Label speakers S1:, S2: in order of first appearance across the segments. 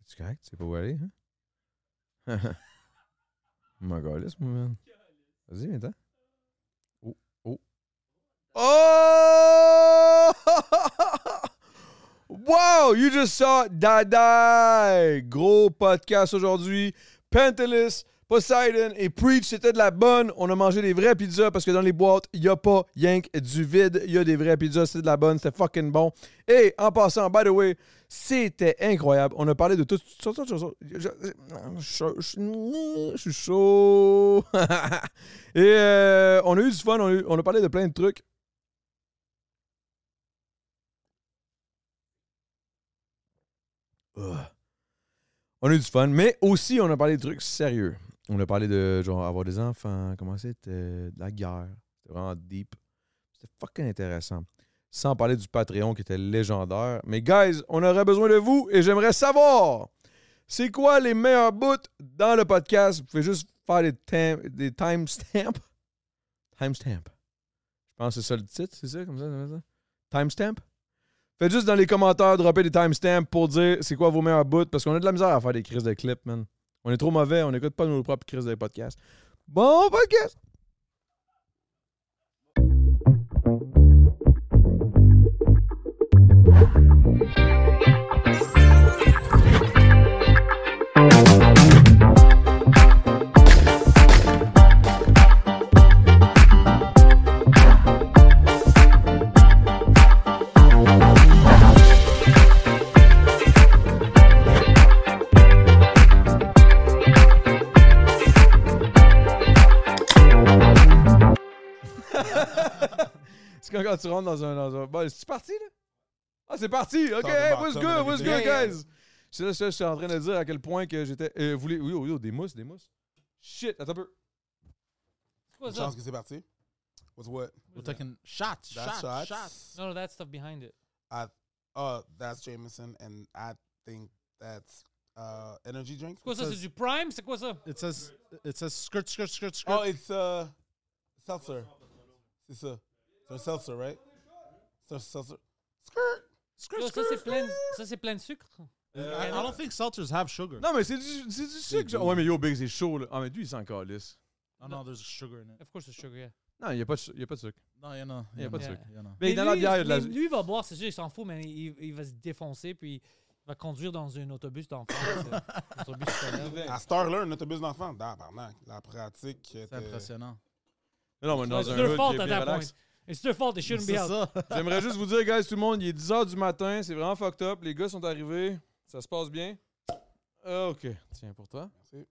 S1: It's Sky? C'est pas aller, hein? Mon gars, laisse-moi, man. Vas-y, viens-t'en. Oh, oh. Oh! Wow! You just saw Dadai! Gros podcast aujourd'hui. Pantelis, Poseidon et Preach, c'était de la bonne. On a mangé des vraies pizzas parce que dans les boîtes, il n'y a pas yank du vide. Il y a des vraies pizzas, c'est de la bonne, c'était fucking bon. Et en passant, by the way, c'était incroyable. On a parlé de toutes sortes de choses. Je, je- je- je- je suis chaud. et euh, on a eu du fun, on a eu- on a parlé de plein de trucs. Ugh. On a eu du fun, mais aussi on a parlé de trucs sérieux. On a parlé de genre avoir des enfants, comment c'était, de la guerre. C'était vraiment deep. C'était fucking intéressant. Sans parler du Patreon qui était légendaire. Mais guys, on aurait besoin de vous et j'aimerais savoir c'est quoi les meilleurs bouts dans le podcast. Vous pouvez juste faire des, tim- des timestamps. Timestamp. Je pense que c'est ça le titre, c'est ça comme ça, comme ça? Timestamp? Faites juste dans les commentaires, dropper des timestamps pour dire c'est quoi vos meilleurs bouts, parce qu'on a de la misère à faire des crises de clips, man. On est trop mauvais, on n'écoute pas nos propres crises de podcast. Bon podcast! C'est quand, quand tu rentres dans un... Dans un... Bon, c'est parti, là? Ah, c'est parti! OK,
S2: T'as
S1: hey,
S2: un
S1: what's
S2: bâton,
S1: good,
S2: on a
S1: what's
S2: des
S1: good,
S2: idées.
S1: guys? C'est là, c'est là, je suis en train de dire à quel point que j'étais... Euh, voulez... Oui, oui, oui, des mousses, des mousses. Shit, attends un peu. C'est quoi
S2: Une
S1: ça?
S2: chance que c'est parti. What's what?
S3: We're taking shots,
S2: That's
S3: shots,
S2: shots.
S3: shots.
S4: No, no, that stuff behind it.
S2: I, uh, that's Jameson, and I think that's uh, energy drink.
S4: What's this? Is you prime? It's like, What's up?
S3: It says it says skirt, skirt, skirt, skirt.
S2: Oh, it's uh, seltzer. It's a, it's a seltzer, right? It's a seltzer. Skirt.
S4: No, ça
S3: skirt, skirt,
S4: c'est plein,
S3: skirt.
S4: ça c'est plein de sucre.
S3: Euh,
S4: Euh,
S3: I, I don't think seltzers have sugar.
S1: Non, mais c'est du, c'est du sucre. ça.
S2: doux.
S1: Ouais, mais yo, Big, c'est chaud, là. Ah, mais lui, il s'en calisse.
S3: Oh, no, there's sugar in it.
S4: Of course, it's sugar. Yeah.
S1: Non, il n'y a, pas de su- il y a pas de sucre.
S3: No, you know.
S1: Yeah,
S3: you
S1: but
S3: know,
S4: sugar.
S3: you know.
S1: Mais, dans la
S4: lui,
S1: bière, il y a de la...
S4: mais lui, il va boire, c'est sûr, il s'en fout, mais il, il va se défoncer puis il va conduire dans un autobus d'enfance. euh, un autobus scolaire.
S2: À cette heure-là, un autobus d'enfant, tabarnak. La pratique. euh,
S3: C'est impressionnant.
S1: Mais non, mais dans
S4: C'est
S1: un
S4: leur
S1: hood
S4: faute
S1: qui est
S4: à
S1: bien
S4: that
S1: relax.
S4: point. It's their fault, they shouldn't be
S3: C'est
S4: out.
S3: ça.
S1: J'aimerais juste vous dire, guys, tout le monde, il est 10h du matin. C'est vraiment fucked up. Les gars sont arrivés. Ça se passe bien. Ah, OK. Tiens, pour toi.
S2: Merci.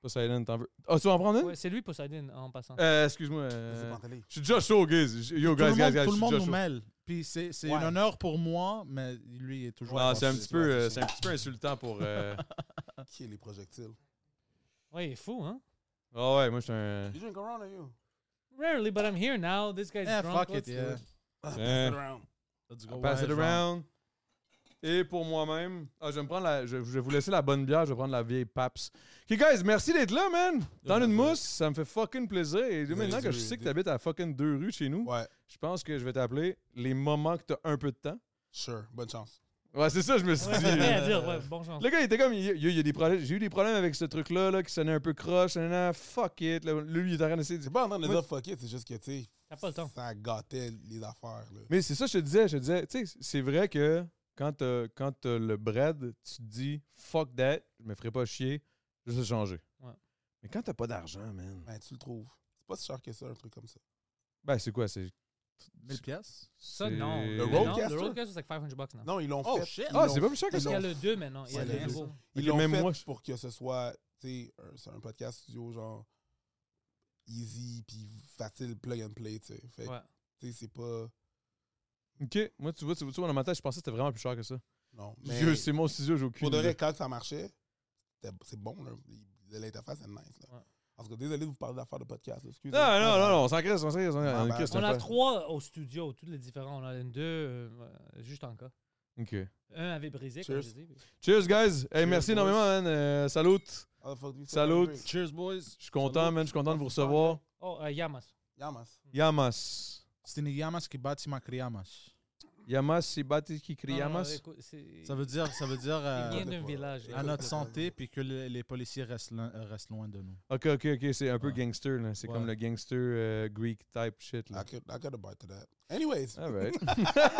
S1: Pas Silent, t'en veux. Ah, tu vas en prendre une?
S4: Ouais, c'est lui, Poseidon, en passant.
S1: Euh, excuse-moi.
S2: C'est
S1: euh,
S2: Pantelé.
S1: Je suis déjà chaud, guys. Yo,
S3: Tout le
S1: guys, guys,
S3: monde-
S1: guys.
S3: tout
S1: je
S3: le
S1: suis
S3: monde
S1: déjà
S3: nous
S1: chaud.
S3: mêle. Puis c'est c'est
S2: Ouais.
S3: un honneur pour moi, mais lui il est toujours.
S1: Ah,
S2: Ouais,
S1: c'est un
S2: c'est-
S1: petit
S2: c'est
S1: peu,
S2: vrai,
S1: euh,
S2: c'est
S1: c'est un petit peu insultant pour. euh,
S2: Qui est les projectiles?
S4: Ouais, il est fou, hein?
S1: Ah ouais, moi je suis un.
S2: You drink around, are you?
S4: Rarely, but I'm here now. This guy's
S1: Eh,
S3: Yeah,
S4: drunk.
S3: fuck it,
S4: Let's do
S3: yeah.
S1: Euh,
S2: Sit Ah, around.
S3: Let's
S1: I
S3: go.
S1: pass
S3: Ouais,
S1: it
S3: genre.
S1: around. Et pour moi-même, ah, je vais me prendre la, je, je vais vous laisser la bonne bière, je vais prendre la vieille Paps. Ok, guys, merci d'être là, man. Dans
S2: Ouais,
S1: une
S2: ouais.
S1: mousse, ça me fait fucking plaisir. Et
S2: Ouais,
S1: maintenant que
S2: ouais,
S1: je sais que
S2: ouais.
S1: t'habites à fucking deux rues chez nous,
S2: Ouais,
S1: je pense que je vais t'appeler les moments que t'as un peu de temps.
S2: sure. Bonne chance.
S1: Ouais, c'est ça, je me suis
S4: Ouais,
S1: dit. euh,
S4: c'est vrai à dire, ouais, bon chance.
S1: Le gars, il était comme, il, il- il y a des problèmes, j'ai eu des problèmes avec ce truc-là, là, qui sonnait un peu croche, nanana, fuck it. Là, lui, il est en train d'essayer de
S2: C'est pas en train de
S1: Moi-
S2: dire fuck it, c'est juste que, tu sais,
S4: T'as pas le temps.
S2: ça gâtait les affaires, là.
S1: Mais c'est ça, je te disais, je te disais, tu sais, c'est vrai que quand t'as, quand t'as le bread, tu te dis fuck that, je me ferai pas chier, je vais changer.
S4: Ouais.
S1: Mais quand t'as pas d'argent, man.
S2: Ben, tu le trouves. C'est pas si cher que ça, un truc comme ça.
S1: Ben c'est quoi, c'est.
S3: 1000 pièces.
S4: Ça, non.
S1: c'est-
S2: Le
S4: Mais non,
S2: Roadcaster?
S4: Le Roadcaster, c'est like 500 bucks now.
S2: Non, ils l'ont
S3: Oh,
S2: fait.
S3: shit.
S2: ils
S1: Ah,
S2: l'ont
S1: c'est pas plus cher que
S4: Parce
S2: ils
S1: ça.
S4: qu'il y a le
S2: l'ont-
S4: 2 maintenant. Il y a
S2: Ouais,
S4: le
S2: le
S4: nouveau.
S2: deux. Ils
S1: Ok,
S2: l'ont
S1: même
S2: fait
S1: moi, je-
S2: pour que ce soit, tu sais, un- c'est un podcast studio, genre, easy, puis facile, plug and play, tu sais. Fait que,
S4: Ouais.
S2: tu sais, c'est pas...
S1: Ok, moi tu vois, tu vois, tu vois, dans ma tête, je pensais que c'était vraiment plus cher que ça.
S2: Non, mais
S1: Dieu, c'est mon ciseau, j'ai aucune
S2: pour de vrai,
S1: idée.
S2: quand ça marchait, c'était- c'est bon, là. Il- L'interface est nice, là.
S4: Ouais.
S2: En tout cas, désolé de vous parler d'affaires de podcast, là. excusez
S1: Non, non, non, non, on s'en crisse, on s'en crisse, on
S2: Ah,
S1: s'en
S2: ben,
S1: crisse.
S4: On a
S1: fait.
S4: trois au studio, tous les différents. On a une, deux, euh, juste en cas.
S1: Ok.
S4: Un avait brisé, comme
S2: Cheers.
S4: je dis.
S1: Cheers, guys. Hey, merci
S2: boys.
S1: énormément, man. Euh, salut.
S2: Oh, fuck, lui, c'est
S1: Salut.
S2: un truc.
S3: Cheers boys.
S1: Je suis content, man. Je suis content de vous recevoir.
S4: Oh, euh, Yamas.
S2: Yamas.
S1: Yamas.
S3: C'est une Yamas qui bat Kriamas.
S1: Yamas, c'est Bati qui
S4: Non,
S1: crie
S4: non, non,
S1: Yamas.
S4: Ah, écoute, c'est-
S3: Ça veut dire, ça veut dire
S4: Il
S3: euh,
S4: vient
S2: de
S4: d'un
S2: quoi?
S4: village. là.
S3: à notre santé puis que le- les policiers restent, loin- euh, restent loin de nous.
S1: Ok, ok, ok, c'est un peu
S3: Ouais.
S1: gangster, là. C'est
S3: Ouais.
S1: comme le gangster euh, Greek type shit,
S2: I
S1: là.
S2: could, I could have to that. Anyways,
S1: All right.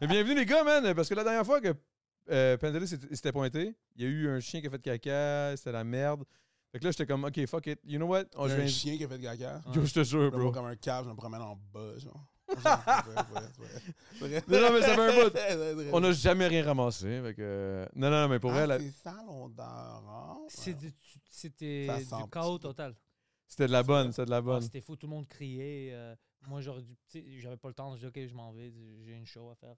S1: Mais bienvenue, les gars, man, parce que la dernière fois que euh, Pendelis s'était s'était pointé, il y a eu un chien qui a fait caca, c'était la merde. Fait que là, j'étais comme, ok, fuck it, you know what?
S2: j'ai
S1: On- Oh, je
S2: un
S1: viens-
S2: chien qui a fait de caca.
S1: Yo, je te jure,
S2: Je me vois
S1: bro.
S2: comme un cave, je me promène en bas, genre. C'est vrai, c'est vrai.
S1: Non, non, mais ça fait un bout.
S2: C'est vrai, c'est vrai.
S1: On n'a jamais rien ramassé. Fait que, euh, Non, non, non, mais pour
S2: Ah,
S1: vrai, la-
S2: C'est ça, l'odeur. hein?
S4: C'est
S2: Ouais.
S4: du- tu- C'était
S2: Ça sent un
S4: du
S2: petit
S4: chaos
S2: peu.
S4: total.
S1: c'était de la bonne, c'était de la
S4: Ah,
S1: bonne.
S4: c'était fou, tout le monde criait. euh, moi, j'aurais dû- tu sais, j'avais pas le temps. Je dis, OK, je m'en vais. J'ai une show à faire.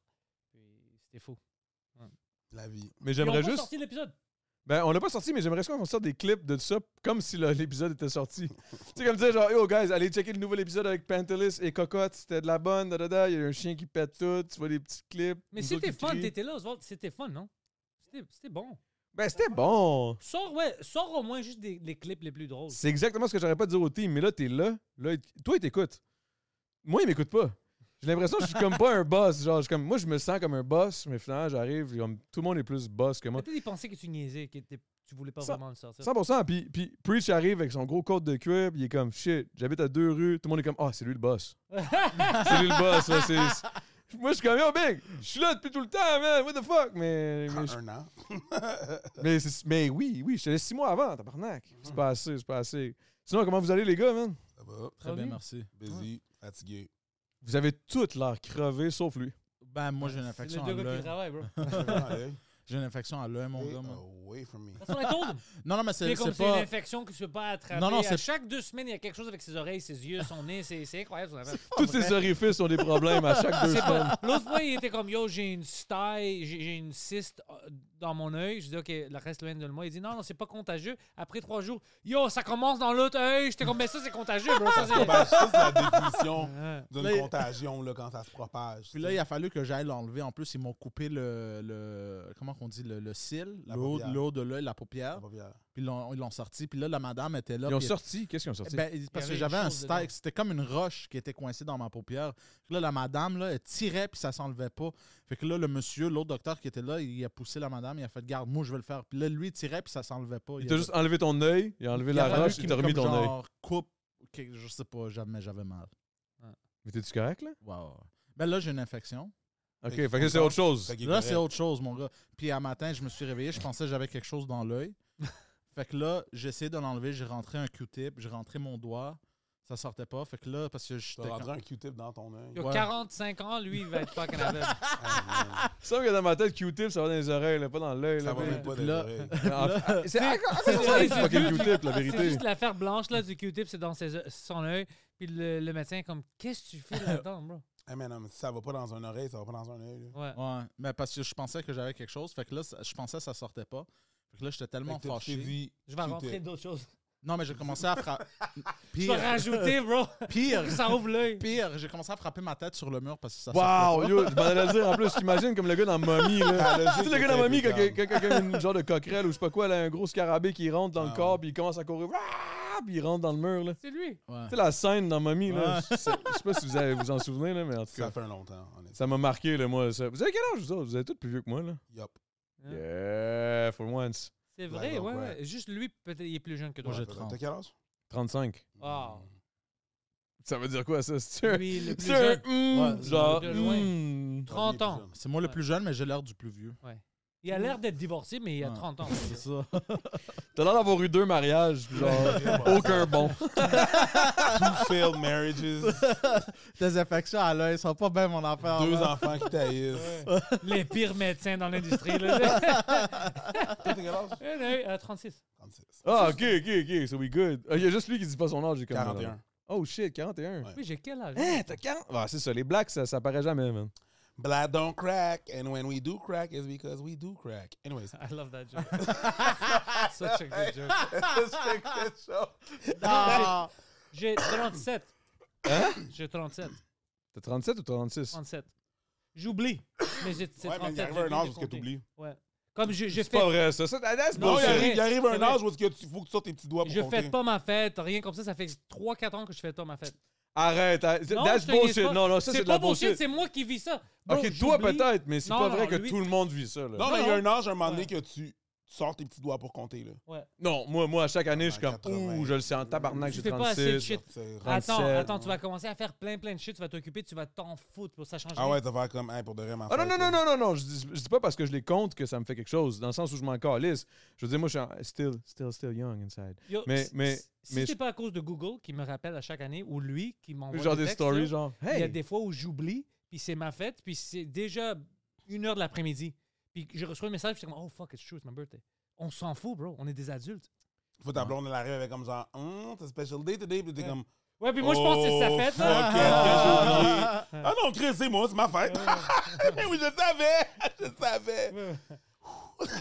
S4: Puis c'était fou.
S2: La vie.
S1: Mais
S4: Ils ont
S1: j'aimerais
S4: pas
S1: juste.
S4: sorti l'épisode.
S1: Ben, on l'a pas sorti, mais j'aimerais qu'on sorte des clips de ça comme si le- l'épisode était sorti. tu sais, comme dire, genre, yo, guys, allez checker le nouvel épisode avec Pantelis et Cocotte, c'était de la bonne, da, da, da. Il y a un chien qui pète tout, tu vois des petits clips.
S4: Mais
S1: nous
S4: c'était
S1: autres qui
S4: fun.
S1: crient.
S4: T'étais là, Oswald. C'était fun, non? C'était c'était bon.
S1: Ben, c'était bon.
S4: Sors, ouais, sors au moins juste des, les clips les plus drôles.
S1: C'est exactement ce que j'aurais pas dire au team, mais là, t'es là. là il- Toi, il t'écoute. Moi, il m'écoute pas. J'ai l'impression que je suis comme pas un boss. Genre, je suis comme, moi, je me sens comme un boss, mais finalement, j'arrive, comme, tout le monde est plus boss que moi.
S4: Peut-être ils pensaient que tu niaisais, que t'es- tu voulais pas
S1: Ça-
S4: vraiment le sortir.
S1: 100%. Puis, puis Preach arrive avec son gros code de cuir, puis il est comme shit, j'habite à deux rues. Tout le monde est comme ah, c'est lui le boss. c'est lui le boss. là, c'est- Moi, je suis comme yo, big, je suis là depuis tout le temps, man. What the fuck? Mais, mais, je-
S2: Un an.
S1: mais c'est- mais oui, oui, je te laisse six mois avant, tabarnak.
S2: Mm-hmm.
S1: C'est pas assez, c'est pas assez. Sinon, comment vous allez, les gars, man?
S2: Ça va.
S1: Ah
S3: Très
S4: Ok.
S3: bien, merci.
S2: Busy, fatigué.
S1: Vous avez toutes l'air crevés sauf lui.
S3: Ben, moi, j'ai une
S4: C'est
S3: infection
S4: le
S3: à
S4: deux gars qui
S3: l'œil.
S4: travaillent, bro.
S2: Stay
S3: J'ai une infection à l'œil, mon gars. moi.
S2: away from me.
S4: That's what I told him.
S3: Non, non, mais c'est
S4: C'est comme
S3: c'est
S4: c'est une
S3: pas.
S4: infection que tu peux pas attraper.
S3: Non, non,
S4: À
S3: c'est-
S4: chaque deux semaines, il y a quelque chose avec ses oreilles, ses yeux, son nez. C'est c'est incroyable. son affaire.
S1: Tous ses orifices ont des problèmes à chaque deux
S4: C'est
S1: semaines.
S4: pas- L'autre fois, il était comme Yo, j'ai une staille, j'ai j'ai une cyste euh, dans mon œil. Je dis Ok, la reste loin de moi. Il dit Non, non, c'est pas contagieux. Après trois jours, Yo, ça commence dans l'autre œil. J'étais comme Mais ça, c'est contagieux, bro. Ça, c'est.
S2: Ben, ça, c'est la définition
S4: Ouais.
S3: Là, il-
S2: d'une contagion, là, quand ça se propage.
S3: Puis là, il a fallu que j'aille l'enlever. En plus, ils m'ont coupé le, le- comment qu'on dit le, le cil,
S2: La
S3: le haut,
S2: paupière.
S3: le haut de l'œil, la
S2: Ça
S3: paupière.
S2: va bien.
S3: Puis ils l'ont ils l'ont sorti. Puis là, la madame était là.
S1: Ils ont
S3: puis-
S1: sorti. Qu'est-ce qu'ils ont sorti?
S3: Ben, parce
S4: avait
S3: que
S4: une
S3: j'avais un
S4: chose dedans.
S3: steak, c'était comme une roche qui était coincée dans ma paupière. Puis Là, la madame, là, elle tirait puis ça s'enlevait pas. Fait que là, le monsieur, l'autre docteur qui était là, il a poussé la madame, il a fait garde, moi je vais le faire. Puis là, lui, il tirait puis ça s'enlevait pas.
S1: il
S3: Il
S1: t'a
S3: a-
S1: juste enlevé ton œil, il a enlevé
S3: il a
S1: la
S3: fallu
S1: roche,
S3: qu'il
S1: il t'a
S3: me
S1: remis
S3: comme
S1: ton œil.
S3: genre, coupe, quelque- je sais pas, jamais j'avais mal.
S1: Mais t'es-tu correct, là?
S3: Wow. Ben là, j'ai une infection.
S1: Ok,
S2: Fait
S1: fait
S2: que
S1: que c'est autre chose.
S2: Fait qu'il est
S3: Là, c'est
S2: correct.
S3: autre chose, mon gars. Puis à matin, je me suis réveillé, je pensais que j'avais quelque chose dans l'œil. fait que là, j'ai essayé de l'enlever, j'ai rentré un Q-tip, j'ai rentré mon doigt. Ça sortait pas. Fait que là, parce que
S2: Tu
S3: j'étais.
S2: as rendu un Q-tip dans ton œil.
S4: Il a
S3: Ouais.
S4: 45 ans, lui, il va être fucking aveugle.
S2: Ah,
S1: Il semble que dans ma tête, Q-tip, ça va dans les oreilles, là, pas dans l'œil.
S2: man.
S1: là,
S2: Ça va
S1: mais-
S2: même pas
S3: Là-
S2: dans les oreilles.
S1: Ah, C'est ah, c'est
S4: c'est-
S1: ça, le
S4: c'est-
S1: fucking
S4: c'est-
S1: Q-tip, la
S4: C'est
S1: vérité.
S4: juste l'affaire blanche là, du Q-tip, c'est dans ses, son œil. Puis le, le médecin est comme, qu'est-ce que tu fais là-dedans, bro?
S2: Hey, man, non, si ça va pas dans une oreille, ça va pas dans un œil. là.
S4: Ouais.
S3: Ouais, mais parce que je pensais que j'avais quelque chose. Fait que là, ça- je pensais que ça sortait pas. Fait que là, j'étais tellement
S2: Fait que t'as- tu t'es
S3: fâché.
S2: dit,
S4: Je vais
S2: Q-tip.
S4: rentrer d'autres choses.
S3: Non, mais j'ai commencé à frapper.
S4: Je vais
S3: pire,
S4: rajouter, bro.
S3: pire,
S4: Ça ouvre l'œil.
S3: pire. J'ai commencé à frapper ma tête sur le mur parce que ça sortait
S1: Wow, yo, je m'en allais dire en plus, t'imagines comme le gars dans Mommy, là.
S2: Ta logique
S1: Tu sais, le gars dans
S2: était
S1: Mommy, quand
S2: impeccable.
S1: quelqu'un a une genre de coquerelle ou je sais pas quoi, là, un gros scarabée qui rentre dans le
S2: Ah
S1: corps,
S2: ouais.
S1: puis il commence à courir, ah, puis il rentre dans le mur, là. Tu
S4: C'est lui.
S3: pas. Ouais.
S1: sais, la scène dans Mommy, là,
S3: Ouais.
S1: je sais je sais pas si vous avez- vous en souvenez, là, mais en tout
S2: Ça
S1: cas,
S2: fait un longtemps, honnêtement.
S1: ça m'a marqué, là, moi. ça. Vous avez quel âge, vous autres? Vous êtes tous plus vieux que moi, là?
S2: Yup.
S4: Hein?
S1: Yeah, for once.
S4: C'est
S2: Black
S4: vrai,
S2: Dog,
S4: ouais,
S2: ouais.
S4: ouais. Juste lui, peut-être, il est plus jeune que toi.
S3: Moi, j'ai
S2: T'as-
S3: 30.
S2: T'as quel âge?
S1: 35.
S4: Ah.
S1: Ça veut dire quoi, ça? C'est un...
S4: Lui, le plus
S1: C'est un...
S4: jeune.
S1: hmm,
S3: Ouais,
S1: genre...
S4: de loin.
S1: hmm.
S4: 30 ans.
S3: C'est moi le
S4: Ouais.
S3: plus jeune, mais j'ai l'air du plus vieux.
S4: Il a l'air d'être divorcé, mais il a
S3: Ouais.
S4: 30 ans.
S3: C'est ça.
S1: T'as l'air d'avoir eu deux mariages, puis genre... Aucun bon.
S2: Two failed marriages,
S3: Tes affections à l'œil sont pas bien mon affaire.
S2: deux
S3: là.
S2: enfants qui taillissent.
S4: Ouais. Les pires médecins dans l'industrie. là.
S2: Toi, t'as quel âge?
S4: Un œil euh, à 36.
S2: 36.
S1: Ah, ok, ok, ok, so we good. Ah, Il y a juste lui qui dit pas son âge, j'ai comme...
S2: 41.
S1: Oh shit, 41.
S2: Ouais.
S4: Oui, j'ai quel âge?
S1: Hein, t'as 40? Ah, c'est ça, les blacks, ça, ça paraît jamais, man.
S2: Black don't crack, and when we do crack, it's because we do crack. Anyways.
S4: I love that joke. Such a good joke.
S3: Ah,
S4: J'ai 37.
S2: Hein?
S4: J'ai 37.
S1: T'as 37 ou 36?
S4: 37. J'oublie. Mais j'ai c'est
S2: Ouais, mais
S4: 37.
S2: il arrive
S4: j'ai
S2: un
S4: oublié
S2: âge
S4: de
S2: où ce que
S4: compter.
S2: t'oublies.
S4: Ouais. Comme je, je
S1: C'est pas
S4: fais.
S1: vrai, ça. ça that's
S4: Non,
S2: Non, il
S1: bullshit.
S4: c'est vrai,
S2: arrive, il arrive
S4: c'est
S2: un
S4: vrai.
S2: âge où il faut que tu sortes tes petits doigts pour
S4: Je
S2: compter.
S4: fête pas ma fête, rien comme ça. Ça fait 3-4 ans que je fête pas ma fête.
S1: Arrête, arrête,
S4: Non,
S1: that's
S4: je te niaise
S1: bullshit.
S4: pas.
S1: Non, non, ça, c'est de la
S4: pas bullshit,
S1: bullshit.
S4: c'est moi qui vis ça. Bro,
S1: Ok, toi
S4: j'oublie.
S1: peut-être, mais c'est
S4: Non,
S1: pas
S4: non,
S1: vrai que
S4: lui-
S1: tout le monde vit ça, là.
S2: Non, mais il y a un âge, un moment donné,
S4: Ouais.
S2: que tu tu sors tes petits doigts pour compter. là.
S1: Non, moi, moi, à chaque année, je suis comme,
S2: 80.
S1: ouh, je le sais en tabarnak,
S4: Tu
S1: j'ai
S4: fais pas assez de
S1: 36.
S4: shit.
S2: C'est-
S4: Attends,
S1: 37.
S4: attends, tu vas commencer à faire plein plein de shit, tu vas t'occuper, tu vas t'en foutre pour ça change
S2: Ah
S4: rien.
S2: ouais, ça va comme, hey, pour de vrai, ma
S1: Ah non,
S2: fête,
S1: non,
S2: là.
S1: non, non, non, non, je dis, je dis pas parce que je les compte que ça me fait quelque chose, dans le sens où je m'en calisse. Je veux dire, moi, je suis en- still, still, still young inside.
S4: Yo,
S1: Mais-
S4: si-
S1: mais-
S4: si- si
S1: mais
S4: c'est
S1: je-
S4: pas à cause de Google qui me rappelle à chaque année ou lui qui m'envoie
S1: genre des
S4: textes,
S1: stories,
S4: là,
S1: genre,
S4: Il y a
S1: hey,
S4: des fois où j'oublie, puis c'est ma fête, puis c'est déjà une heure de l'après-midi. Puis je reçois un message, puis c'est comme, oh fuck, it's true, it's my birthday. On s'en fout, bro, on est des adultes.
S2: Faut ta blonde, elle arrive avec comme genre, hum, c'est special day today, puis t'es
S4: Ouais.
S2: comme,
S4: Ouais, puis moi je pense que c'est sa
S2: Oh,
S4: fête. hein.
S2: fuck,
S4: là.
S2: qu'est-ce que j'ai oublié? Ah non, Chris, c'est moi, c'est ma fête. Eh oui, je savais, je savais.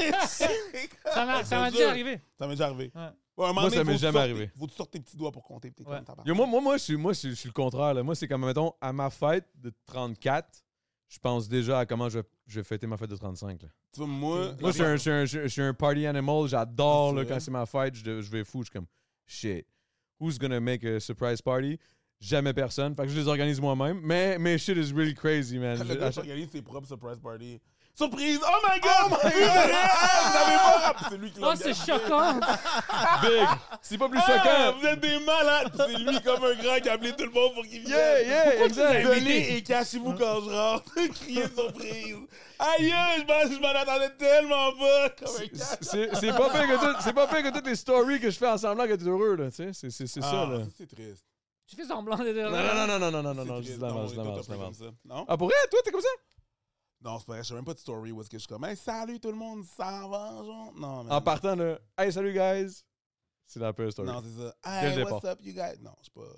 S4: Ça m'a- ça m'a
S2: Jure.
S4: déjà arrivé.
S2: Ça m'est déjà arrivé.
S4: Ouais.
S2: Ouais, un moment
S1: Moi, ça
S2: donné,
S1: m'est
S2: faut que tu
S1: jamais
S2: sortes
S1: arrivé.
S2: tes- Faut que tu sortes tes petits doigts pour compter, puis t'es
S4: Ouais.
S2: comme tabarnak.
S1: Yo, moi, moi, moi, je suis, moi, je suis, je suis le contraire. là. Moi, c'est comme, mettons, à ma fête de 34, je pense déjà à comment je vais, je vais fêter ma fête de 35. là.
S2: Tu vois, moi,
S1: Moi, je suis, un, je suis un- je suis un party animal. J'adore
S2: Ah, c'est
S1: là,
S2: vrai?
S1: quand c'est ma fête. Je, de- je vais fou. Je suis comme, shit, who's gonna make a surprise party? Jamais personne. Fait que je les organise moi-même. Mais, mais shit is really crazy, man.
S2: le
S1: Je-
S2: gars
S1: à
S2: qui
S1: chaque-
S2: organise ses propres surprise parties. Surprise! Oh my god! Oh my god! Vous avez pas rappelé. C'est lui qui
S4: Oh,
S2: l'organise.
S4: c'est choquant!
S1: Big! C'est pas plus
S2: Ah,
S1: choquant!
S2: vous êtes des malades! Puis C'est lui comme un grand qui a appelé tout le monde pour qu'il vienne.
S1: Yeah, yeah, exact!
S2: Venez et cachez-vous quand je rentre. Criez surprise. Aïe, je pense que je m'en attendais tellement pas. Comme un
S1: C'est-
S2: cache.
S1: C'est c'est pas pire que tout- c'est pas pire que toutes les stories que je fais en semblant que t'es heureux, là, tu sais. C'est c'est- c'est ça, là.
S2: Ah, C'est triste.
S4: Tu fais semblant de dire.
S1: Non, non, non, non, non, non, non,
S2: C'est
S1: non,
S2: triste.
S1: je dis de la
S2: Non, on est tous un
S1: merde, je dis de la merde, je dis
S2: peu
S1: de la
S2: comme
S1: merde.
S2: ça. Non?
S1: Ah, pour vrai, toi, t'es comme ça?
S2: Non, c'est pas vrai. Je sais même pas de story où est-ce que je suis comme, hey, salut tout le monde, ça va, genre? Non, mais.
S1: En partant de Hey, salut, guys! C'est la pire story.
S2: Non, c'est ça.
S1: Dès
S2: Hey,
S1: le
S2: what's
S1: départ.
S2: up, you guys? Non, je suis pas.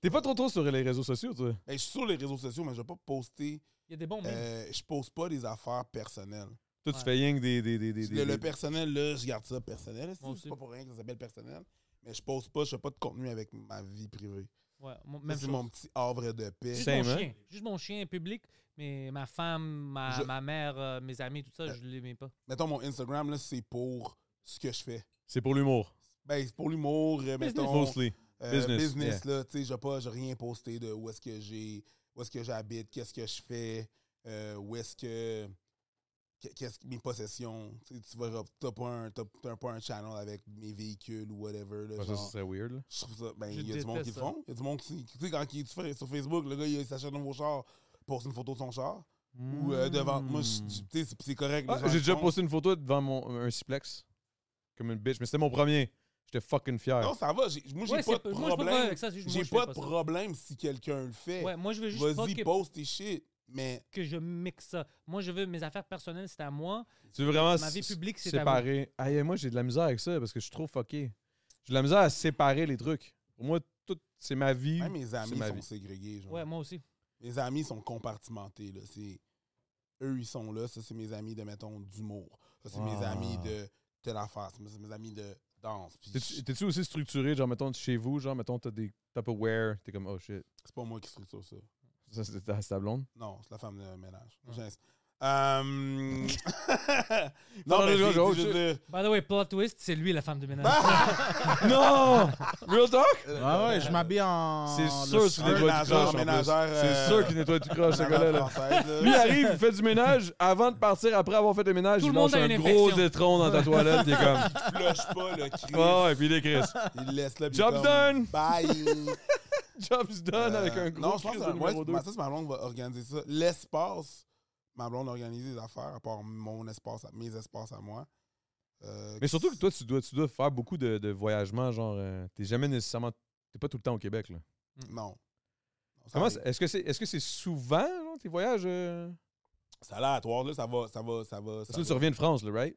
S1: T'es pas trop trop sur les réseaux sociaux, toi?
S2: Ben, je suis sur les réseaux sociaux, mais je vais pas poster.
S4: Il y a des bons memes.
S2: euh, je pose pas des affaires personnelles.
S1: Toi, tu
S4: Ouais.
S1: fais rien que des. des, des, des,
S2: Le,
S1: des-
S2: le personnel, là, je garde ça personnel.
S4: Moi
S2: C'est
S4: aussi.
S2: pas pour rien que ça s'appelle personnel. Mais je pose pas, je fais pas de contenu avec ma vie privée.
S4: Ouais, mon-
S2: Ça,
S4: même
S2: C'est
S4: chose.
S2: mon petit havre de paix.
S4: Juste
S1: Same,
S4: mon
S1: hein?
S4: chien. Juste mon chien est public, mais ma femme, ma,
S2: Je-
S4: ma mère, euh, mes amis, tout ça,
S2: Euh,
S4: je les mets pas.
S2: Mettons, mon Instagram, là, c'est pour ce que je fais.
S1: C'est pour l'humour.
S2: Ben, c'est pour l'humour, euh, mettons.
S1: Mostly.
S2: euh,
S1: Business,
S2: business. là. Tu sais, j'ai pas, j'ai rien posté de où est-ce que j'ai, où est-ce que j'habite, qu'est-ce que je fais, euh, où est-ce que, que- qu'est-ce que mes possessions. Tu sais, tu verras, t'as pas un, t'as, t'as pas un channel avec mes véhicules ou whatever, là,
S1: Ouais, ça, ça
S2: genre.
S1: serait weird, là.
S2: Je trouve ça. Ben,
S4: Je
S2: il y a du monde qui
S4: déteste
S2: le
S4: ça.
S2: font. Il y a du monde qui. Tu sais, quand il- tu fais sur Facebook, le gars, il s'achète un nouveau char, poste une photo de son char. Ou euh, devant. Moi, je- je- tu sais, c'est, c'est correct. les
S1: Ah,
S2: gens
S1: J'ai
S2: le
S1: déjà
S2: font.
S1: posté une photo devant mon, un Ciplex. Comme une bitch, mais c'était mon premier. J'étais fucking fier.
S2: Non, ça va. j'ai- Moi, j'ai
S4: Ouais,
S2: pas
S4: c'est- moi, j'ai pas de
S2: de
S4: problème
S2: problème.
S4: avec ça, c'est juste moi,
S2: J'ai
S4: je fais
S2: pas de
S4: pas ça.
S2: problème si quelqu'un le fait.
S4: Ouais, moi, je veux juste pas
S2: Vas-y,
S4: que,
S2: poste tes shit. Mais
S4: que je mixe ça. Moi, je veux mes affaires personnelles, c'est à moi.
S1: Tu veux vraiment
S4: Ma vie
S1: s-
S4: publique, c'est à
S1: séparer. Aïe, moi, j'ai de la misère avec ça parce que je suis trop fucké. J'ai de la misère à séparer les trucs. Pour moi, tout, c'est ma vie.
S2: même mes amis
S1: ma
S2: sont
S1: vie.
S2: ségrégés. Genre.
S4: Ouais, moi aussi.
S2: Mes amis sont compartimentés. Là. C'est- Eux, ils sont là. Ça, c'est mes amis de, mettons, d'humour. Ça, c'est mes
S1: Ah.
S2: amis de telle affaire. Ça, c'est mes amis de danse. Puis
S1: T'es-tu
S2: je-
S1: t'es-tu aussi structuré, genre, mettons, chez vous, genre, mettons, t'as des Tupperware, t'es comme, oh shit,
S2: C'est pas moi qui structure ça.
S1: ça, c'est ta, c'est ta blonde?
S2: Non, c'est la femme de ménage. Gêne. Euh, non,
S1: Non,
S2: mais
S1: non,
S2: c'est- Ah!
S1: non,
S2: je veux dire-
S4: By the way, plot twist, c'est lui la femme de ménage.
S1: non! Real talk?
S3: Ouais, ouais, je m'habille en.
S1: C'est
S3: le
S1: sûr que tu
S2: un
S1: nettoies du
S2: ménageur,
S1: croche, en plus.
S2: ménageur,
S1: C'est
S2: euh,
S1: sûr qu'il nettoie du croche, ce
S2: Nana
S1: gars-là. là.
S2: française, là.
S1: Lui il arrive, il fait du ménage. Avant de partir, après avoir fait le ménage,
S4: Tout
S1: il
S4: le monde
S1: lance
S4: a
S1: un
S4: une
S1: gros
S4: infection.
S1: étron dans ta toilette. Il est comme,
S2: flush pas le cri.
S1: oh, et puis il est Chris.
S2: Il le laisse là. puis
S1: Job
S2: comme,
S1: done!
S2: Bye.
S1: Jobs done avec un
S2: Euh,
S1: gros
S2: Non, je pense
S1: Chris
S2: que
S1: de
S2: c'est- ouais,
S1: numéro
S2: c'est-
S1: deux.
S2: ma- ça, c'est ma blonde qui va organiser ça. L'espace, ma blonde organise les affaires, à part mon espace, à- mes espaces à moi. Euh,
S1: Mais surtout que toi, tu dois, tu dois faire beaucoup de, de voyagements, genre, euh, t'es jamais nécessairement, t'es pas tout le temps au Québec, là.
S2: Mm. Non. Non, ça
S1: Comment,
S2: arrive.
S1: c'est- est-ce que c'est, est-ce que c'est souvent, genre, tes voyages? euh?
S2: C'est aléatoire, là, ça va, ça va, ça va. ça
S1: Parce que tu
S2: va.
S1: reviens de France, là, right?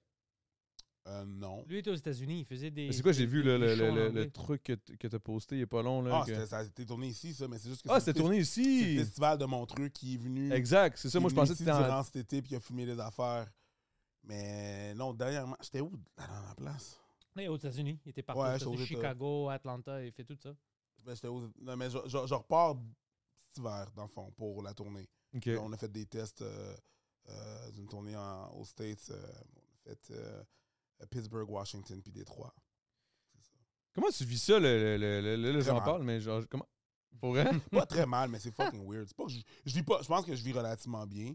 S2: Euh, non.
S4: Lui était aux États-Unis, il faisait des.
S1: Mais c'est quoi, j'ai
S4: des-
S1: vu
S4: des-
S1: le, le-
S4: des shows
S1: le-
S4: en
S1: le-
S4: anglais.
S1: le truc que, t- que t'as posté il y a pas long, là.
S2: Ah,
S1: que-
S2: c'était- ça a été tourné ici, ça, mais c'est juste que
S1: Ah,
S2: c'est
S1: c'était
S2: le
S1: tourné
S2: fes- c'est le
S1: ici!
S2: festival de Montreux qui est venu.
S1: Exact, c'est ça, moi, je
S2: Il est venu
S1: pensais
S2: ici
S1: que t'étais en...
S2: durant cet été, puis il a filmé les affaires. Mais non, dernièrement, j'étais où dans la place?
S4: Ouais, aux États-Unis, il était partout.
S2: Ouais,
S4: aux
S2: je suis aux
S4: États-Unis,
S2: États-
S4: Chicago, Atlanta, il fait tout ça.
S2: Ben, j'étais où? Non, mais je, je- je repars cet hiver, dans le fond, pour la tournée.
S1: Ok.
S2: Là, on a fait des tests euh, euh, d'une tournée en- aux States. euh, on a fait euh, Pittsburgh, Washington, puis Détroit.
S1: Comment tu vis ça, le, le, le, le- le-
S2: Très
S1: j'en
S2: mal.
S1: parle, mais genre, comment... Pour vrai?
S2: Pas très mal, mais c'est fucking weird. C'est pas que je, je dis pas, je pense que je vis relativement bien.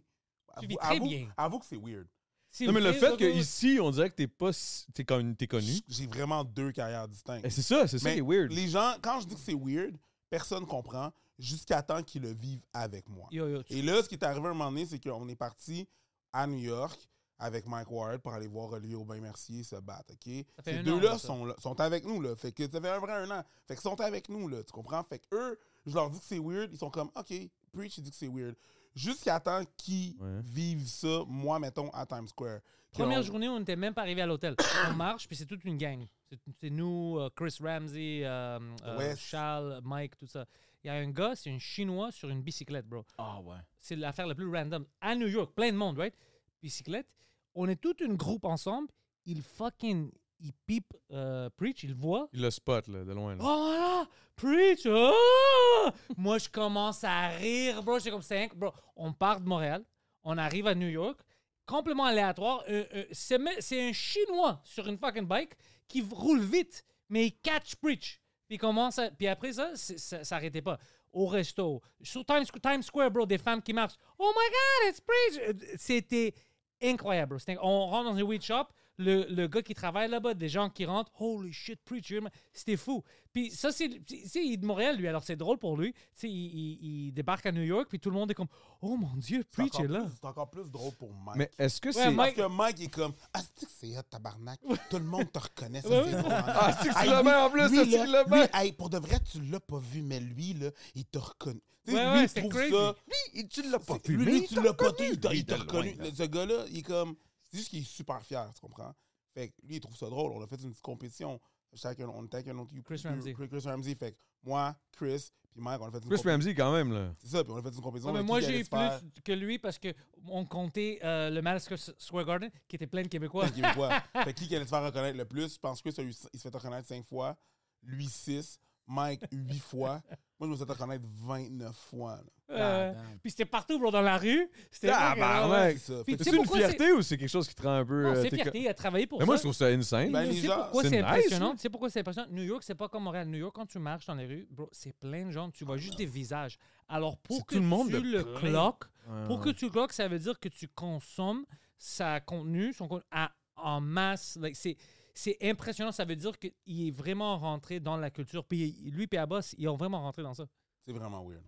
S4: Tu vis très bien.
S2: Avoue que c'est weird.
S4: Si
S1: non,
S4: vous
S1: mais le
S4: faites,
S1: fait
S4: vous autres,
S1: qu'ici, on dirait que t'es pas... si- T'es connu. T'es connu.
S2: J- J'ai vraiment deux carrières distinctes.
S1: Eh, C'est ça, c'est ça
S2: Mais
S1: qui est weird.
S2: Les gens, quand je dis que c'est weird, personne comprend jusqu'à temps qu'ils le vivent avec moi.
S4: Yo, yo, tu-
S2: Et là, ce qui est arrivé à un moment donné, c'est qu'on est parti à New York avec Mike Ward pour aller voir Olivier Aubin-Mercier se battre, OK?
S4: Ça fait
S2: Ces
S4: un an,
S2: deux-là
S4: ça.
S2: sont, là- sont avec nous, là. Fait que ça fait un vrai un an. Fait qu'ils sont avec nous, là, tu comprends? Fait que eux, je leur dis que c'est weird, ils sont comme, OK, Preach, il dit que c'est weird. Jusqu'à temps qu'ils
S1: Ouais.
S2: vivent ça, moi, mettons, à Times Square. Que
S4: Première
S2: on-
S4: journée, on n'était même pas arrivé à l'hôtel. on marche, puis c'est toute une gang. C'est- C'est nous, euh, Chris Ramsey, euh, euh,
S2: Ouais.
S4: Charles, Mike, tout ça. Il y a un gars, c'est un Chinois sur une bicyclette, bro.
S3: Ah ouais.
S4: C'est l'affaire la plus random. À New York, plein de monde, right? Bicyclette. On est toute une groupe ensemble. Il fucking, il pipe euh, Preach, il voit.
S1: Il le spot, là, de loin, là.
S4: Oh là là, Preach! oh! Moi, je commence à rire, bro. C'est comme 5. Bro, on part de Montréal, on arrive à New York, complètement aléatoire. Euh, euh, c'est me- c'est un Chinois sur une fucking bike qui v- roule vite, mais il catch Preach. Puis, il commence à- puis après ça, c'est- ça s'arrêtait pas. Au resto, sur Times, Times Square, bro, des femmes qui marchent. Oh my God, it's Preach! Euh, C'était incroyable. bro. C'était- On rentre dans une weed shop, le, le gars qui travaille là-bas, des gens qui rentrent, holy shit, preacher, man. c'était fou. Puis ça, c'est, tu sais, il est de Montréal, lui, alors c'est drôle pour lui. Tu sais, il, il- il débarque à New York, puis tout le monde est comme, oh mon Dieu,
S2: c'est
S4: preacher
S2: encore
S4: là.
S2: plus- C'est encore plus drôle pour Mike.
S1: Mais est-ce que
S4: Ouais,
S1: c'est...
S4: Mike-
S2: Parce que Mike est comme Ah, c'est que c'est hot, tabarnak. Tout le monde te reconnaît. Ça,
S4: Ouais,
S2: c'est
S4: ouais.
S2: drôle, hein.
S1: Ah, c'est que tu
S2: Hey,
S1: l'as
S2: lui-
S1: mis en plus,
S2: lui,
S1: c'est que
S2: là,
S1: tu l'as
S2: lui,
S1: mis.
S2: hey, pour de vrai, tu l'as pas vu, mais lui, là, il te reconnaît. Tu sais,
S4: Ouais,
S2: lui,
S4: ouais,
S2: il
S4: c'est
S2: trouve
S4: crazy.
S2: ça.
S1: Lui, tu l'as pas
S2: Lui, lui, tu l'as pas vu, il t'a-
S1: lui,
S2: il t'a
S1: de
S2: reconnu.
S1: loin, là.
S2: Ce gars-là, il est comme. C'est juste qu'il est super fier, tu comprends? Fait que lui, il trouve ça drôle. On a fait une petite compétition. Chacun, on était avec un autre.
S4: Chris Ramsey.
S2: Chris Ramsey. Fait que moi, Chris, puis Mike, on a fait une
S1: Chris
S2: compétition.
S1: Ramsey, quand même, là.
S2: C'est ça, puis on a fait une compétition.
S4: Ouais, Ah, mais
S2: de qui
S4: moi,
S2: qui
S4: j'ai
S2: allait
S4: eu
S2: se faire-
S4: plus que lui parce qu'on comptait euh, le Madison Square Garden, qui était plein de Québécois.
S2: Fait qu'il est quoi? Fait qui qui allait se faire reconnaître le plus? Je pense que ça, il se fait reconnaître 5 fois, lui 6, Mike 8 fois. Moi, je me suis fait reconnaître 29 fois. là. Ah,
S4: Euh,
S3: Damn.
S4: puis c'était partout, bro, dans la rue. C'était
S1: Tabarnak.
S2: C'est ça.
S4: Puis
S2: Fait que-
S4: sais
S1: C'est une
S4: pourquoi
S1: fierté ou c'est quelque chose qui te rend un peu...
S4: Non,
S1: euh,
S4: c'est
S1: t'es
S4: fierté, il a travaillé pour
S1: Mais
S4: ça.
S1: moi, je trouve ça insane.
S2: Ben,
S4: Mais
S2: les
S4: tu sais
S2: gens,
S4: pourquoi
S1: c'est
S4: c'est
S1: nice,
S4: impressionnant?
S1: là.
S4: Tu sais pourquoi c'est impressionnant? New York, c'est pas comme Montréal. New York, quand tu marches dans les rues, bro, c'est plein de gens. Tu vois juste des visages. Alors,
S1: C'est
S4: pour que
S1: tout le monde
S4: tu
S1: de
S4: le
S1: plein.
S4: cloques,
S1: Ouais,
S4: pour que
S1: ouais.
S4: tu le cloques, ça veut dire que tu consommes sa contenu, son contenu à- en masse. Like, c'est, c'est impressionnant. Ça veut dire qu'il est vraiment rentré dans la culture. Puis lui et Abbas, ils ont vraiment rentré dans ça.
S2: C'est vraiment weird.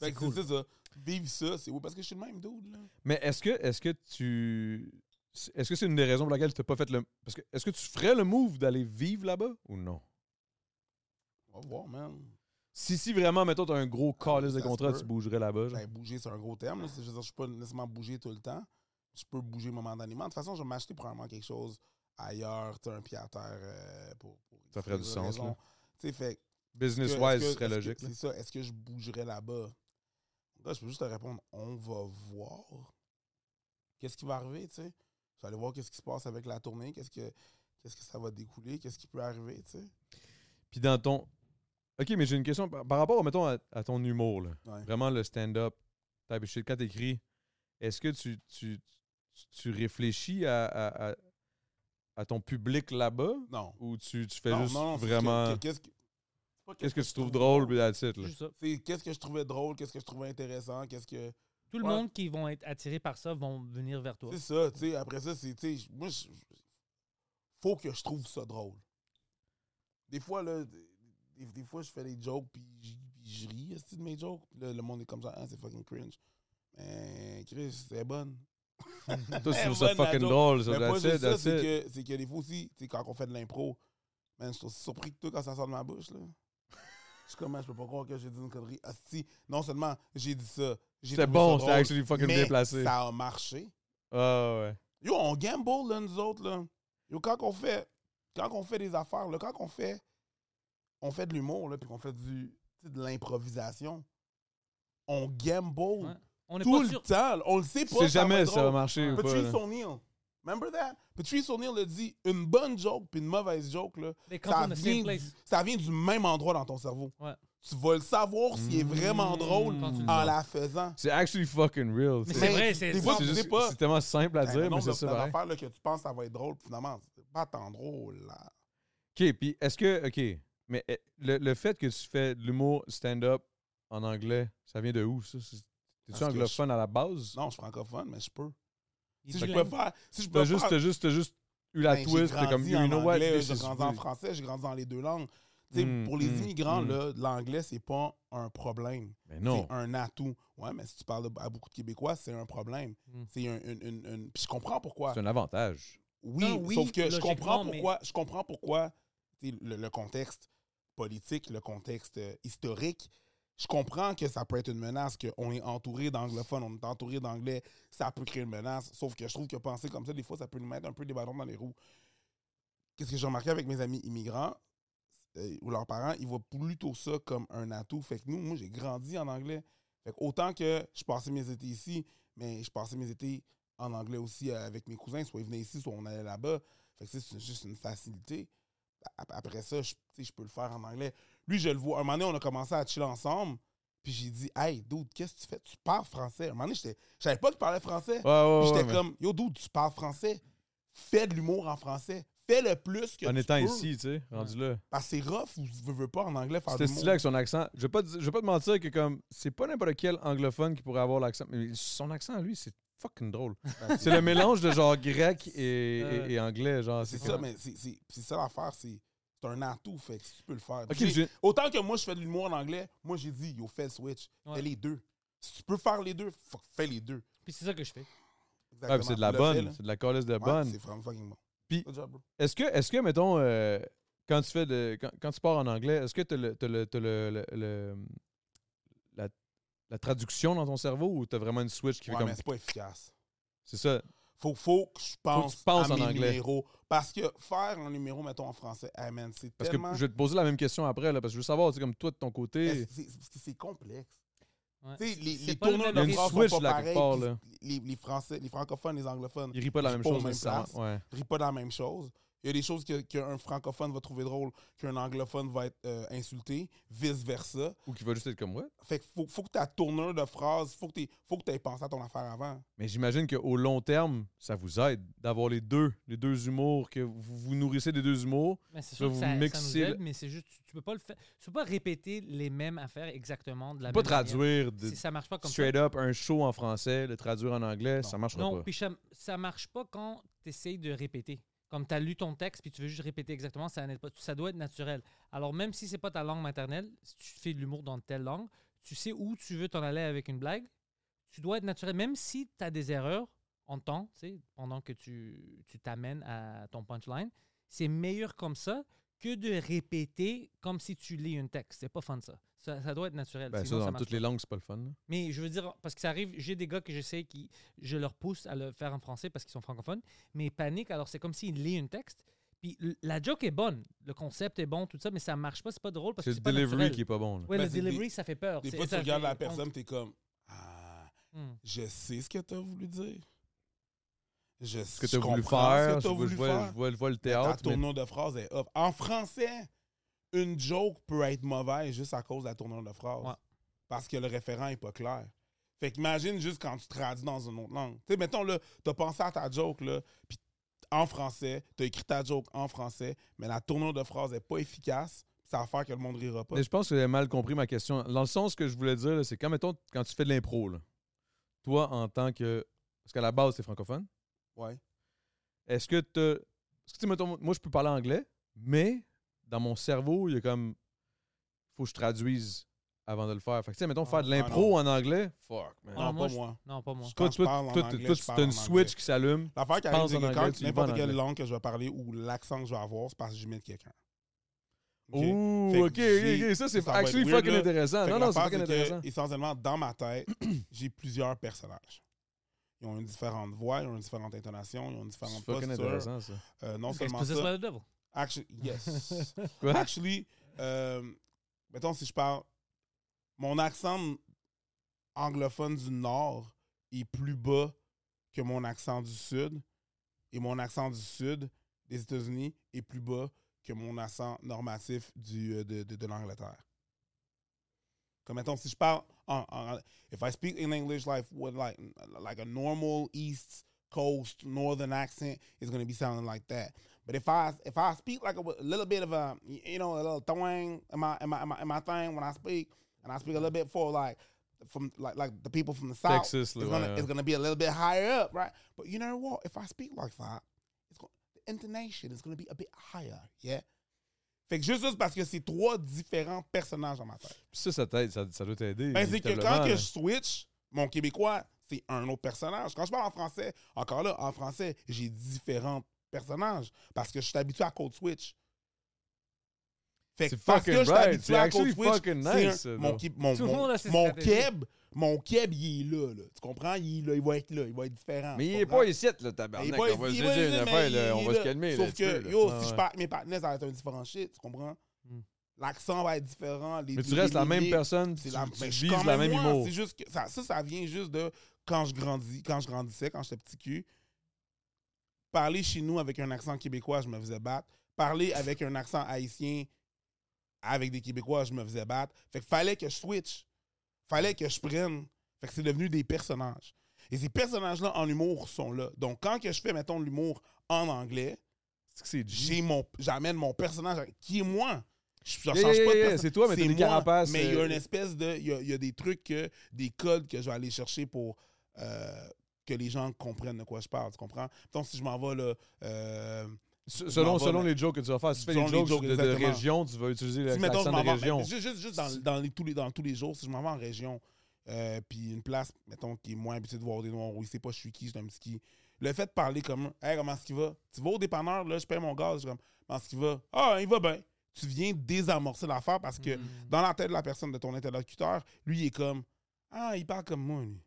S4: C'est
S2: Fait que
S4: cool.
S2: c'est ça. Vivre ça, c'est oui, parce que je suis le même dude. Là.
S1: Mais est-ce que, est que tu... C'est- Est-ce que c'est une des raisons pour laquelle tu n'as pas fait le. Parce que est-ce que tu ferais le move d'aller vivre là-bas ou non?
S2: On va voir, man.
S1: Si, si vraiment, mettons, t'as un gros calice de
S2: Ah, ça se
S1: contrat,
S2: peut.
S1: tu bougerais là-bas. genre.
S2: Ben, bouger, c'est un gros terme. là. C'est- Je veux dire, je suis pas nécessairement bougé tout le temps. Je peux bouger momentanément. De toute façon, je vais m'acheter probablement quelque chose ailleurs, tu sais, un pied à terre euh, pour, pour
S1: Ça ferait du sens, là.
S2: Tu sais, fait que-
S1: Business-wise,
S2: est-ce
S1: ce
S2: que-
S1: serait
S2: est-ce que-
S1: logique. là.
S2: C'est ça. Est-ce que je bougerais là-bas? Là, je peux juste te répondre, on va voir. Qu'est-ce qui va arriver, tu sais? Je vais aller voir qu'est-ce qui se passe avec la tournée, qu'est-ce que, qu'est-ce que ça va découler, qu'est-ce qui peut arriver, tu sais?
S1: Puis dans ton. Ok, mais j'ai une question par, par rapport, mettons, à, à ton humour. Là.
S2: Ouais.
S1: Vraiment le stand-up, type of shit. Quand t'écris, est-ce que tu, tu, tu, tu réfléchis à, à, à, à ton public là-bas
S2: Non.
S1: ou tu, tu fais
S2: Non,
S1: juste
S2: non, non, c'est
S1: vraiment.
S2: que- Qu'est-ce que, c'est pas
S1: Qu'est-ce que tu trouves drôle, puis that's it, là.
S4: Juste ça.
S2: C'est qu'est-ce que je trouvais drôle, qu'est-ce que je trouvais intéressant, qu'est-ce que.
S4: Tout le
S2: Ouais.
S4: monde qui vont être attirés par ça vont venir vers toi.
S2: C'est ça, tu sais. Après ça, c'est. tu sais, Moi, je- je- faut que je trouve ça drôle. Des fois, là, des, des fois, je fais des jokes, puis j- puis je ris esti, de mes jokes. Puis là, le monde est comme ça, ah, c'est fucking cringe. Mais Chris, c'est bonne. Eh,
S1: Toi, tu trouves ça
S2: bonne, la
S1: fucking
S2: joke.
S1: drôle, ça.
S2: Mais pas
S1: That's
S2: juste
S1: it,
S2: ça,
S1: that's
S2: c'est
S1: it.
S2: que, c'est que des fois aussi, tu sais, quand on fait de l'impro, man, je suis aussi surpris que toi quand ça sort de ma bouche, là. Je suis comme, Ah, je peux pas croire que j'ai dit une connerie. Asti, non seulement j'ai dit ça, j'ai trouvé
S1: C'était
S2: ça
S1: bon, c'était
S2: drôle,
S1: actually fucking
S2: mais
S1: bien placé.
S2: ça a marché.
S1: Ah ouais.
S2: Yo, on gamble, là, nous autres, là. Yo, quand on fait, quand on fait des affaires, là, quand on fait, on fait de l'humour, là, puis qu'on fait du, tu sais, de l'improvisation, on gamble
S4: Ouais. On n'est
S2: tout
S4: pas
S2: le
S4: sûr.
S2: temps. On le sait pas.
S1: Tu sais
S2: ça va
S1: jamais
S2: être
S1: si ça va
S2: drôle.
S1: marcher ou pas.
S2: Patrice
S1: là.
S2: O'Neill. Remember that? Patrice O'Neill a dit une bonne joke puis une mauvaise joke, là,
S4: They come
S2: ça
S4: from the same
S2: vient, du,
S4: place.
S2: ça vient du même endroit dans ton cerveau.
S4: Ouais.
S2: Tu vas le savoir s'il est vraiment
S4: Mmh,
S2: drôle
S4: quand tu le
S2: en
S4: sens.
S2: la faisant.
S1: C'est actually fucking real. tu
S4: Mais
S1: sais.
S4: c'est vrai, c'est
S2: Hein? des
S4: ça.
S2: fois,
S1: C'est
S2: tu sais
S1: juste-
S2: pas.
S1: c'est tellement simple à
S2: Ben, le
S1: dire, mais
S2: nombre
S1: c'est
S2: de-
S1: ça. pareil.
S2: d'affaires là, que tu penses que ça va être drôle, puis finalement, c'est pas tant drôle. Là.
S1: OK, puis est-ce que. OK, mais eh, le, le fait que tu fais de l'humour stand-up en anglais, ça vient de où, ça? C'est-
S2: Parce
S1: T'es-tu
S2: que
S1: anglophone à la base?
S2: Non, je suis francophone, mais je peux.
S4: Il
S2: Si je
S4: dit-
S2: peux faire. Si je
S1: T'as
S2: peux
S1: juste,
S2: faire.
S1: t'as juste, t'as juste eu la
S2: Ben, j'ai
S1: twist, t'es comme,
S2: grandi
S1: you
S2: en
S1: know what?
S2: anglais,
S1: this
S2: J'ai
S1: is
S2: grandi en
S1: weird.
S2: français, j'ai grandi dans les deux langues. Tu sais,
S1: Mm,
S2: pour les
S1: mm,
S2: immigrants,
S1: mm.
S2: là, l'anglais, c'est pas un problème.
S1: Mais Ben non.
S2: C'est un atout. Ouais, mais si tu parles à beaucoup de Québécois, c'est un problème.
S4: Mm.
S1: Hmm.
S2: C'est un- une, une, une- Puis je comprends pourquoi.
S1: C'est un avantage.
S2: Oui,
S4: Non, oui,
S2: sauf que je
S4: logiquement,
S2: comprends
S4: mais-
S2: pourquoi, je comprends pourquoi tu sais, le, le contexte politique, le contexte euh, historique, je comprends que ça peut être une menace, qu'on est entouré d'anglophones, on est entouré d'anglais, ça peut créer une menace. Sauf que je trouve que penser comme ça, des fois, ça peut nous mettre un peu des ballons dans les roues. Qu'est-ce que j'ai remarqué avec mes amis immigrants euh, ou leurs parents, ils voient plutôt ça comme un atout. Fait que nous, moi, j'ai grandi en anglais. Fait que autant que je passais mes étés ici, mais je passais mes étés en anglais aussi euh, avec mes cousins, soit ils venaient ici, soit on allait là-bas. Fait que c'est- c'est juste une facilité. A- Après ça, je, tu sais, je peux le faire en anglais. Lui, je le vois. Un moment donné, on a commencé à chiller ensemble. Puis j'ai dit, hey, dude, qu'est-ce que tu fais? Tu parles français. Un moment donné, j'étais- je savais pas qu'il parlait français.
S1: Ouais, ouais,
S2: Puis
S1: ouais,
S2: j'étais
S1: mais
S2: comme, yo, dude, tu parles français. Fais de l'humour en français. Fais le plus que
S1: En
S2: tu
S1: étant
S2: peux.
S1: ici, tu sais, rendu là.
S2: Parce que c'est rough, ou tu veux, veux pas en anglais faire de
S1: C'était
S2: l'humour.
S1: stylé avec son accent. Je vais pas, te dire- je vais pas te mentir que comme c'est pas n'importe quel anglophone qui pourrait avoir l'accent, mais son accent lui c'est fucking drôle.
S2: Ben,
S1: C'est le mélange de genre grec et,
S4: Euh,
S1: et- et anglais genre.
S2: C'est
S1: comme-
S2: ça, mais c'est- c'est c'est ça l'affaire. C'est c'est un atout, fait que si tu peux le faire.
S1: Ok,
S2: J'ai-
S1: j'ai-
S2: Autant que moi, je fais de l'humour en anglais, moi, j'ai dit, yo, fais le switch.
S4: Ouais.
S2: Fais les deux. Si tu peux faire les deux, fuck, fais les deux.
S4: Puis c'est ça que je fais.
S1: Ouais, puis c'est de la
S2: Exactement. Le fait,
S1: bonne,
S2: là.
S1: c'est de la calice de
S2: Ouais,
S1: bonne.
S2: C'est vraiment fucking bon.
S1: Puis-
S2: Good job, bro.
S1: Est-ce que, est-ce que mettons, euh, quand tu fais de, quand, quand tu pars en anglais, est-ce que tu le, t'as le, t'as le, le- le- la, la traduction dans ton cerveau ou t'as vraiment une switch qui fait
S2: Ouais,
S1: comme
S2: mais c'est pas efficace.
S1: c'est ça
S2: Faut, faut que je pense,
S1: tu penses
S2: à
S1: en
S2: mes
S1: anglais.
S2: numéros. Parce que faire un numéro, mettons, en français, hey, man, c'est
S1: parce
S2: tellement...
S1: que je vais te poser la même question après là parce que je veux savoir tu sais, comme toi de ton côté
S2: Est-ce- c'est- c'est- c'est- c'est complexe.
S4: Ouais.
S2: Tu sais, les,
S4: C'est
S2: les
S4: pas le
S2: tourneurs
S4: même
S2: de
S4: rythme.
S2: phrases
S1: Il y a une
S2: sont pas
S1: switch, là,
S2: pareils.
S1: quelque part,
S2: puis
S1: là.
S2: Les, les Français, les francophones, les anglophones,
S1: il rit pas de la
S2: ils
S1: même
S2: sont
S1: chose
S2: aux mêmes
S1: nécessairement.
S2: places.
S1: Ouais.
S2: rit pas dans la même chose. Il y a des choses que- qu'un francophone va trouver drôle, qu'un anglophone va être euh, insulté, vice-versa.
S1: ou qui va juste être comme ouais
S2: Fait que faut, faut que ta tourneur de phrase, faut que t'aies- faut que t'aies pensé à ton affaire avant.
S1: Mais j'imagine qu'au long terme, ça vous aide d'avoir les deux, les deux humours, que vous vous nourrissez des deux humours.
S4: Mais c'est
S1: Là,
S4: sûr que
S1: vous
S4: ça, ça nous
S1: mixez
S4: aide,
S1: le-
S4: mais c'est juste, tu- tu peux pas le faire. Tu peux pas répéter les mêmes affaires exactement de la
S1: pas
S4: même manière.
S1: traduire de-
S4: Si ça marche pas comme ça.
S1: straight up un show en français, le traduire en anglais, ça marchera
S4: Non,
S1: pas.
S4: puis ça, ça marche pas quand tu essayes de répéter. Comme tu as lu ton texte puis tu veux juste répéter exactement, ça, n'est pas- ça doit être naturel. Alors, même si c'est pas ta langue maternelle, si tu fais de l'humour dans telle langue, tu sais où tu veux t'en aller avec une blague, tu dois être naturel. Même si tu as des erreurs en temps, tu sais, pendant que tu tu t'amènes à ton punchline. C'est meilleur comme ça que de répéter comme si tu lis un texte. C'est pas fun, ça. Ça, ça doit être naturel.
S1: Ben, ça,
S4: sinon, ça
S1: dans
S4: marche
S1: toutes les langues, c'est pas le fun. là.
S4: mais je veux dire, parce que ça arrive, j'ai des gars que je sais qui, je leur pousse à le faire en français parce qu'ils sont francophones, mais ils paniquent, alors c'est comme s'ils lisent un texte. Puis l- la joke est bonne, le concept est bon, tout ça, mais ça marche pas, c'est pas drôle parce
S1: C'est
S4: que
S1: le
S4: c'est pas
S1: delivery
S4: naturel.
S1: qui est pas bon. là.
S4: Ouais,
S2: Ben,
S4: le
S2: c'est des-
S4: delivery, ça fait peur.
S2: Des
S4: C'est-
S2: fois, tu
S4: ça
S2: regardes
S4: fait
S2: la
S4: honte.
S2: personne, t'es comme Ah,
S4: Hmm.
S2: je sais ce que t'as voulu dire. Je sais
S1: Ce que tu as voulu
S2: ce
S1: faire,
S2: que t'as
S1: je vois- je
S2: voulu
S1: vois- je
S2: faire.
S1: vois je vois le
S2: Ta
S1: théâtre. mais-
S2: tournure de phrase est off. En français, une joke peut être mauvaise juste à cause de la tournure de phrase.
S4: Ouais.
S2: Parce que le référent n'est pas clair. Fait qu'imagine juste quand tu traduis dans une autre langue. Tu sais, mettons, là, t'as pensé à ta joke, là, puis en français, t'as écrit ta joke en français, mais la tournure de phrase n'est pas efficace, ça va faire que le monde rira pas.
S1: Mais je pense que vous avez mal compris ma question. Dans le sens que je voulais dire, là, c'est quand, mettons, quand tu fais de l'impro, là, toi, en tant que. Parce qu'à la base, t'es francophone.
S2: Ouais.
S1: Est-ce que tu. Est-ce que, tu sais, mettons, moi, je peux parler anglais, mais dans mon cerveau, il y a comme. faut que je traduise avant de le faire. Fait que, tu sais, mettons,
S4: Ah,
S1: faire de
S2: ah
S1: l'impro en anglais, fuck, man.
S4: Ah,
S2: non,
S4: moi,
S2: pas
S4: je-
S2: moi.
S4: Non, pas moi.
S2: Quand
S1: Toi,
S2: je
S1: toi,
S2: parle en
S1: toi,
S2: anglais,
S1: toi,
S2: je
S1: tu
S2: parle
S1: as
S2: en
S1: une switch
S2: anglais.
S1: qui s'allume.
S2: L'affaire qui
S1: Tu
S2: arrive,
S1: penses
S2: c'est
S1: en
S2: que
S1: anglais,
S2: quand
S1: tu y vas en
S2: n'importe quelle
S1: anglais.
S2: langue que je vais parler ou l'accent que je vais avoir, c'est parce que j'imite quelqu'un. OK?
S1: Ouh,
S2: Fait que
S1: ok, ok,
S2: j'ai-
S1: ok, ça, c'est
S2: ça va être
S1: actually
S2: weird,
S1: fucking
S2: là.
S1: intéressant.
S2: Fait
S1: Non,
S2: que
S1: non, c'est
S2: l'affaire,
S1: fucking
S2: c'est que,
S1: intéressant.
S2: Essentiellement, dans ma tête, j'ai plusieurs personnages. Ils ont une différente voix, ils ont une différente intonation, ils ont une
S1: C'est
S2: différente
S1: fucking
S2: posture.
S1: intéressant, ça.
S2: Euh, non
S4: Parce
S2: seulement
S4: que c'est
S2: ça,
S4: le devil.
S2: actually, yes.
S1: Quoi?
S2: actually, euh, mettons si je parle, mon accent anglophone du nord est plus bas que mon accent du sud, et mon accent du sud des États-Unis est plus bas que mon accent normatif du, euh, de, de- de l'Angleterre. Comme mettons si je parle en, en- uh, if I speak in English like what like like a normal East Coast northern accent, it's gonna be sounding like that. But if I if I speak like a, w- little bit of a y- you know a little twang in my in my in my, in my thing when I speak, and I speak a little bit for like from like like the people from the south,
S1: Texas,
S2: it's gonna
S1: ouais,
S2: it's gonna be a little bit higher up, right? But you know what? If I speak like that, it's going the intonation is gonna be a bit higher, yeah. Fait que juste ça, c'est parce que c'est trois différents personnages dans ma tête.
S1: Puis ça, ça t'aide, ça, ça doit t'aider.
S2: Ben, c'est que
S1: inévitablement,
S2: quand que
S1: là.
S2: je switch, mon québécois, c'est un autre personnage. Quand je parle en français, encore là, en français, j'ai différents personnages parce que je suis habitué à code switch. Fait que
S1: C'est
S2: parce que
S1: fucking
S2: je suis
S1: right. C'est
S2: habitué à code
S1: actually
S2: switch,
S1: fucking
S2: c'est un-
S1: nice, ça,
S2: mon,
S1: though.
S2: qui- mon,
S4: Tout le
S2: mon-
S4: monde a ses
S2: mon
S4: stratégies.
S2: keb, mon keb, il est là, là. Tu comprends? Il est là, il va être là, il va être différent.
S1: Mais
S2: tu
S1: il est
S2: comprends?
S1: pas ici, le tabarnak.
S2: Il est pas
S1: On va se
S2: ici,
S1: dire
S2: il va
S1: une
S2: ici,
S1: affaire,
S2: mais
S1: là,
S2: il
S1: on
S2: est
S1: va se
S2: là.
S1: calmer. là,
S2: Sauf
S1: tu peux,
S2: que,
S1: là.
S2: yo,
S1: Ah,
S2: si je
S1: ouais.
S2: parle avec mes partenaires, ça va être un différent shit, tu comprends?
S4: Mm.
S2: L'accent va être différent. les-
S1: Hmm. Mais tu
S2: les-
S1: restes la
S2: les-
S1: même
S2: les-
S1: personne, tu
S2: C'est la,
S1: tu
S2: ben, je suis
S1: vises
S2: quand
S1: la
S2: même
S1: même
S2: moi.
S1: humour.
S2: C'est juste que ça, ça, ça vient juste de quand je grandis, quand je grandissais, quand j'étais petit cul. Parler chez nous avec un accent québécois, je me faisais battre. Parler avec un accent haïtien avec des Québécois, je me faisais battre. Fait que fallait que je switch. Fallait que je prenne. Fait que c'est devenu des personnages. Et ces personnages-là en humour sont là. Donc quand que je fais, mettons, de l'humour en anglais,
S1: C'est que c'est G.
S2: j'ai mon j'amène mon personnage avec- qui est moi je je
S1: Yeah,
S2: change
S1: yeah, yeah,
S2: pas de
S1: yeah,
S2: personne.
S1: c'est toi, mais t'as des
S2: moi,
S1: carapaces,
S2: mais il y a
S1: euh,
S2: une espèce de il y a, il y a des trucs que des codes que je vais aller chercher pour euh, que les gens comprennent de quoi je parle tu comprends donc si je m'en vais là euh,
S1: Se-
S2: je
S1: Selon,
S2: m'en vais,
S1: selon
S2: mais-
S1: les jokes que tu vas faire, si tu fais
S2: Selon
S1: des
S2: les
S1: jokes
S2: jokes,
S1: de, de
S2: exactement.
S1: région, tu vas utiliser
S2: si mettons je
S1: l'accent
S2: m'en
S1: de
S2: vais
S1: région.
S2: ben, juste juste, juste dans, dans les, tous les dans tous les jours si je m'en vais en région euh, puis une place mettons qui est moins habituée de voir des noirs où il sait pas je suis qui je suis un petit qui le fait de parler comme hey comment est-ce qu'il va tu vas au dépanneur là je paye mon gaz je suis comme comment est-ce qu'il va ah il va bien tu viens désamorcer l'affaire parce
S1: Hmm.
S2: que
S4: Mm.
S2: dans la tête de la personne, de ton interlocuteur, lui, il est comme Ah, il parle comme moi, lui.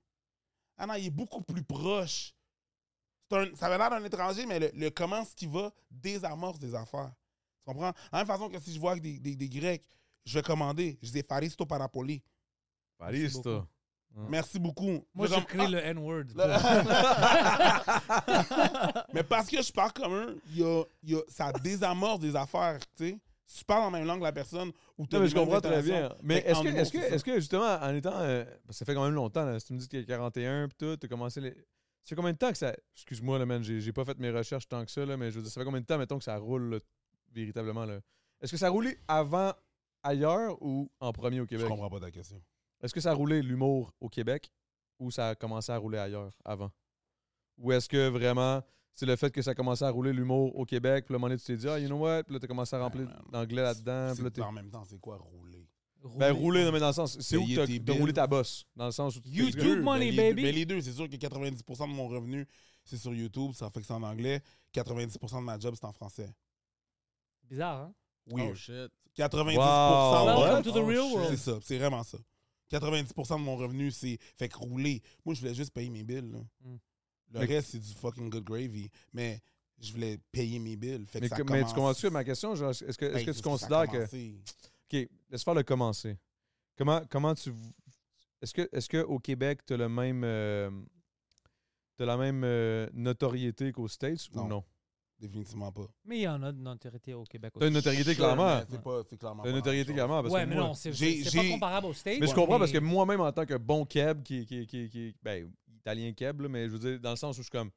S2: Ah non, il est beaucoup plus proche. C'est un- ça avait l'air d'un étranger, mais le, le comment ce qui va désamorce des affaires. Tu comprends? De la même façon que si je vois que des, des, des Grecs, je vais commander, je dis Faristo Parapoli.
S1: Paris,
S4: Merci
S1: toi.
S2: Merci beaucoup.
S4: Moi,
S2: Je
S4: je
S2: comme,
S4: crée
S2: Ah,
S4: le N-word.
S2: Mais parce que je parle comme eux, il y a- il y a- ça désamorce des affaires, tu sais. Si tu parles en même langue que la personne ou t'as
S1: Non, mais
S2: les
S1: je
S2: mêmes
S1: comprends très bien.
S2: intonations,
S1: Mais
S2: fait
S1: est-ce
S2: en
S1: que,
S2: humour,
S1: est-ce que,
S2: c'est ça.
S1: est-ce que justement, en étant. euh, parce que ça fait quand même longtemps, là, si tu me dis que tu as 41 puis tout, tu as commencé. Les... Ça fait combien de temps que ça. Excuse-moi, là, man, j'ai, j'ai pas fait mes recherches tant que ça, là, mais je veux dire, ça fait combien de temps, mettons, que ça roule là, véritablement, là? Est-ce que ça roulait avant ailleurs ou en premier au
S2: Je
S1: Québec?
S2: comprends pas ta question.
S1: Est-ce que ça roulait l'humour au Québec ou ça a commencé à rouler ailleurs avant? Ou est-ce que vraiment c'est le fait que ça a commencé à rouler l'humour au Québec, puis le moment donné, tu t'es dit, ah, you know what, puis là, t'as commencé à remplir
S2: Ouais, man.
S1: l'anglais là-dedans, puis là,
S2: C'est-
S1: t'es-
S2: En même temps, c'est quoi rouler?
S1: Ben, rouler, non, mais dans le sens, c'est où
S2: Payer
S1: que
S2: tes
S1: t'as- t'as roulé
S2: bills.
S1: ta bosse? Dans le sens où tu
S2: Les
S4: YouTube
S2: deux, ben,
S4: money,
S2: les-
S4: baby.
S2: Mais les deux, c'est sûr que 90% de mon revenu, c'est sur YouTube, ça fait que c'est en anglais. 90% de ma job, c'est en français.
S4: Bizarre, hein?
S2: Oui.
S3: Oh shit.
S2: 90%.
S1: Wow.
S2: ouais.
S4: Welcome to the
S3: Oh,
S4: real
S3: shit.
S4: world.
S2: C'est ça, c'est vraiment ça. 90% de mon revenu, c'est fait que rouler. Moi, je voulais juste payer mes bills. là.
S4: Mm.
S2: Le
S1: Mais-
S2: reste, c'est du fucking good gravy. Mais je voulais payer mes bills. Fait que
S1: Mais,
S2: ça
S1: que- mais tu
S2: commence-
S1: comprends ma question? genre, Est-ce que, est-ce
S2: Ben,
S1: que
S2: ça
S1: tu
S2: a
S1: considères que.
S2: commencé.
S1: OK, laisse faire le commencer. Comment, comment tu. Est-ce que, est-ce que au Québec, tu as le même. euh, t'as la même euh, notoriété qu'aux States
S2: Non.
S1: ou non?
S2: Définitivement pas.
S4: Mais il y en a de notoriété au Québec aussi.
S1: T'as une notoriété clairement.
S2: Mais C'est pas, c'est clairement
S1: T'as une
S2: pas la même
S1: notoriété
S2: chose.
S1: clairement. Parce
S4: Ouais,
S1: que
S4: mais
S1: moi-
S4: non, c'est
S2: j'ai-
S4: c'est- c'est pas
S2: j'ai-
S4: comparable aux States.
S1: Mais je comprends parce que
S4: mais-
S1: moi-même, en tant que bon Keb, qui, qui, qui, qui- ben, italien Keb, là, mais je veux dire, dans le sens où je suis comme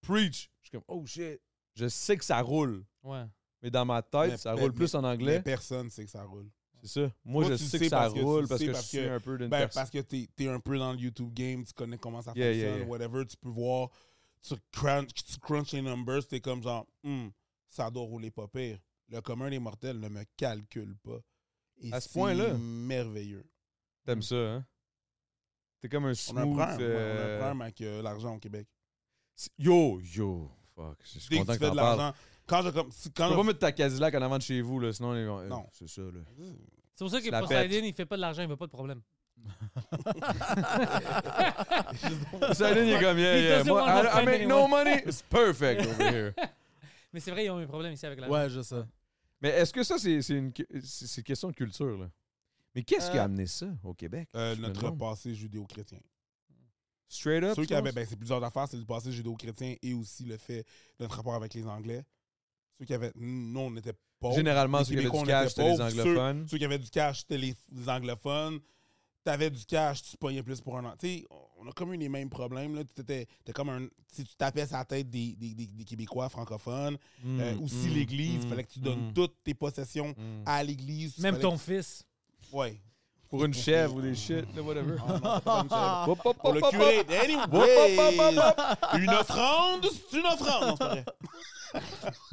S1: preach, je suis comme oh shit, je sais que ça roule,
S4: Ouais.
S1: mais dans ma tête,
S2: Mais-
S1: ça
S2: mais-
S1: roule plus en
S2: Mais
S1: anglais.
S2: personne sait que ça roule.
S1: c'est ça. Moi,
S2: Toi,
S1: je
S2: tu
S1: sais
S2: sais
S1: que ça
S2: parce que tu
S1: roule
S2: sais
S1: parce que je
S2: parce
S1: suis
S2: que-
S1: un peu d'une
S2: Ben,
S1: personne.
S2: parce que t'es es un peu dans le YouTube game, tu connais comment ça
S1: Yeah,
S2: fonctionne,
S1: yeah, yeah.
S2: whatever, tu peux voir, tu crunch, tu crunch les numbers, t'es comme genre, Hmm, ça doit rouler pas pire. Le commun des mortels ne me calcule pas. Et
S1: À ce
S2: c'est
S1: point-là?
S2: merveilleux.
S1: T'aimes ça, hein? T'es comme
S2: On
S1: un
S2: a un
S1: smooth.
S2: problème, ouais, on a un
S1: euh,
S2: problème avec euh, l'argent au Québec.
S1: c'est- Yo, yo, fuck, je suis
S2: Dès que
S1: content
S2: tu
S1: que
S2: fais
S1: t'en
S2: de
S1: parles.
S2: l'argent, quand je comme, si-
S1: Tu
S2: quand
S1: peux pas
S2: je-
S1: mettre ta Cadillac en avant de chez vous, là, sinon les gens. euh,
S2: Non.
S1: C'est ça, là.
S4: C'est pour ça que
S1: la
S4: Poseidon, il fait pas de l'argent, il veut pas de problème.
S1: Ça, il est comme, yeah,
S4: He
S1: yeah.
S4: doesn't
S1: moi,
S4: want
S1: I,
S4: to
S1: I
S4: offend
S1: make no
S4: anyone.
S1: money, it's perfect over here.
S4: Mais c'est vrai, ils ont eu un problème ici avec l'argent.
S3: Ouais, je sais.
S1: Mais est-ce que ça, c'est c'est une, cu- c'est c'est une question de culture, là? Mais qu'est-ce qui
S2: Euh,
S1: a amené ça au Québec?
S2: euh,
S1: Je me
S2: notre
S1: demande.
S2: passé judéo-chrétien.
S1: Straight up.
S2: Ceux
S1: tu
S2: qui avaient,
S1: penses?
S2: ben, c'est plusieurs affaires, c'est le passé judéo-chrétien et aussi le fait de notre rapport avec les Anglais. Ceux qui avaient, nous, on était pauvres.
S1: Généralement,
S2: les
S1: ceux qui avaient
S2: Québécois,
S1: du
S2: on était
S1: cash, c'était les
S2: pauvres, ceux-
S1: anglophones.
S2: Ceux qui avaient du cash, c'était les, les anglophones. T'avais du cash, tu pognais plus pour un an. Tu sais, on a comme eu les mêmes problèmes. Là. T'étais, t'es comme un, si tu tapais sa tête des, des, des- des Québécois francophones. Euh,
S1: Mm,
S2: aussi l'Église, il fallait que tu donnes toutes tes possessions à l'Église.
S4: Même
S2: Fallait
S4: ton fils.
S2: que- Ouais.
S1: Pour une chèvre ou des shit, là, whatever.
S2: Ah non, c'est pas une chèvre.
S1: Hop, hop,
S2: Pour le
S1: hop, hop,
S2: curé,
S1: hop.
S2: anyway, une offrande, c'est une offrande. Non, c'est pas vrai.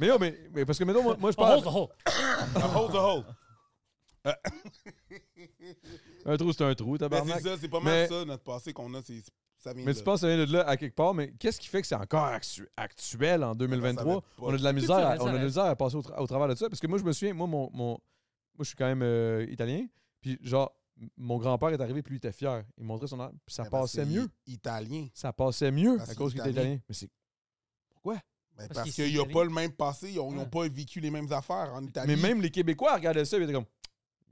S1: Mais yo, mais, mais parce que maintenant, moi, moi, je
S4: Oh,
S1: parle.
S4: oh, oh.
S2: Un hold the hold.
S1: Un trou, c'est un trou,
S2: Ben, c'est
S1: tabarnak.
S2: ça, c'est pas mal
S1: Mais-
S2: ça, notre passé qu'on a. c'est- Ça vient
S1: Mais
S2: de
S1: tu penses que ça vient de là à quelque part, mais qu'est-ce qui fait que c'est encore actu- actuel en 2023?
S2: Ben, va être pas-
S1: on a de la
S4: Tout
S1: misère,
S4: ça,
S1: à,
S4: ça
S1: on a de
S4: reste.
S1: la misère à passer au, tra- au travers de ça. Parce que moi, je me souviens, moi, mon, mon- moi je suis quand même euh, italien. Puis, genre, m- mon grand-père est arrivé, puis lui était fier. Il montrait son arbre, puis ça
S2: Ben, parce
S1: passait
S2: qu'il est
S1: mieux.
S2: Italien.
S1: Ça passait mieux
S2: Parce
S1: à
S2: qu'il
S1: cause
S2: est
S1: qu'il était
S2: italien.
S1: italien. Mais c'est. Pourquoi?
S2: Ben,
S4: Parce
S2: parce
S4: qu'il
S2: qu'il
S4: s'est
S2: n'y a
S4: calé.
S2: pas le même passé, ils n'ont
S4: Ouais.
S2: pas vécu les mêmes affaires en Italie.
S1: Mais même les Québécois regardaient ça, et étaient comme.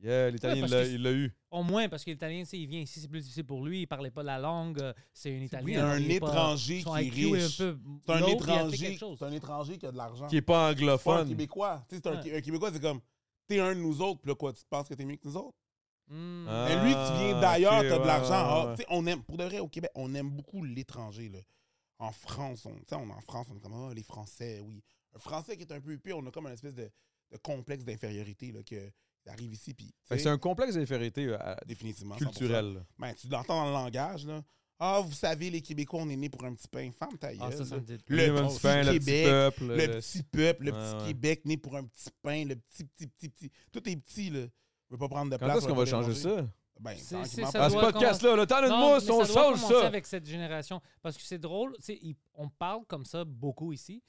S1: Yeah, l'italien,
S4: Ouais,
S1: il
S4: parce
S1: l'a-
S4: que-
S1: il l'a eu.
S4: Au moins, parce que l'Italien, tu sais, il vient ici, c'est plus difficile pour lui. Il parlait pas la langue. euh, C'est un Italien.
S2: un
S4: alors il est pas-
S2: étranger
S4: son
S2: qui est
S4: IQ est
S2: riche.
S4: un peu
S2: c'est un
S4: low, puis il a fait
S2: étranger,
S4: quelque chose.
S2: c'est un étranger qui a de l'argent.
S1: Qui n'est pas
S2: C'est pas un
S1: anglophone.
S2: Québécois. Tu sais, c'est un,
S4: Ouais.
S2: un Québécois, c'est comme t'es un de nous autres, puis là, quoi, tu penses que t'es mieux que nous autres.
S4: Hmm.
S1: Ah,
S2: Mais lui, tu viens d'ailleurs,
S1: ok,
S2: t'as de
S1: ouais,
S2: l'argent.
S1: ouais,
S2: Ah,
S1: ouais.
S2: tu sais, on aime, pour de vrai, au Québec, on aime beaucoup l'étranger. là. En France, on, tu sais, on en France, on est comme ah, les Français, oui. Un Français qui est un peu épais, on a comme une espèce de, de complexe d'infériorité là, que arrive ici, puis tu
S1: Fait que
S2: sais,
S1: Ben, C'est un complexe d'infériorité euh, à-
S2: définitivement 100%.
S1: culturel. là.
S2: Ben, tu l'entends dans le langage, là. Ah, vous savez, les Québécois, on est nés pour un petit pain. Femme ta
S4: Ah,
S2: gueule,
S4: ça, ça
S2: là.
S4: me dit-
S2: Le
S1: Minimum
S2: petit
S1: pain,
S2: Québec,
S1: peuple.
S2: le,
S1: le-
S2: petit peuple, le
S1: Ouais,
S2: petit
S1: ouais.
S2: Québec, né pour un petit pain, le petit, petit, petit, petit. Tout est petit, là. Je veux pas prendre de
S1: Quand
S2: place.
S1: est-ce qu'on va changer ça?
S2: Ben,
S4: C'est-
S2: tranquillement,
S4: c'est- ça
S1: À
S2: pas-
S1: ce
S4: doit
S1: podcast-là, le temps d'une
S4: Non,
S1: mousse,
S4: mais
S1: on
S4: ça doit
S1: change
S4: commencer
S1: ça.
S4: avec cette génération. Parce que c'est drôle, tu sais, il- on parle comme ça beaucoup ici.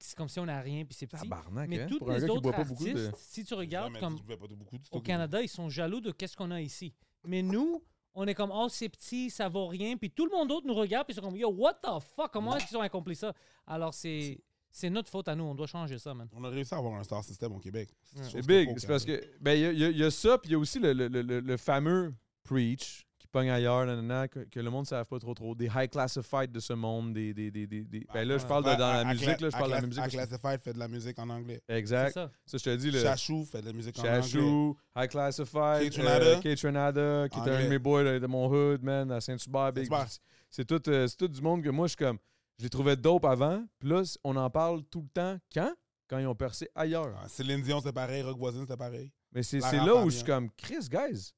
S4: C'est comme si on n'a rien, puis c'est petit.
S1: Tabarnak,
S4: Mais
S1: hein,
S4: tous
S1: pour un
S4: les
S1: gars qui
S4: autres
S1: boit pas beaucoup de-
S4: artistes, si tu regardes,
S2: Jamais,
S4: comme
S2: tu buvais pas beaucoup du
S4: au
S2: tout.
S4: Canada, ils sont jaloux de qu'est-ce qu'on a ici. Mais nous, on est comme, oh, c'est petit, ça vaut rien. Puis tout le monde d'autre nous regarde, puis ils sont comme, yo, what the fuck, comment est-ce qu'ils ont accompli ça? Alors, c'est c'est notre faute à nous, on doit changer ça, man.
S2: On a réussi à avoir un star system au Québec.
S4: Ouais.
S2: chose
S1: C'est
S2: qu'on
S1: big.
S2: pas au
S1: C'est parce
S2: Canada.
S1: que. Ben, il y a- il y, a- il y a ça, puis il y a aussi le, le- le- le- le fameux preach qui pogne ailleurs, nanana, que, que le monde ne savent pas trop trop. Des high classified de ce monde, des. des, des, des- des- ben là, je parle de, dans la
S2: Ah, À- à
S1: musique,
S2: Cla-
S1: là, je
S2: à
S1: parle de la
S2: Cla-
S1: musique.
S2: À
S1: aussi.
S2: Classified fait de la musique en anglais.
S4: C'est
S1: Exact.
S4: ça.
S1: Ça, je te dis, le.
S2: Chachou fait de la musique en anglais.
S1: Chachou, High Classified,
S2: K-Tronada.
S1: euh, K-Tronada, qui était un
S2: Anglais.
S1: de mes boys de, de mon hood, man, à Saint-Hubert. Big.
S2: Saint-Hubert.
S1: C'est tout, euh, c'est tout du monde que moi, je suis comme. Je les trouvais dope avant, puis là, on en parle tout le temps. Quand? Hein? Quand ils ont percé ailleurs.
S2: Ah, Céline Dion, c'est pareil. Rock Voisine, c'est pareil.
S1: Mais c'est
S2: Lara
S1: c'est là où
S2: Fabian.
S1: je suis comme, Chris, guys,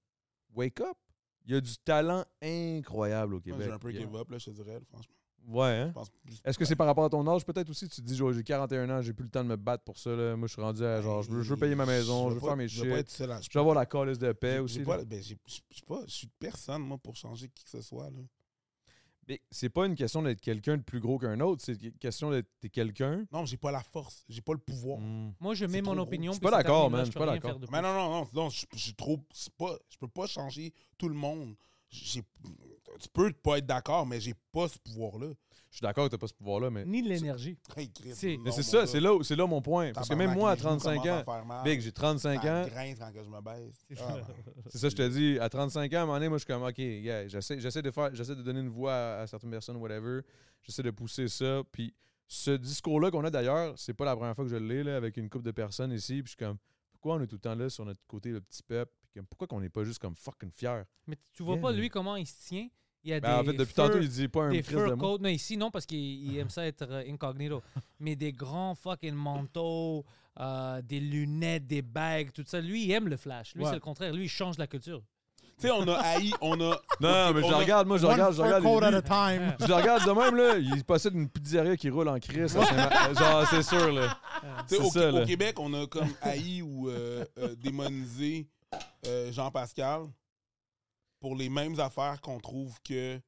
S1: wake up. Il y a du talent incroyable au
S2: Moi, J'ai
S1: Québec.
S2: un peu
S1: Il y a-
S2: give up, là, je te dirais, franchement.
S1: Ouais, hein?
S2: Je pense juste-
S1: Est-ce que c'est par rapport à ton âge peut-être aussi? Tu te dis, genre, j'ai 41 ans, j'ai plus le temps de me battre pour ça. Là. Moi, je suis rendu à genre, je veux, je veux payer ma maison, je veux
S2: pas-
S1: faire mes
S2: Ben, Je veux pas
S1: shit.
S2: être seul à- je-
S1: Je veux avoir la calice de paix
S2: j'ai-
S1: aussi.
S2: j'ai
S1: là.
S2: pas- ben, j'ai- Je je suis pas- je suis personne, moi, pour changer qui que ce soit. là.
S1: Mais c'est pas une question d'être quelqu'un de plus gros qu'un autre, c'est une question d'être t'es quelqu'un.
S2: Non, j'ai pas la force, j'ai pas le pouvoir.
S1: Mm.
S4: Moi, je
S2: C'est
S4: mets mon
S2: trop gros.
S4: opinion.
S1: Je suis
S4: puis
S1: pas
S4: c'est
S1: d'accord,
S4: terminé,
S1: man,
S4: là,
S1: je suis
S4: peux
S1: pas
S4: rien
S1: d'accord.
S4: faire de
S2: Mais
S4: plus.
S2: non, non, non, non, je je suis trop. c'est Pas, je peux pas changer tout le monde. J'ai- Tu peux pas être d'accord, mais j'ai pas ce pouvoir-là.
S1: Je suis d'accord que t'as pas ce pouvoir-là, mais.
S4: Ni de l'énergie.
S2: Hey, Chris,
S4: C'est-
S2: non,
S1: Mais c'est
S2: mon
S1: ça,
S2: gars.
S1: c'est là, où- c'est là mon point. Parce que même
S2: Tabarnak,
S1: moi, à
S2: mes genoux
S1: 35
S2: commencent
S1: ans,
S2: à faire mal.
S1: big, j'ai 35
S2: Ça
S1: ans,
S2: me grince quand que je me baisse. Ah, ben.
S1: c'est ça, je te dis, à 35 ans, à un moment donné, moi, je suis comme, OK, yeah, j'essaie j'essaie de faire, j'essaie de donner une voix à, à certaines personnes, whatever. J'essaie de pousser ça. Puis ce discours-là qu'on a d'ailleurs, c'est pas la première fois que je l'ai, là, avec une couple de personnes ici. Puis je suis comme, pourquoi on est tout le temps là sur notre côté, le petit peuple? Puis comme, pourquoi qu'on n'est pas juste comme fucking fier?
S4: Mais tu- tu vois
S1: Yeah,
S4: pas,
S1: mais-
S4: lui, comment il se tient. Il y a
S1: Ben, en
S4: des
S1: fait, depuis
S4: feux-
S1: tantôt, il dit pas un
S4: des
S1: crise de
S4: fur
S1: mot.
S4: coats. Non, ici, non, parce qu'il il aime ça être euh, incognito. Mais des grands fucking manteaux, euh, des lunettes, des bagues, tout ça. Lui, il aime le flash. Lui,
S3: Ouais.
S4: c'est le contraire. Lui, il change la culture.
S2: Tu sais, on a haï, on a.
S1: Non, mais je
S2: on
S1: le
S2: a-
S1: regarde, moi, je le regarde, je
S3: One
S1: le
S3: fur
S1: regarde.
S3: coat
S1: lui,
S3: at a time.
S1: Je le regarde de même, là. Il possède une pizzeria qui roule en crise. à Saint-Ma- Genre, c'est sûr, là.
S2: Tu sais,
S1: C'est
S2: au,
S1: ça,
S2: au
S1: là.
S2: Québec, on a comme haï ou euh, euh, démonisé euh, Jean-Pascal pour les mêmes affaires qu'on trouve que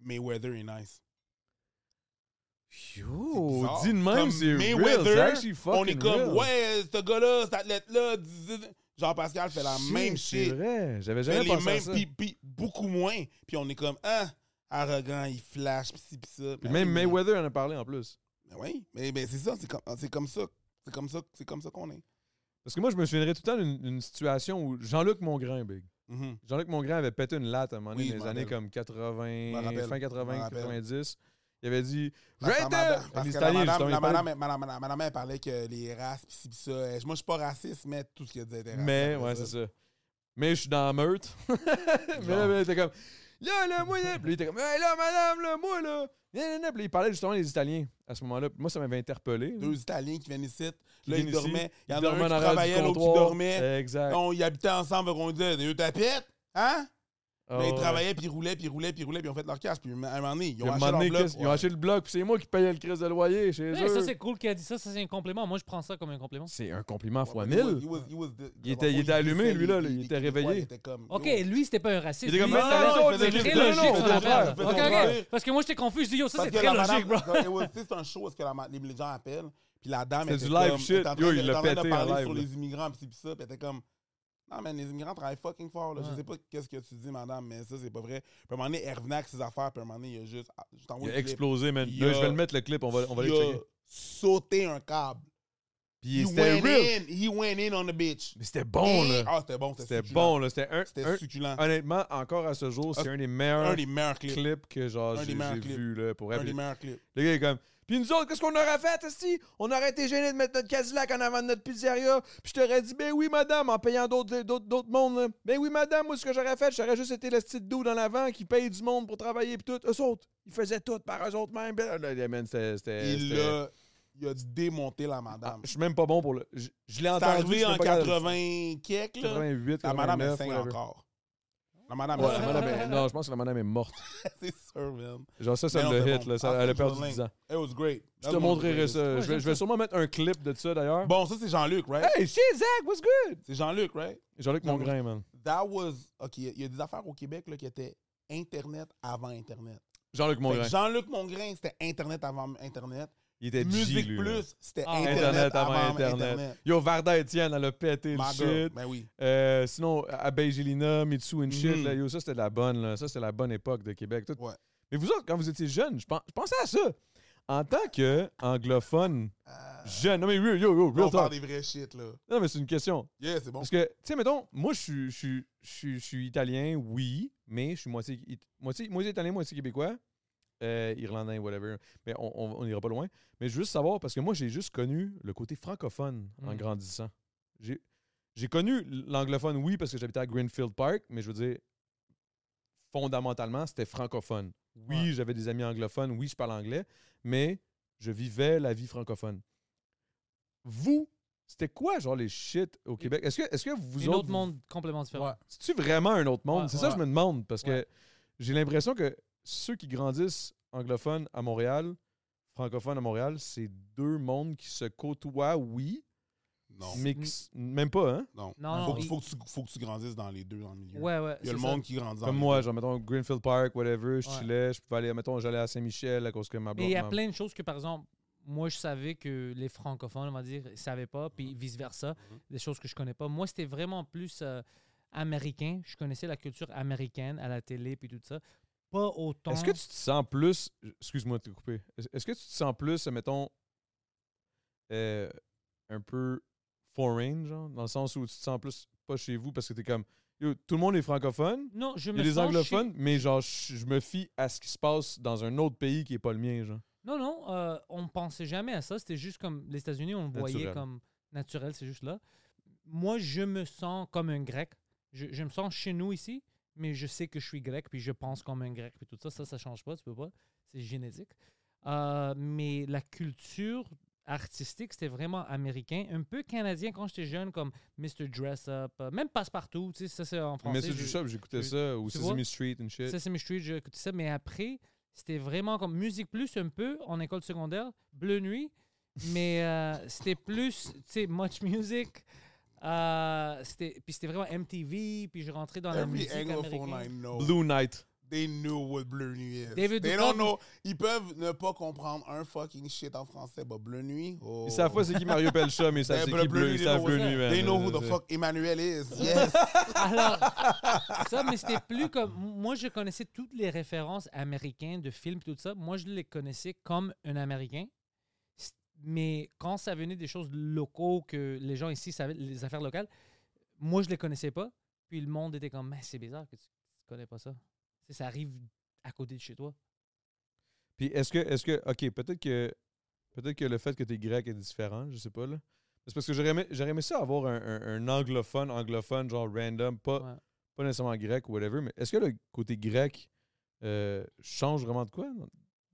S2: Mayweather est nice.
S1: Yo,
S2: bizarre.
S1: dit Oh, de même,
S2: Comme
S1: c'est real.
S2: Mayweather,
S1: C'est actually fucking
S2: on est comme,
S1: real.
S2: ouais, ce gars-là, cet athlète-là, dis- dis- Jean-Pascal fait la
S1: Shit,
S2: Ah, même
S1: C'est
S2: shit.
S1: vrai. J'avais
S2: Fait
S1: jamais
S2: les
S1: pensé à
S2: mêmes,
S1: ça.
S2: puis, puis beaucoup moins. Puis on est comme, ah, arrogant, il flash, pis ci, pis ça.
S1: Puis
S2: Ben
S1: même
S2: oui, mais-
S1: Mayweather en a parlé en plus.
S2: ben Oui, mais, mais c'est ça, c'est comme, c'est comme ça. C'est comme ça, c'est comme ça qu'on est.
S1: Parce que moi, je me souviendrai tout le temps d'une d'une situation où Jean-Luc Mongrain, big.
S2: Mhm.
S1: Jean-Luc Mongrain avait pété une latte à un moment donné
S2: Oui,
S1: dans
S2: je
S1: les
S2: m'en
S1: années
S2: rappelle.
S1: comme 80,
S2: m'en rappelle.
S1: fin
S2: Je m'en
S1: 80,
S2: rappelle.
S1: 90. Il avait dit
S2: Parce que la
S1: J'étais.
S2: madame- Parce que la
S1: L'Italien, justement,
S2: madame, la
S1: il parlait-
S2: madame, madame- madame- madame, elle parlait que les races, pis ci, pis ça. Euh, Moi, je suis pas raciste, mais tout ce que disait était raciste.
S1: Mais,
S2: après
S1: ouais, c'est ça. Mais je suis dans la meute. mais là,
S2: Genre.
S1: il était comme, là, là, moi, là. Puis là, il était comme, hey, là, madame, là, moi, là. Là, là, là. Puis là, il parlait justement des Italiens à ce moment-là. Puis Moi, ça m'avait interpellé. là.
S2: Deux Italiens qui viennent ici.
S1: Qui
S2: Là, ils
S1: viennent ici,
S2: dormaient. Il y en
S1: dormaient
S2: a un qui
S1: en arrière du
S2: travaillait, l'autre qui
S1: comptoir.
S2: dormait.
S1: Exact.
S2: On, ils habitaient ensemble, on disait, deux tapettes, hein?
S1: Ah,
S2: Là, ils
S1: ouais.
S2: travaillaient, puis ils roulaient, puis ils roulaient, puis ils roulaient, puis ils ont fait leur cash. Puis à un moment donné, ils
S1: Puis
S2: ont
S1: à un
S2: acheté
S1: moment
S2: leur
S1: donné,
S2: bloc.
S1: Chris, Ils ont acheté le bloc, puis c'est moi qui payais le crise de loyer chez
S4: Hey, ça,
S1: eux.
S4: c'est cool qu'il a dit ça. Ça, c'est un compliment. Moi, je prends ça comme un compliment.
S1: C'est un compliment fois
S2: Ouais,
S1: mille.
S2: he was- he was- he was the-
S1: Il était- il était allumé, lui, là, il était réveillé.
S2: il était comme,
S4: OK,
S2: yo.
S4: lui, c'était pas un raciste.
S1: Il était comme,
S4: Lui, ça
S1: non, non,
S4: va,
S1: non, il
S4: c'est
S1: faisait
S4: très
S1: juste-
S4: logique,
S1: non, non,
S4: son
S1: il faisait
S4: affaire.
S1: le
S4: OK,
S2: contraire.
S4: OK. Parce que moi, j'étais confus. Je dis, yo, ça, c'est
S2: Parce que
S4: très
S2: la
S4: logique, bro.
S2: madame- it was- C'est un show, est-ce que la ma- les les gens appellent, puis la dame
S1: C'est
S2: était
S1: du live
S2: comme-
S1: shit.
S2: était en train
S1: Yo,
S2: de-
S1: il l'a
S2: était en train de
S1: pété en
S2: parler
S1: live,
S2: sur
S1: là.
S2: les immigrants, puis ci, puis ça, puis elle était comme... Non, mais les immigrants travaillent fucking fort, là. Je
S4: Ouais.
S2: sais pas qu'est-ce que tu dis, madame, mais ça, c'est pas vrai. Puis à un moment donné, elle revenait avec ses affaires, puis à un moment donné, il a juste... ah, je t'envoie
S1: Il a
S2: le clip.
S1: explosé, man.
S2: Il
S1: Là,
S2: a-
S1: je vais le mettre, le clip, on va on va aller
S2: Il a
S1: checker.
S2: sauté un câble.
S1: Puis
S2: he
S1: c'était
S2: went
S1: real.
S2: in. He went in on the bitch.
S1: Mais c'était bon, là.
S2: Ah, c'était bon, c'était
S1: C'était
S2: succulent.
S1: bon, là. C'était un.
S2: C'était
S1: un-
S2: succulent.
S1: Honnêtement, encore à ce jour, c'est
S2: Ah,
S1: un des meilleurs
S2: Un des meilleurs clips.
S1: clips que genre
S2: Un des
S1: j'ai
S2: meilleurs
S1: j'ai
S2: clips.
S1: vu là pour
S2: Un
S1: vrai.
S2: des
S1: Puis
S2: meilleurs clips.
S1: Le gars est comme puis nous autres qu'est-ce qu'on aurait fait si on aurait été gêné de mettre notre Cadillac en avant de notre pizzeria puis je t'aurais dit ben oui madame en payant d'autres d'autres d'autres mondes là. ben oui madame moi ce que j'aurais fait j'aurais juste été le petit doux dans l'avant qui paye du monde pour travailler puis tout eux autres ils faisaient tout par eux autres même Ben, là, là, man, c'était- c'était-
S2: Il
S1: c'était-
S2: a, il a démonté la
S1: Ah,
S2: madame.
S1: je suis même pas bon pour le je, je l'ai
S2: C'est
S1: entendu je
S2: arrivé
S1: suis même
S2: en
S1: pas capable de-
S2: 80 quelques, là.
S1: 88
S2: La madame est
S1: 89
S2: saigne
S1: whatever.
S2: encore. La madame
S1: Ouais,
S2: est
S1: la
S2: saigne.
S1: madame est- non je pense que la madame est morte
S2: C'est sûr, man.
S1: genre ça ça
S2: Mais
S1: me
S2: non,
S1: le
S2: c'est
S1: hit
S2: bon.
S1: là, ça-
S2: Ah,
S1: elle
S2: faut
S1: a
S2: que je
S1: perdu
S2: le
S1: 10
S2: link.
S1: ans
S2: It was great.
S1: je
S2: That
S1: te
S2: was
S1: montrerai
S2: great.
S1: ça
S4: Ouais,
S1: je vais
S4: j'aime
S1: je vais
S4: ça.
S1: sûrement mettre un clip de ça d'ailleurs
S2: Bon, ça, c'est Jean-Luc, right?
S1: Hey, shit, Zach, what's good?
S2: C'est Jean-Luc, right?
S1: Jean-Luc Mongrain, man.
S2: That was... OK, il y a des affaires au Québec là, qui étaient Internet avant Internet.
S1: Jean-Luc
S2: Fait que
S1: Mongrain.
S2: Jean-Luc Mongrain, c'était Internet avant Internet.
S1: Il était G,
S2: Musique
S1: lui, là.
S2: Plus, c'était
S4: Ah,
S2: Internet,
S1: Internet avant
S2: Internet.
S1: Internet. Yo, Varda Etienne, elle a pété le
S2: My girl.
S1: shit.
S2: Ben oui.
S1: Euh, sinon, Abbey Gélina, Mitsu and shit.
S2: Mhm.
S1: là, yo, ça, c'était de la bonne. Là. Ça, c'était la bonne époque de Québec. Tout.
S2: Ouais.
S1: Mais vous autres, quand vous étiez jeunes, je pense- je pensais à ça. En tant que anglophone, jeune. Non, mais real, yo, yo,
S2: Là, Euh. on
S1: real
S2: parle
S1: talk.
S2: des vrais shit, là.
S1: Non, mais c'est une question.
S2: Yeah, c'est bon.
S1: Parce que, tu sais, mettons, moi, je suis- je suis- je suis je suis italien, oui, mais je suis moitié, it- moitié, moitié italien, moitié québécois, euh, irlandais, whatever. Mais on- on on ira pas loin. Mais je veux juste savoir, parce que moi, j'ai juste connu le côté francophone en
S4: Mm.
S1: grandissant. J'ai j'ai connu l'anglophone, oui, parce que j'habitais à Greenfield Park, mais je veux dire, fondamentalement, c'était francophone. Oui, j'avais des amis anglophones, oui, je parle anglais, mais je vivais la vie francophone. Vous, c'était quoi, genre, les shit au Québec? Est-ce que, est que vous
S4: Un
S1: autres,
S4: autre monde complètement différent.
S3: Ouais.
S1: c'est-tu vraiment un autre monde?
S4: Ouais,
S1: c'est ça que
S3: ouais.
S1: je me demande, parce
S4: Ouais.
S1: que j'ai l'impression que ceux qui grandissent anglophone à Montréal, francophone à Montréal, c'est deux mondes qui se côtoient, oui,
S2: Non.
S1: mais qui s- même pas, hein?
S2: Non.
S4: Non,
S2: faut,
S4: non,
S2: que-
S4: il-
S2: faut, que tu, faut que tu grandisses dans les deux, dans le milieu.
S4: Ouais, ouais.
S2: Il y a le
S4: c'est ça.
S2: monde qui grandit dans
S1: Comme
S2: le
S1: moi,
S2: milieu.
S1: genre, mettons, Greenfield Park, whatever, je
S4: Ouais.
S1: chillais, je pouvais aller, mettons, j'allais à Saint-Michel à cause que ma
S4: Mais il
S1: blonde...
S4: y a
S1: ma-
S4: plein de choses que, par exemple, moi, je savais que les francophones, on va dire, ne savaient pas, puis
S1: Mhm.
S4: vice-versa, des choses que je connais pas. Moi, c'était vraiment plus euh, américain. Je connaissais la culture américaine à la télé, puis tout ça. Pas autant.
S1: Est-ce que tu te sens plus... Excuse-moi de te couper. Est- Est-ce que tu te sens plus, mettons, euh, un peu foreign, genre, dans le sens où tu te sens plus pas chez vous parce que t'es comme... Yo, tout le monde est francophone,
S4: Non, je
S1: il
S4: me
S1: y a des
S4: sens
S1: anglophones, mais genre, je je me fie à ce qui se passe dans un autre pays qui est pas le mien, genre.
S4: Non, non, euh, on ne pensait jamais à ça. C'était juste comme les États-Unis, on le voyait
S1: Naturel.
S4: comme naturel, c'est juste là. Moi, je me sens comme un grec. Je, je me sens chez nous ici, mais je sais que je suis grec, puis je pense comme un grec, puis tout ça. Ça, ça change pas, tu peux pas. C'est génétique. Euh, mais la culture artistique, c'était vraiment américain, un peu canadien quand j'étais jeune, comme Mr. Dress Up, euh, même Passe-Partout, tu sais, ça c'est en français.
S1: Mais c'est du
S4: je-
S1: shop, j'écoutais
S4: je-
S1: ça, ou
S4: tu vois?
S1: Sesame Street and shit.
S4: Sesame Street, j'ai écouté ça, mais après, c'était vraiment comme musique plus un peu en école secondaire, Bleu Nuit, mais euh, c'était plus, tu sais, Much Music. euh, c'était- puis c'était vraiment MTV, puis je rentrais dans la
S2: Every
S4: musique
S2: anglophone I
S4: américaine.
S2: know,
S1: Blue Knight.
S2: they knew what Bleu Nuit is.
S4: David
S2: they
S4: Duchovny.
S2: don't know. Ils peuvent ne pas comprendre un fucking shit en français, but Bleu Nuit, oh.
S1: Ils savent pas c'est qui Mario Pelcha, mais ils savent
S2: They-
S1: c'est
S2: Bleu
S1: qui Bleu,
S2: Nuit,
S1: ils
S2: they
S1: savent
S2: know-
S1: Bleu Nuit, man.
S2: They know who the
S1: C'est-
S2: fuck Emmanuel is. Yes.
S4: Alors, ça, mais c'était plus comme. Moi, je connaissais toutes les références américaines de films, tout ça. Moi, je les connaissais comme un Américain. S- Mais quand ça venait des choses locaux que les gens ici savaient, les affaires locales, moi, je les connaissais pas. Puis le monde était comme, mais c'est bizarre que tu, tu connais pas ça. Tu sais, ça arrive à côté de chez toi.
S1: Puis est-ce que, est-ce que, ok, peut-être que, peut-être que le fait que t'es grec est différent, je sais pas là. C'est parce que j'aurais aimé, j'aurais aimé ça avoir un, un- un anglophone, anglophone genre random, pas,
S4: Ouais.
S1: pas nécessairement grec ou whatever. Mais est-ce que le côté grec euh, change vraiment de quoi dans-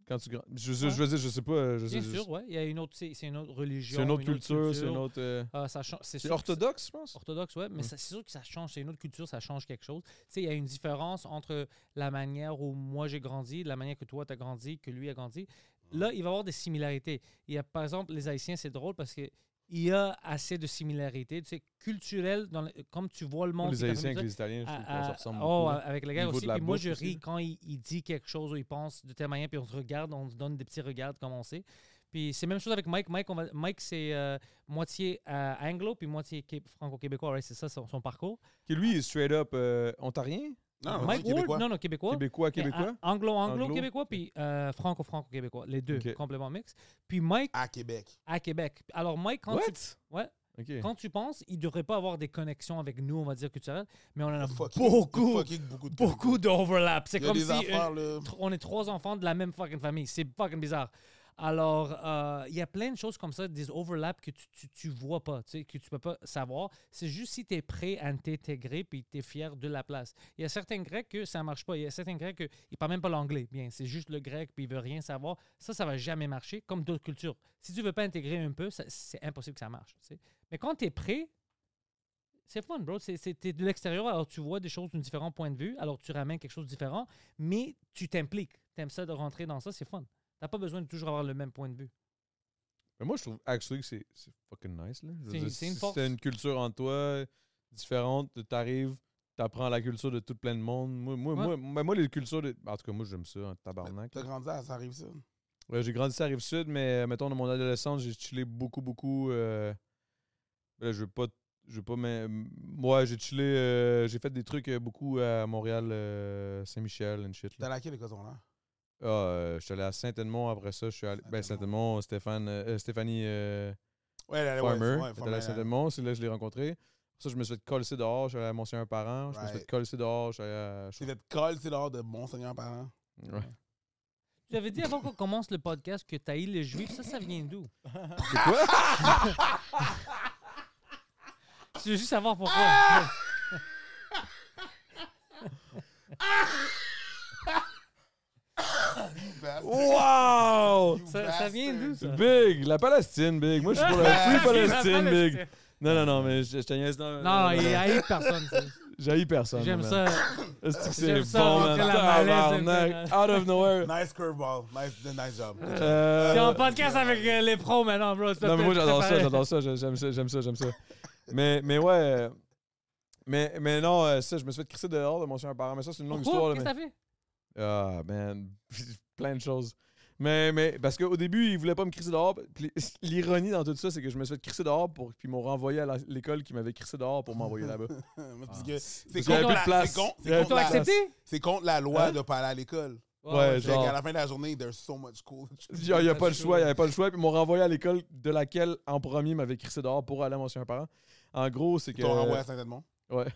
S1: quand tu grand- je, je- je veux dire, je sais pas. euh, Je sais,
S4: Bien
S1: je-
S4: sûr, ouais. Il y a une autre, c'est c'est une autre religion.
S1: C'est une autre culture, c'est une autre. euh,
S4: Ah, ça change- c'est
S1: c'est
S4: sûr que ça-
S1: orthodoxe, je pense.
S4: Orthodoxe, ouais, mais
S1: Mm.
S4: ça- c'est sûr que ça change. C'est une autre culture, ça change quelque chose. Tu sais, il y a une différence entre la manière où moi j'ai grandi, la manière que toi t'as grandi, que lui a grandi. Là, il va y avoir des similarités. Il y a, par exemple, les Haïtiens, c'est drôle parce que il y a assez de similarités, tu sais, culturelles, dans le- comme tu vois le monde.
S1: les
S4: c'est
S1: Haïtiens
S4: comme
S1: avec
S4: ça.
S1: les Italiens, je
S4: Ah,
S1: trouve qu'on se
S4: ah,
S1: ressemble
S4: oh,
S1: beaucoup. là.
S4: avec les gars
S1: Au niveau
S4: aussi.
S1: de la
S4: Puis moi,
S1: bouffe
S4: je
S1: aussi,
S4: ris
S1: là.
S4: quand il, il dit quelque chose ou il pense de telle manière, puis on se regarde, on se donne des petits regards comme on sait. Puis c'est la même chose avec Mike. Mike, on va- Mike c'est euh, moitié euh, anglo, puis moitié qué- franco-québécois. Ouais, c'est ça son, son parcours.
S1: Qui lui est straight up euh, ontarien,
S2: Non, non,
S4: Mike
S2: c'est québécois.
S4: Ward, non, non, québécois.
S1: québécois,
S4: Mais,
S1: québécois.
S4: ah, Anglo-anglo,
S1: Anglo.
S4: québécois, puis euh, franco-franco-québécois. Les deux,
S1: Ok.
S4: complément mix. Puis Mike
S2: À Québec.
S4: à Québec. Alors Mike, quand, tu, ouais,
S1: Ok.
S4: quand tu penses, il devrait pas avoir des connexions avec nous, on va dire culturelles, mais on en a
S2: Fucking-
S4: beaucoup,
S2: fucking beaucoup de
S4: beaucoup d'overlap. C'est
S2: Il y a
S4: comme
S2: des
S4: si euh,
S2: affaires, là.
S4: tr- on est trois enfants de la même fucking famille. C'est fucking bizarre. Alors, euh, il y a plein de choses comme ça, des overlaps que tu, tu, tu vois pas, tu sais, que tu peux pas savoir. C'est juste si tu es prêt à t'intégrer puis tu es fier de la place. Il y a certains Grecs que ça marche pas. Il y a certains Grecs qui ne parlent même pas l'anglais. Bien, c'est juste le grec puis il veut rien savoir. Ça, ça va jamais marcher, comme d'autres cultures. Si tu veux pas intégrer un peu, ça- c'est impossible que ça marche. tu sais. Mais quand tu es prêt, c'est fun, bro. C'est- c'est- T'es de l'extérieur, alors tu vois des choses d'un différent point de vue, alors tu ramènes quelque chose de différent, mais tu t'impliques. T'aimes ça de rentrer dans ça, c'est fun. T'as pas besoin de toujours avoir le même point de vue.
S1: Mais moi, je trouve actually que c'est c'est fucking nice. Là. Je veux
S4: C'est-
S1: dire,
S4: c'est une
S1: si
S4: force.
S1: t'as une culture en toi différente, t'arrives, t'apprends la culture de tout plein de monde. Moi, moi,
S4: Ouais.
S1: moi, ben, moi, les cultures. De... En tout cas, moi, j'aime ça, en tabarnak.
S2: T'as grandi à ça arrive ça.
S1: Ouais, j'ai grandi ça à Rive-Sud, mais euh, mettons, dans mon adolescence, j'ai chillé beaucoup, beaucoup. euh, ben là, je veux pas. Je veux pas, mais. Moi, j'ai chillé. euh, j'ai fait des trucs euh, beaucoup à Montréal, euh, Saint-Michel, and shit. là.
S2: T'as laqué les coton là?
S1: Ah, euh, je suis allé à Saint-Edmond après ça. Je suis allé. Ben, Saint-Edmond, Stéphane, euh, Stéphanie. euh,
S2: Ouais, là, là, ouais,
S1: Farmer.
S2: ouais,
S1: j'étais allé à Saint-Edmond, c'est là que je l'ai rencontré. Ça, je me suis fait coller dehors, j'allais à Monseigneur Parent. Je me suis fait
S2: Right.
S1: coller dehors, j'allais à.
S2: C'est d'être collé, c'est dehors de Monseigneur Parent.
S1: Ouais.
S4: Tu avais dit avant qu'on commence le podcast que t'as eu les juifs, ça, ça vient d'où?
S1: C'est quoi?
S4: Je veux juste savoir pourquoi.
S1: wow!
S4: ça, ça vient d'où, ça?
S1: Big! La Palestine, Big! Moi, je suis pour la Free
S4: C'est la
S1: Palestine,
S4: Palestine.
S1: Big! Non, non, non, mais je, je te niaise dans.
S4: Non, non, il haït personne. ça.
S1: J'haïs personne.
S4: J'aime
S1: man.
S4: ça.
S1: Est-ce que
S4: j'aime
S1: c'est
S4: ça,
S1: bon,
S4: rentrer
S1: man?
S4: la malaise,
S1: Tabarnak. Out of nowhere.
S2: Nice curveball. Nice, nice job. Good job.
S1: Euh,
S4: T'es en podcast avec euh, les pros maintenant, bro.
S1: Non, mais moi, j'adore ça, j'adore ça, j'ai- j'aime ça, j'aime ça, j'aime ça. mais, mais ouais. euh, Mais, mais non, euh, ça, je me suis fait crisser dehors de mon chien parent. Mais ça, c'est une longue histoire. là,
S4: Qu'est-ce que
S1: mais-
S4: t'as fait?
S1: Ah, man. Plein de choses. Mais, mais parce qu'au début, ils voulaient pas me crisser dehors. Puis L'ironie dans tout ça, c'est que je me suis fait crisser dehors, pour, puis ils m'ont renvoyé à la- l'école qui m'avait crissé dehors pour m'envoyer là-bas. Ah,
S2: Mais parce que C'est
S1: Parce qu'il y avait
S2: contre,
S1: plus de
S2: la,
S1: place.
S2: c'est contre-
S1: Il y avait
S2: c'est
S4: T'as
S2: contre la-
S4: accepté?
S2: c'est contre la loi de pas aller à l'école.
S1: Ouais,
S2: Fait qu'à
S1: genre.
S2: la fin de la journée, there's so much cool.
S1: Il n'y a, il y a pas le choix, il n'y avait pas le choix. Puis ils m'ont renvoyé à l'école de laquelle, en premier, m'avait crissé dehors pour aller à mon chien parent. En gros, c'est que.
S2: T'as renvoyé à Saint-Edmond?
S1: Ouais.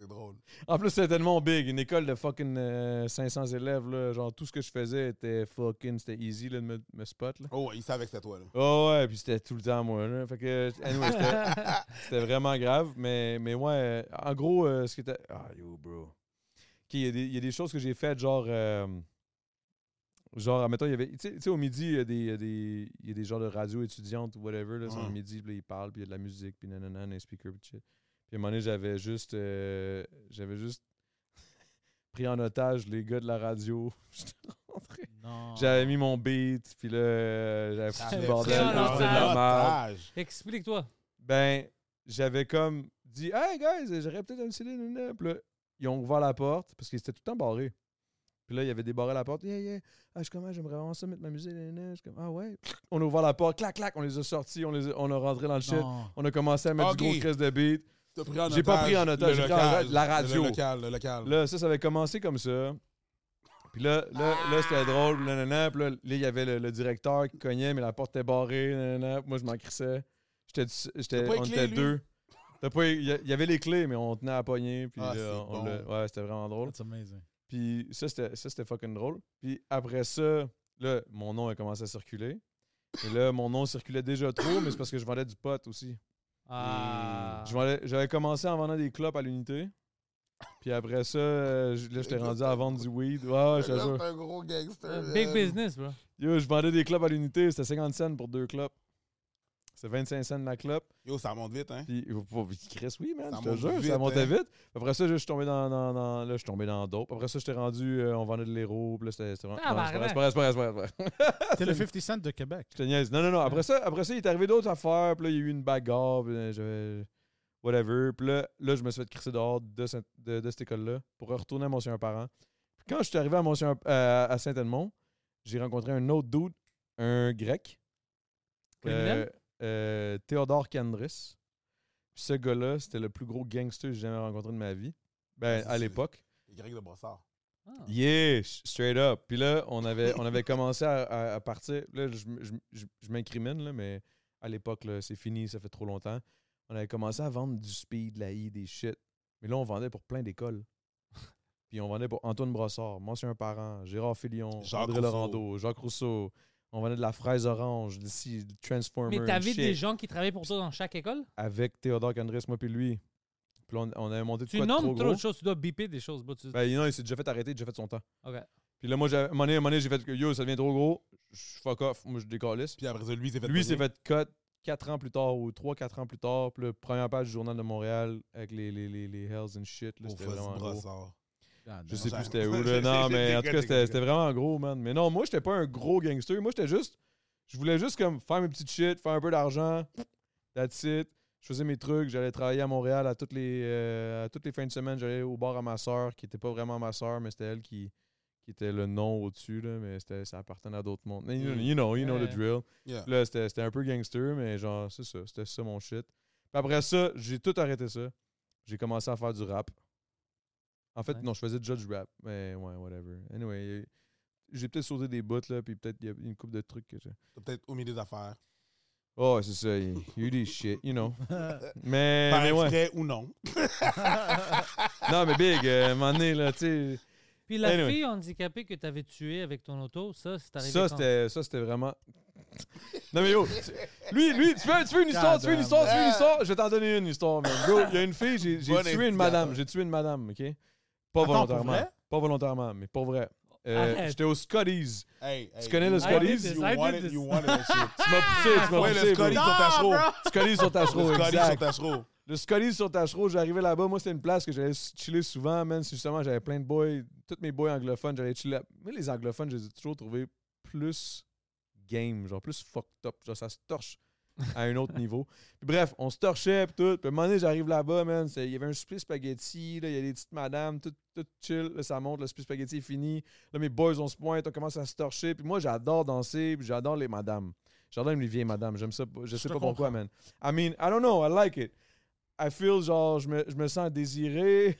S2: C'est drôle.
S1: En plus, c'était tellement big. Une école de fucking euh, 500 élèves, là. Genre, tout ce que je faisais était fucking... C'était easy, là, de me, me spot, là.
S2: Oh, il savait que c'était toi, là.
S1: Oh ouais, puis c'était tout le temps, moi, là. Fait que, euh, anyway, c'était- c'était vraiment grave. Mais, mais ouais, euh, en gros, euh, ce qui était... Ah, yo, bro. Ok, Il y, a des- il y a des choses que j'ai faites, genre... euh, genre, admettons, il y avait... Tu sais- tu sais, au midi, il y a des, il y a des, il y a des genres de radio étudiantes ou whatever, là. C'est
S2: Ouais.
S1: le midi, puis là, ils parlent, puis il y a de la musique, puis nanana, des speakers, puis shit. Puis à un moment donné, j'avais juste... euh, j'avais juste pris en otage les gars de la radio. J'étais rentré.
S3: Non.
S1: J'avais mis mon beat, puis là, euh, j'avais
S2: Ça
S1: foutu le
S2: fait
S1: bordel,
S4: Ah. pris en
S1: puis c'était de la
S4: otage.
S1: merde.
S2: Otage.
S4: Explique-toi.
S1: Ben, j'avais comme dit, hey guys, j'aurais peut-être un CD. nan, nan. Puis là, ils ont ouvert la porte, parce qu'ils étaient tout le temps barrés. Puis là, il y avait débarré la porte. Yeah, yeah. Ah, je suis comme, Ah, j'aimerais vraiment ça mettre ma musique. nan, nan. Je suis comme, ah ouais. On a ouvert la porte, clac, clac, on les a sortis, on, les a, on a rentré dans le shit.
S3: Non.
S1: On a commencé à mettre
S2: Ok.
S1: du gros crise de beat.
S2: T'as pris en
S1: J'ai pas pris en
S2: le
S1: otage, j'ai pris en
S2: local,
S1: otage la radio.
S2: Le local, le local.
S1: Là, ça, ça avait commencé comme ça. Puis là, là, là c'était drôle. Nanana. Puis là, là, il y avait le, le directeur qui cognait, mais la porte était barrée. nanana. Puis Moi, je m'en crissais. J'étais, du- j'étais,
S2: T'as pas les
S1: on
S2: clés,
S1: était
S2: lui?
S1: deux. T'as pas- Il y a- il y avait les clés, mais on tenait à pogner. Puis
S2: Ah,
S1: là,
S2: c'est
S1: on l'a- ouais, c'était vraiment drôle.
S3: That's amazing.
S1: Puis ça, c'était, ça, c'était fucking drôle. Puis après ça, là, mon nom a commencé à circuler. Et là, mon nom circulait déjà trop, mais c'est parce que je vendais du pot aussi.
S4: Ah.
S1: Je vendais- J'avais commencé en vendant des clopes à l'unité. Puis après ça, euh, je- là, j'étais rendu à vendre du weed. Ouais, ouais, Oh, je te
S2: Là,
S1: jure.
S2: c'est un gros gangster.
S4: Euh, Big
S2: man.
S4: business, bro.
S1: Yo, je vendais des clopes à l'unité, c'était 50 cents pour deux clopes. C'était 25 cents la clope.
S2: Yo, ça monte vite, hein?
S1: Puis, oh, oh, Chris, oui, man,
S2: Ça
S1: je te
S2: monte
S1: jure,
S2: vite,
S1: ça montait
S2: hein.
S1: vite. Après ça, je suis tombé dans, dans, dans- là, je suis tombé dans d'autres. Après ça, j'étais rendu, euh, on vendait de l'héros, puis là, c'était c'était vraiment... non, c'est pas vrai, c'est pas vrai, c'est pas vrai, c'est pas vrai, c'est pas vrai.
S3: T'es le 50 Cent de Québec.
S1: Je te niaise. Non, non, non. Après ça, après ça, il est arrivé d'autres affaires. Puis là, il y a eu une bagarre. Puis là, j'avais- Whatever. Puis là, là, je me suis fait crisser dehors de, Saint- de, de cette école-là pour retourner à Monsieur un parent. Puis quand je suis arrivé à, Monsieur euh, à Saint-Edmond, j'ai rencontré un autre dude, un grec.
S4: Criminel?
S1: Euh, euh, Théodore Kandris. Puis ce gars-là, c'était le plus gros gangster que j'ai jamais rencontré de ma vie. Ben,
S2: Ah, Ça,
S1: à
S2: c'est-
S1: l'époque.
S2: Les Grecs de Brossard.
S4: Ah.
S1: Yeah, sh- straight up. Puis là, on avait, on avait commencé à, à- à partir. Là, je, m- je m- je- je m'incrimine, là, mais à l'époque, là, c'est fini, ça fait trop longtemps. On avait commencé à vendre du speed, de la I, des shit. Mais là, on vendait pour plein d'écoles. Puis on vendait pour Antoine Brossard, Monsieur Parent, Gérard Fillon,
S2: Jacques
S1: André
S2: Rousseau.
S1: Laurando, Jacques Rousseau. On vendait de la fraise orange, d'ici, Transformer.
S4: Mais t'avais
S1: shit,
S4: des gens qui travaillaient pour toi dans chaque école?
S1: Avec Théodore Candres, moi puis lui. Puis là, on, on avait monté de
S4: Tu
S1: quoi de
S4: nommes
S1: trop
S4: trop
S1: gros.
S4: de choses, tu dois biper des choses, bro. Tu-
S1: Ben, non, il s'est déjà fait arrêter, il a déjà fait son temps.
S4: Ok.
S1: Puis là, moi, j'avais- à un moment donné, à un moment donné, j'ai fait que yo, ça devient trop gros. Je fuck off. Moi, je décalisse.
S2: Puis après ça, lui, il s'est fait.
S1: Lui, il s'est fait cut 4 ans plus tard ou 3-4 ans plus tard. Puis le première page du Journal de Montréal avec les, les, les, les Hells and shit. là,
S2: Au
S1: C'était
S2: Fosse
S1: vraiment gros.
S2: Brossard.
S3: God
S1: Je
S3: damn.
S1: sais
S2: Genre-
S1: plus c'était où. Là. Non, mais en
S2: Dégoûté,
S1: tout cas, c'était c'était
S2: dégoûté.
S1: vraiment gros, man. Mais non, moi, j'étais pas un gros gangster. Moi, j'étais juste. Je voulais juste comme faire mes petites shit, faire un peu d'argent. That's it. Je faisais mes trucs. J'allais travailler à Montréal à toutes les, euh, à toutes les fins de semaine. J'allais au bar à ma soeur, qui était pas vraiment ma soeur, mais c'était elle qui, qui était le nom au-dessus. là, Mais c'était- ça appartenait à d'autres mondes. You, you know, you know the
S4: Ouais.
S1: drill.
S2: Yeah.
S1: Puis Là, c'était c'était un peu gangster, mais genre, c'est ça. C'était ça mon shit. Puis après ça, j'ai tout arrêté ça. J'ai commencé à faire du rap. En fait,
S4: Ouais.
S1: non, je faisais déjà du rap. Mais ouais, whatever. Anyway, euh, j'ai peut-être sauté des bouts, là, puis peut-être il y a une coupe de trucs que j'ai.
S2: T'as peut-être au milieu des affaires.
S1: Oh, c'est ça. Il y a eu des shit, you know. Mais,
S2: Par
S1: mais ouais.
S2: exprès ou non.
S1: Non, mais big, euh, à un moment donné, là, tu sais.
S4: Puis la
S1: Anyway.
S4: fille handicapée que t'avais tuée avec ton auto, ça, c'est arrivé
S1: Ça,
S4: quand?
S1: c'était ça, c'était vraiment. Non, mais yo, tu- lui, lui, tu veux, tu veux une histoire, tu veux une histoire, tu veux une histoire, je vais t'en donner une histoire, man. Bro, il y a une fille, j'ai j'ai
S2: Bon
S1: tué une
S2: indicateur.
S1: madame, j'ai tué une madame, OK? Pas
S3: Attends, pour
S1: volontairement.
S3: vrai?
S1: Pas volontairement, mais pour vrai. Euh,
S4: Arrête.
S1: J'étais au Scotties.
S2: Hey, hey,
S1: connais le
S2: you
S1: Scotties?
S2: wanted-
S4: I did
S2: You
S4: this, I
S2: wanted,
S4: did
S2: you wanted that shit.
S1: Tu m'as poussé, tu m'as
S2: Ouais,
S1: poussé.
S2: le Scotties
S1: bro.
S2: sur ta
S3: bro.
S2: show.
S1: Scotties sur ta
S2: Le
S1: chevaux,
S2: Scotties sur
S1: exact.
S2: ta show.
S1: Le Scully sur Tachereau, j'arrivais là-bas. Moi, c'était une place que j'allais chiller souvent, man. C'est Justement, j'avais plein de boys. Tous mes boys anglophones, j'allais chiller. là- Mais les anglophones, je les ai toujours trouvés plus game, genre plus fucked up. Genre, ça se torche à un autre niveau. Puis bref, on se torchait, puis tout. Puis à un moment donné, j'arrive là-bas, man. c'est- Il y avait un split spaghetti, là, il y a des petites madames, tout, tout chill. Là, ça monte, le split spaghetti est fini. Là, mes boys, on se pointe, on commence à se torcher. Puis moi, j'adore danser, puis j'adore les madames. J'adore les vieilles madames. J'aime ça. Je sais
S3: te
S1: pas pourquoi, man. I mean, I don't know, I like it. I feel genre, je me, je me sens désiré. I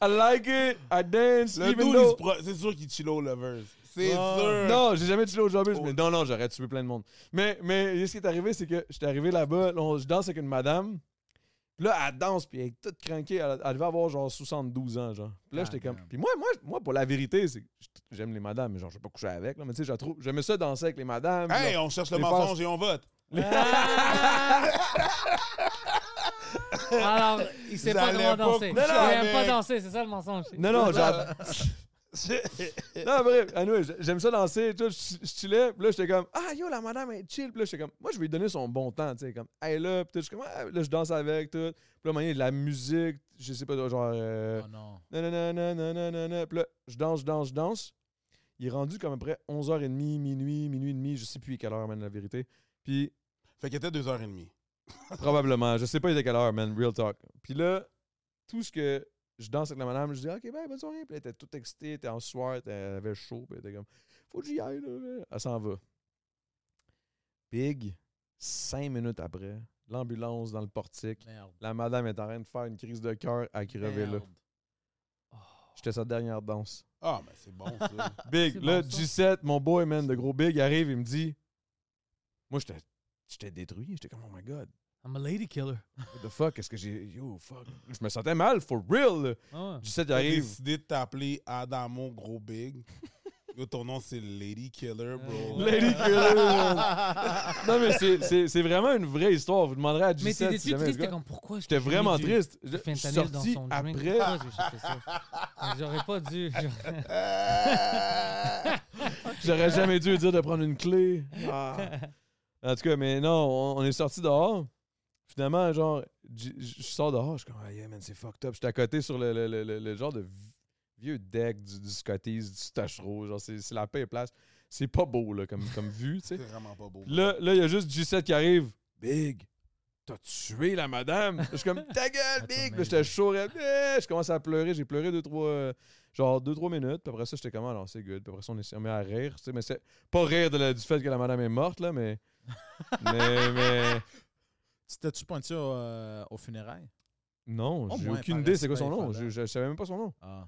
S1: like it. I dance.
S2: Le
S1: even
S2: dude, il
S1: though-
S2: se pro- c'est sûr qu'il chill au lovers. C'est
S3: Ah.
S2: sûr.
S1: non, j'ai jamais tué au jobbers,
S2: Oh.
S1: mais non, non, j'aurais tué plein de monde. Mais, mais ce qui est arrivé, c'est que j'étais arrivé là-bas, là, on- je danse avec une madame. Puis là, elle danse, puis elle est toute craquée. Elle, elle devait avoir genre 72 ans, genre. Puis là,
S3: Ah,
S1: j'étais comme.
S3: damn.
S1: Puis moi, moi, moi, pour la vérité, c'est que j'aime les madames, mais genre, je vais pas coucher avec. Là, mais tu sais, je la trouve- j'aimais ça danser avec les madames.
S2: Hey,
S1: genre-
S2: on cherche le
S1: les
S2: mensonge
S1: faces.
S2: et on vote.
S4: Alors, il sait pas
S2: J'allais
S4: comment
S2: pas
S4: danser.
S2: coucher
S4: il aime pas
S2: avec.
S4: danser, c'est ça le mensonge.
S1: Non, non, j'adore.
S2: Je-
S1: Non, bref, anyway, j- j'aime ça danser. tout, Je je chillais, puis là, j'étais comme, ah, yo, la madame, elle est chill. Puis là, j'étais comme, moi, je vais lui donner son bon temps, tu sais, comme, hey, là, puis tout, je suis comme, Ah, là, je danse avec, tout. Puis là, à un moment donné, il y a de la musique, je sais pas, genre, euh,
S3: Oh non.
S1: nanana, nanana, nanana. Puis là, je danse, je danse, je danse. Il est rendu comme après 11h30, minuit, minuit et demi, je sais plus quelle heure, man, la vérité. Puis,
S2: Fait qu'il était deux heures et demie.
S1: probablement, je sais pas, il était quelle heure, man, real talk. Puis là, tout ce que je danse avec la madame, je dis, OK, ben, bonne soirée. Puis elle était toute excitée, elle était en soir, elle avait chaud, puis elle était comme, faut que j'y aille, là. Elle s'en va. Big, cinq minutes après, l'ambulance dans le portique,
S3: Merde.
S1: la madame est en train de faire une crise de cœur à crever, là.
S3: Merde.
S1: J'étais sa dernière danse.
S2: Ah, ben c'est bon, ça.
S1: Big,
S4: Oh. C'est
S1: là,
S4: bon, ça.
S1: G7, mon boy, man, de gros Big, arrive, il me dit. Moi, j'étais- j'étais détruit. J'étais comme, oh my god,
S4: I'm a lady killer.
S1: what the fuck, est-ce que j'ai. Yo, fuck. Je me sentais mal, for real. là.
S4: Ah ouais.
S1: G7, il
S2: T'as
S1: arrive.
S2: décidé de t'appeler Adamo Gros Big. Yo, ton nom, c'est Lady Killer, bro.
S1: Lady Killer, man. Non, mais c'est- c'est c'est vraiment une vraie histoire. Vous demanderez à G7.
S4: Mais
S1: si
S4: t'étais-tu
S1: jamais
S4: triste?
S1: le
S4: T'es
S1: gars-
S4: comme pourquoi est-ce que
S1: J'étais
S4: j'ai mis
S1: vraiment
S4: du-
S1: triste.
S4: du
S1: Je je suis
S4: fentanyl dans
S1: sorti
S4: son drink?
S1: après.
S4: Pourquoi j'ai fait ça? J'aurais pas dû.
S1: J'aurais jamais dû dire de prendre une clé. Ah. En tout cas, mais non, on, on est sorti dehors. Finalement, genre, j- j- je sors dehors, je suis comme, ah yeah, man, c'est fucked up. J'étais à côté sur le, le- le- le- le genre de vi- vieux deck du, du Scotties, du Tachereau. Genre, c'est c'est la paix et place. C'est pas beau, là, comme, comme vue, tu sais.
S2: C'est vraiment pas beau.
S1: Là, là, il y a juste G7 qui arrive. Big, t'as tué la madame. Je suis comme, ta gueule,
S3: That's
S1: Big. Là, j'étais
S3: amazing.
S1: chaud. raide. Eh, Je commence à pleurer. J'ai pleuré deux, trois, euh, genre deux, trois minutes. Puis après ça, j'étais comme, ah non, c'est good. Puis après ça, on est on met à rire. tu sais, Mais c'est pas rire de la- du fait que la madame est morte, là, mais. mais, mais.
S3: Tu t'es-tu pointé au, euh, au funérail?
S1: Non,
S3: Au
S1: j'ai
S3: moins,
S1: aucune
S3: par
S1: idée c'est quoi son
S3: respect,
S1: nom.
S3: fallait.
S1: Je, je- je savais même pas son nom.
S3: Ah.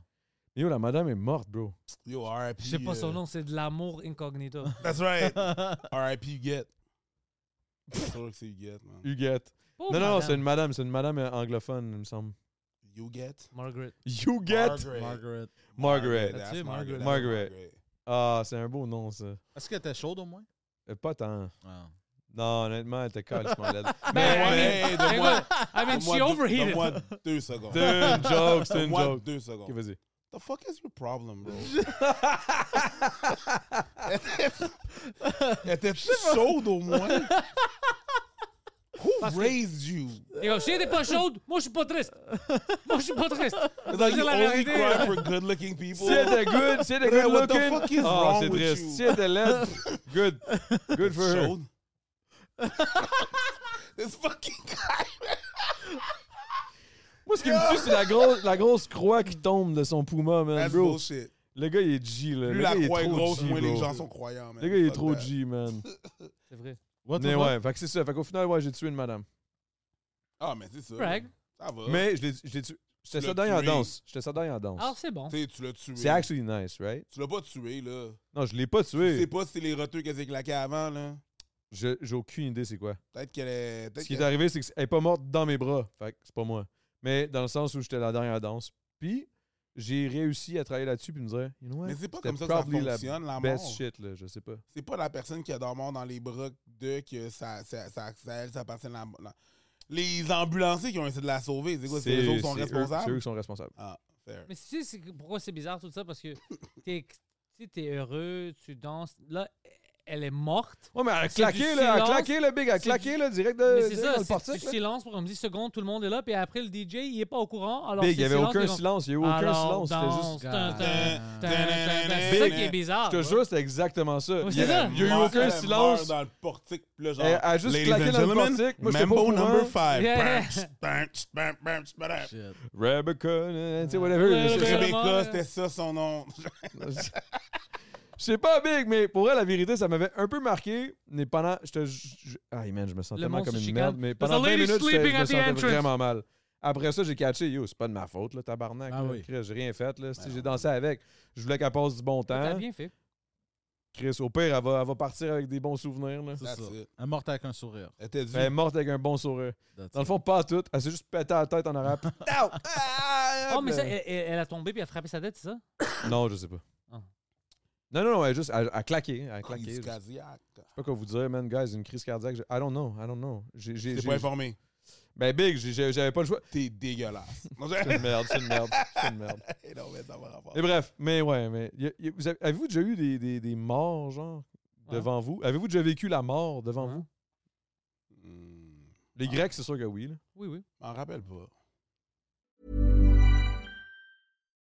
S1: Yo, la madame est morte, bro.
S2: Yo, RIP.
S4: Je sais pas son
S2: euh,
S4: nom, c'est de l'amour incognito.
S2: That's right. RIP Huguette. C'est sûr que c'est Huguette, man.
S3: Mm.
S1: Huguette.
S4: Oh,
S1: non, non, non,
S4: madame.
S1: c'est une madame. C'est une madame euh, anglophone, il me semble.
S2: Huguette?
S4: Margaret.
S1: Huguette.
S3: Margaret.
S1: Margaret.
S3: Ah,
S2: That's
S4: That's it,
S2: Margaret.
S1: Margaret. Ah, c'est un beau nom, ça.
S3: Est-ce qu'elle était chaude au moins?
S1: Euh, Pas tant.
S3: Ah.
S1: Non, honnêtement, elle était calissement laide.
S4: Ben,
S2: ouais,
S4: I mean,
S2: de
S4: hey,
S2: moi-
S4: look, I mean, she overheated.
S2: Donne-moi deux secondes.
S1: C'est une joke, c'est une
S2: Donne-moi
S1: joke.
S2: deux
S1: Ok,
S2: secondes.
S1: vas-y.
S2: The fuck is your problem, bro? Était-tu chaude au moins? Who raised you?
S4: Et comme, si elle était pas chaude, moi je suis pas triste. Moi je suis pas triste.
S2: It's like
S4: Dire
S2: you
S4: la
S2: only
S4: vérité,
S2: cry
S4: là.
S2: for good-looking people.
S1: Si elle était good, si elle était good
S2: What the
S1: looking.
S2: fuck is
S1: Ah,
S2: wrong
S1: c'est
S2: with
S1: triste.
S2: you?
S1: Si elle était laide, good. Good for her.
S2: Chaude? This fucking guy.
S1: Moi, ce qui me tue, c'est la grosse, la grosse croix qui tombe de son pouma, man,
S2: That's
S1: bro.
S2: bullshit.
S1: Le gars, il est G, là.
S2: Plus
S1: le
S2: la
S1: gars, il est
S2: croix est
S1: trop
S2: grosse,
S1: G,
S2: moins les
S1: bro.
S2: gens sont croyants, man.
S1: Le gars, il est
S2: Fuck
S1: trop
S2: that.
S1: G, man.
S4: C'est vrai.
S3: What,
S1: Mais
S3: what,
S1: ouais, fait que c'est ça. Fait qu'au final, ouais, j'ai tué une madame.
S2: Ah, mais c'est ça.
S4: Brag.
S2: Ça va.
S1: Mais je l'ai je l'ai tué. J'étais
S2: l'as
S1: ça dans en
S2: tué.
S1: danse. J'étais ça dans en
S4: Alors
S1: danse.
S4: Ah, c'est bon.
S2: Tu sais, tu l'as tué.
S1: C'est actually nice, right?
S2: Tu l'as pas tué, là.
S1: Non, je l'ai pas
S2: Tu sais
S1: tué.
S2: pas si c'est les retours qu'elle s'est claquée avant, là.
S1: Je- J'ai aucune idée c'est quoi.
S2: Peut-être qu'elle est.
S1: Ce
S2: Peut-être
S1: qui est
S2: qu'elle-
S1: arrivé, c'est qu'elle est pas morte dans mes bras. Fait que c'est pas moi. Mais dans le sens où j'étais la dernière danse. Puis, j'ai réussi à travailler là-dessus puis me dire, you know what?
S2: Mais c'est pas
S1: c'était
S2: comme ça que ça
S1: probably
S2: fonctionne, la
S1: best
S2: mort.
S1: shit, là, je sais pas.
S2: C'est pas la personne qui a dormi dans les bras de que ça, ça, ça, ça- elle, ça appartient à la- la- Les ambulanciers qui ont essayé de la sauver, c'est quoi? C'est eux autres qui sont
S1: c'est eux-
S2: responsables?
S1: C'est eux qui sont responsables.
S2: Ah, fair.
S4: Mais tu sais c'est que- pourquoi c'est bizarre tout ça? Parce que t'es, tu sais, t'es heureux, tu danses. Là, elle est morte.
S1: Ouais, mais elle a
S4: C'est du
S1: claqué, là, elle a
S4: silence.
S1: claqué, le big, elle a
S4: C'est
S1: claqué,
S4: du-
S1: là, direct de,
S4: mais c'est
S1: direct
S4: ça,
S1: dans le
S4: c'est du
S1: portique. là.
S4: silence pour comme 10 secondes, tout le monde est là, puis après le DJ, il est pas au courant. Alors
S1: Big, il
S4: c'est
S1: n'y avait
S4: silence,
S1: aucun
S4: mais comme-
S1: silence, il n'y a eu aucun
S4: Alors,
S1: silence, c'était juste...
S4: danse, tin, tin,
S2: Ah.
S4: tin, tin, tin. C'est ça
S1: Big,
S4: qui est bizarre.
S1: Je te jure, c'était exactement ça.
S4: Ouais,
S1: Il
S4: c'est
S1: y
S4: ça.
S1: a il y a eu
S2: Meurt-
S1: aucun
S2: elle meurt
S1: silence.
S2: dans le portique, puis là, genre.
S1: Elle elle a juste
S2: Ladies
S1: claqué
S2: and
S1: dans le
S2: gentlemen,
S1: portique. Moi, j'étais pas au
S2: Mambo
S1: courant.
S2: number 5.
S4: Yeah.
S3: Shit.
S1: Rebecca, euh, tu sais, whatever.
S4: Ouais,
S1: c'est-
S4: ouais,
S1: c'est-
S4: ouais.
S2: Rebecca, c'était ça son nom.
S1: Je sais pas, Big, mais pour elle, la vérité, ça m'avait un peu marqué. Mais pendant. Je te. je- je- Aïe, man, je me sens
S4: Le
S1: tellement
S4: monstre
S1: comme une
S4: chicane.
S1: merde. Mais
S4: There's
S1: pendant
S4: a
S1: 20
S4: lady
S1: minutes, j'étais- je
S4: sleeping
S1: me
S4: at the
S1: sentais
S4: entrance.
S1: vraiment mal. Après ça, j'ai catché. Yo, c'est pas de ma faute, là, tabarnak.
S3: Ah
S1: là.
S3: oui.
S1: Chris, j'ai rien fait, là. Si
S2: Ben
S1: j'ai
S2: non.
S1: dansé avec. Je voulais qu'elle passe du bon
S4: T'as
S1: temps.
S4: bien fait.
S1: Chris, au pire, elle va, elle va partir avec des bons souvenirs, là.
S3: C'est
S2: That's
S3: ça.
S2: it.
S3: Elle est morte avec un sourire.
S2: Elle était due.
S1: Elle est Ben, morte avec un bon sourire. Dans le fond, pas à tout. Elle s'est juste pété la tête en arabe.
S4: Oh, mais ça, elle, elle- elle a tombé puis elle a frappé sa tête, c'est ça?
S1: Non, je sais pas.
S4: Ah.
S1: Non, non, non, elle, juste, elle, elle a claqué. Elle a claqué.
S2: Crise
S1: Je sais
S2: Oh, cardiaque.
S1: pas quoi vous dire, man, guys, une crise cardiaque. je- I don't know, I don't know. J'ai, j'ai,
S2: T'es
S1: j'ai-
S2: pas informé.
S1: Ben, big, j'ai- j'ai- j'avais pas le choix.
S2: T'es dégueulasse. Non,
S1: C'est une merde, c'est une merde, c'est une merde.
S2: j'ai- non, mais ça va rapport.
S1: Et bref, mais ouais, mais. y a- y a- vous avez, vous déjà eu des, des, des morts, genre,
S2: Hein?
S4: Ouais.
S1: devant vous Avez-vous déjà vécu la mort devant
S4: Ouais.
S1: vous
S2: Hmm,
S1: Les Grecs, c'est sûr que oui. là.
S4: Oui, oui.
S2: M'en rappelle pas.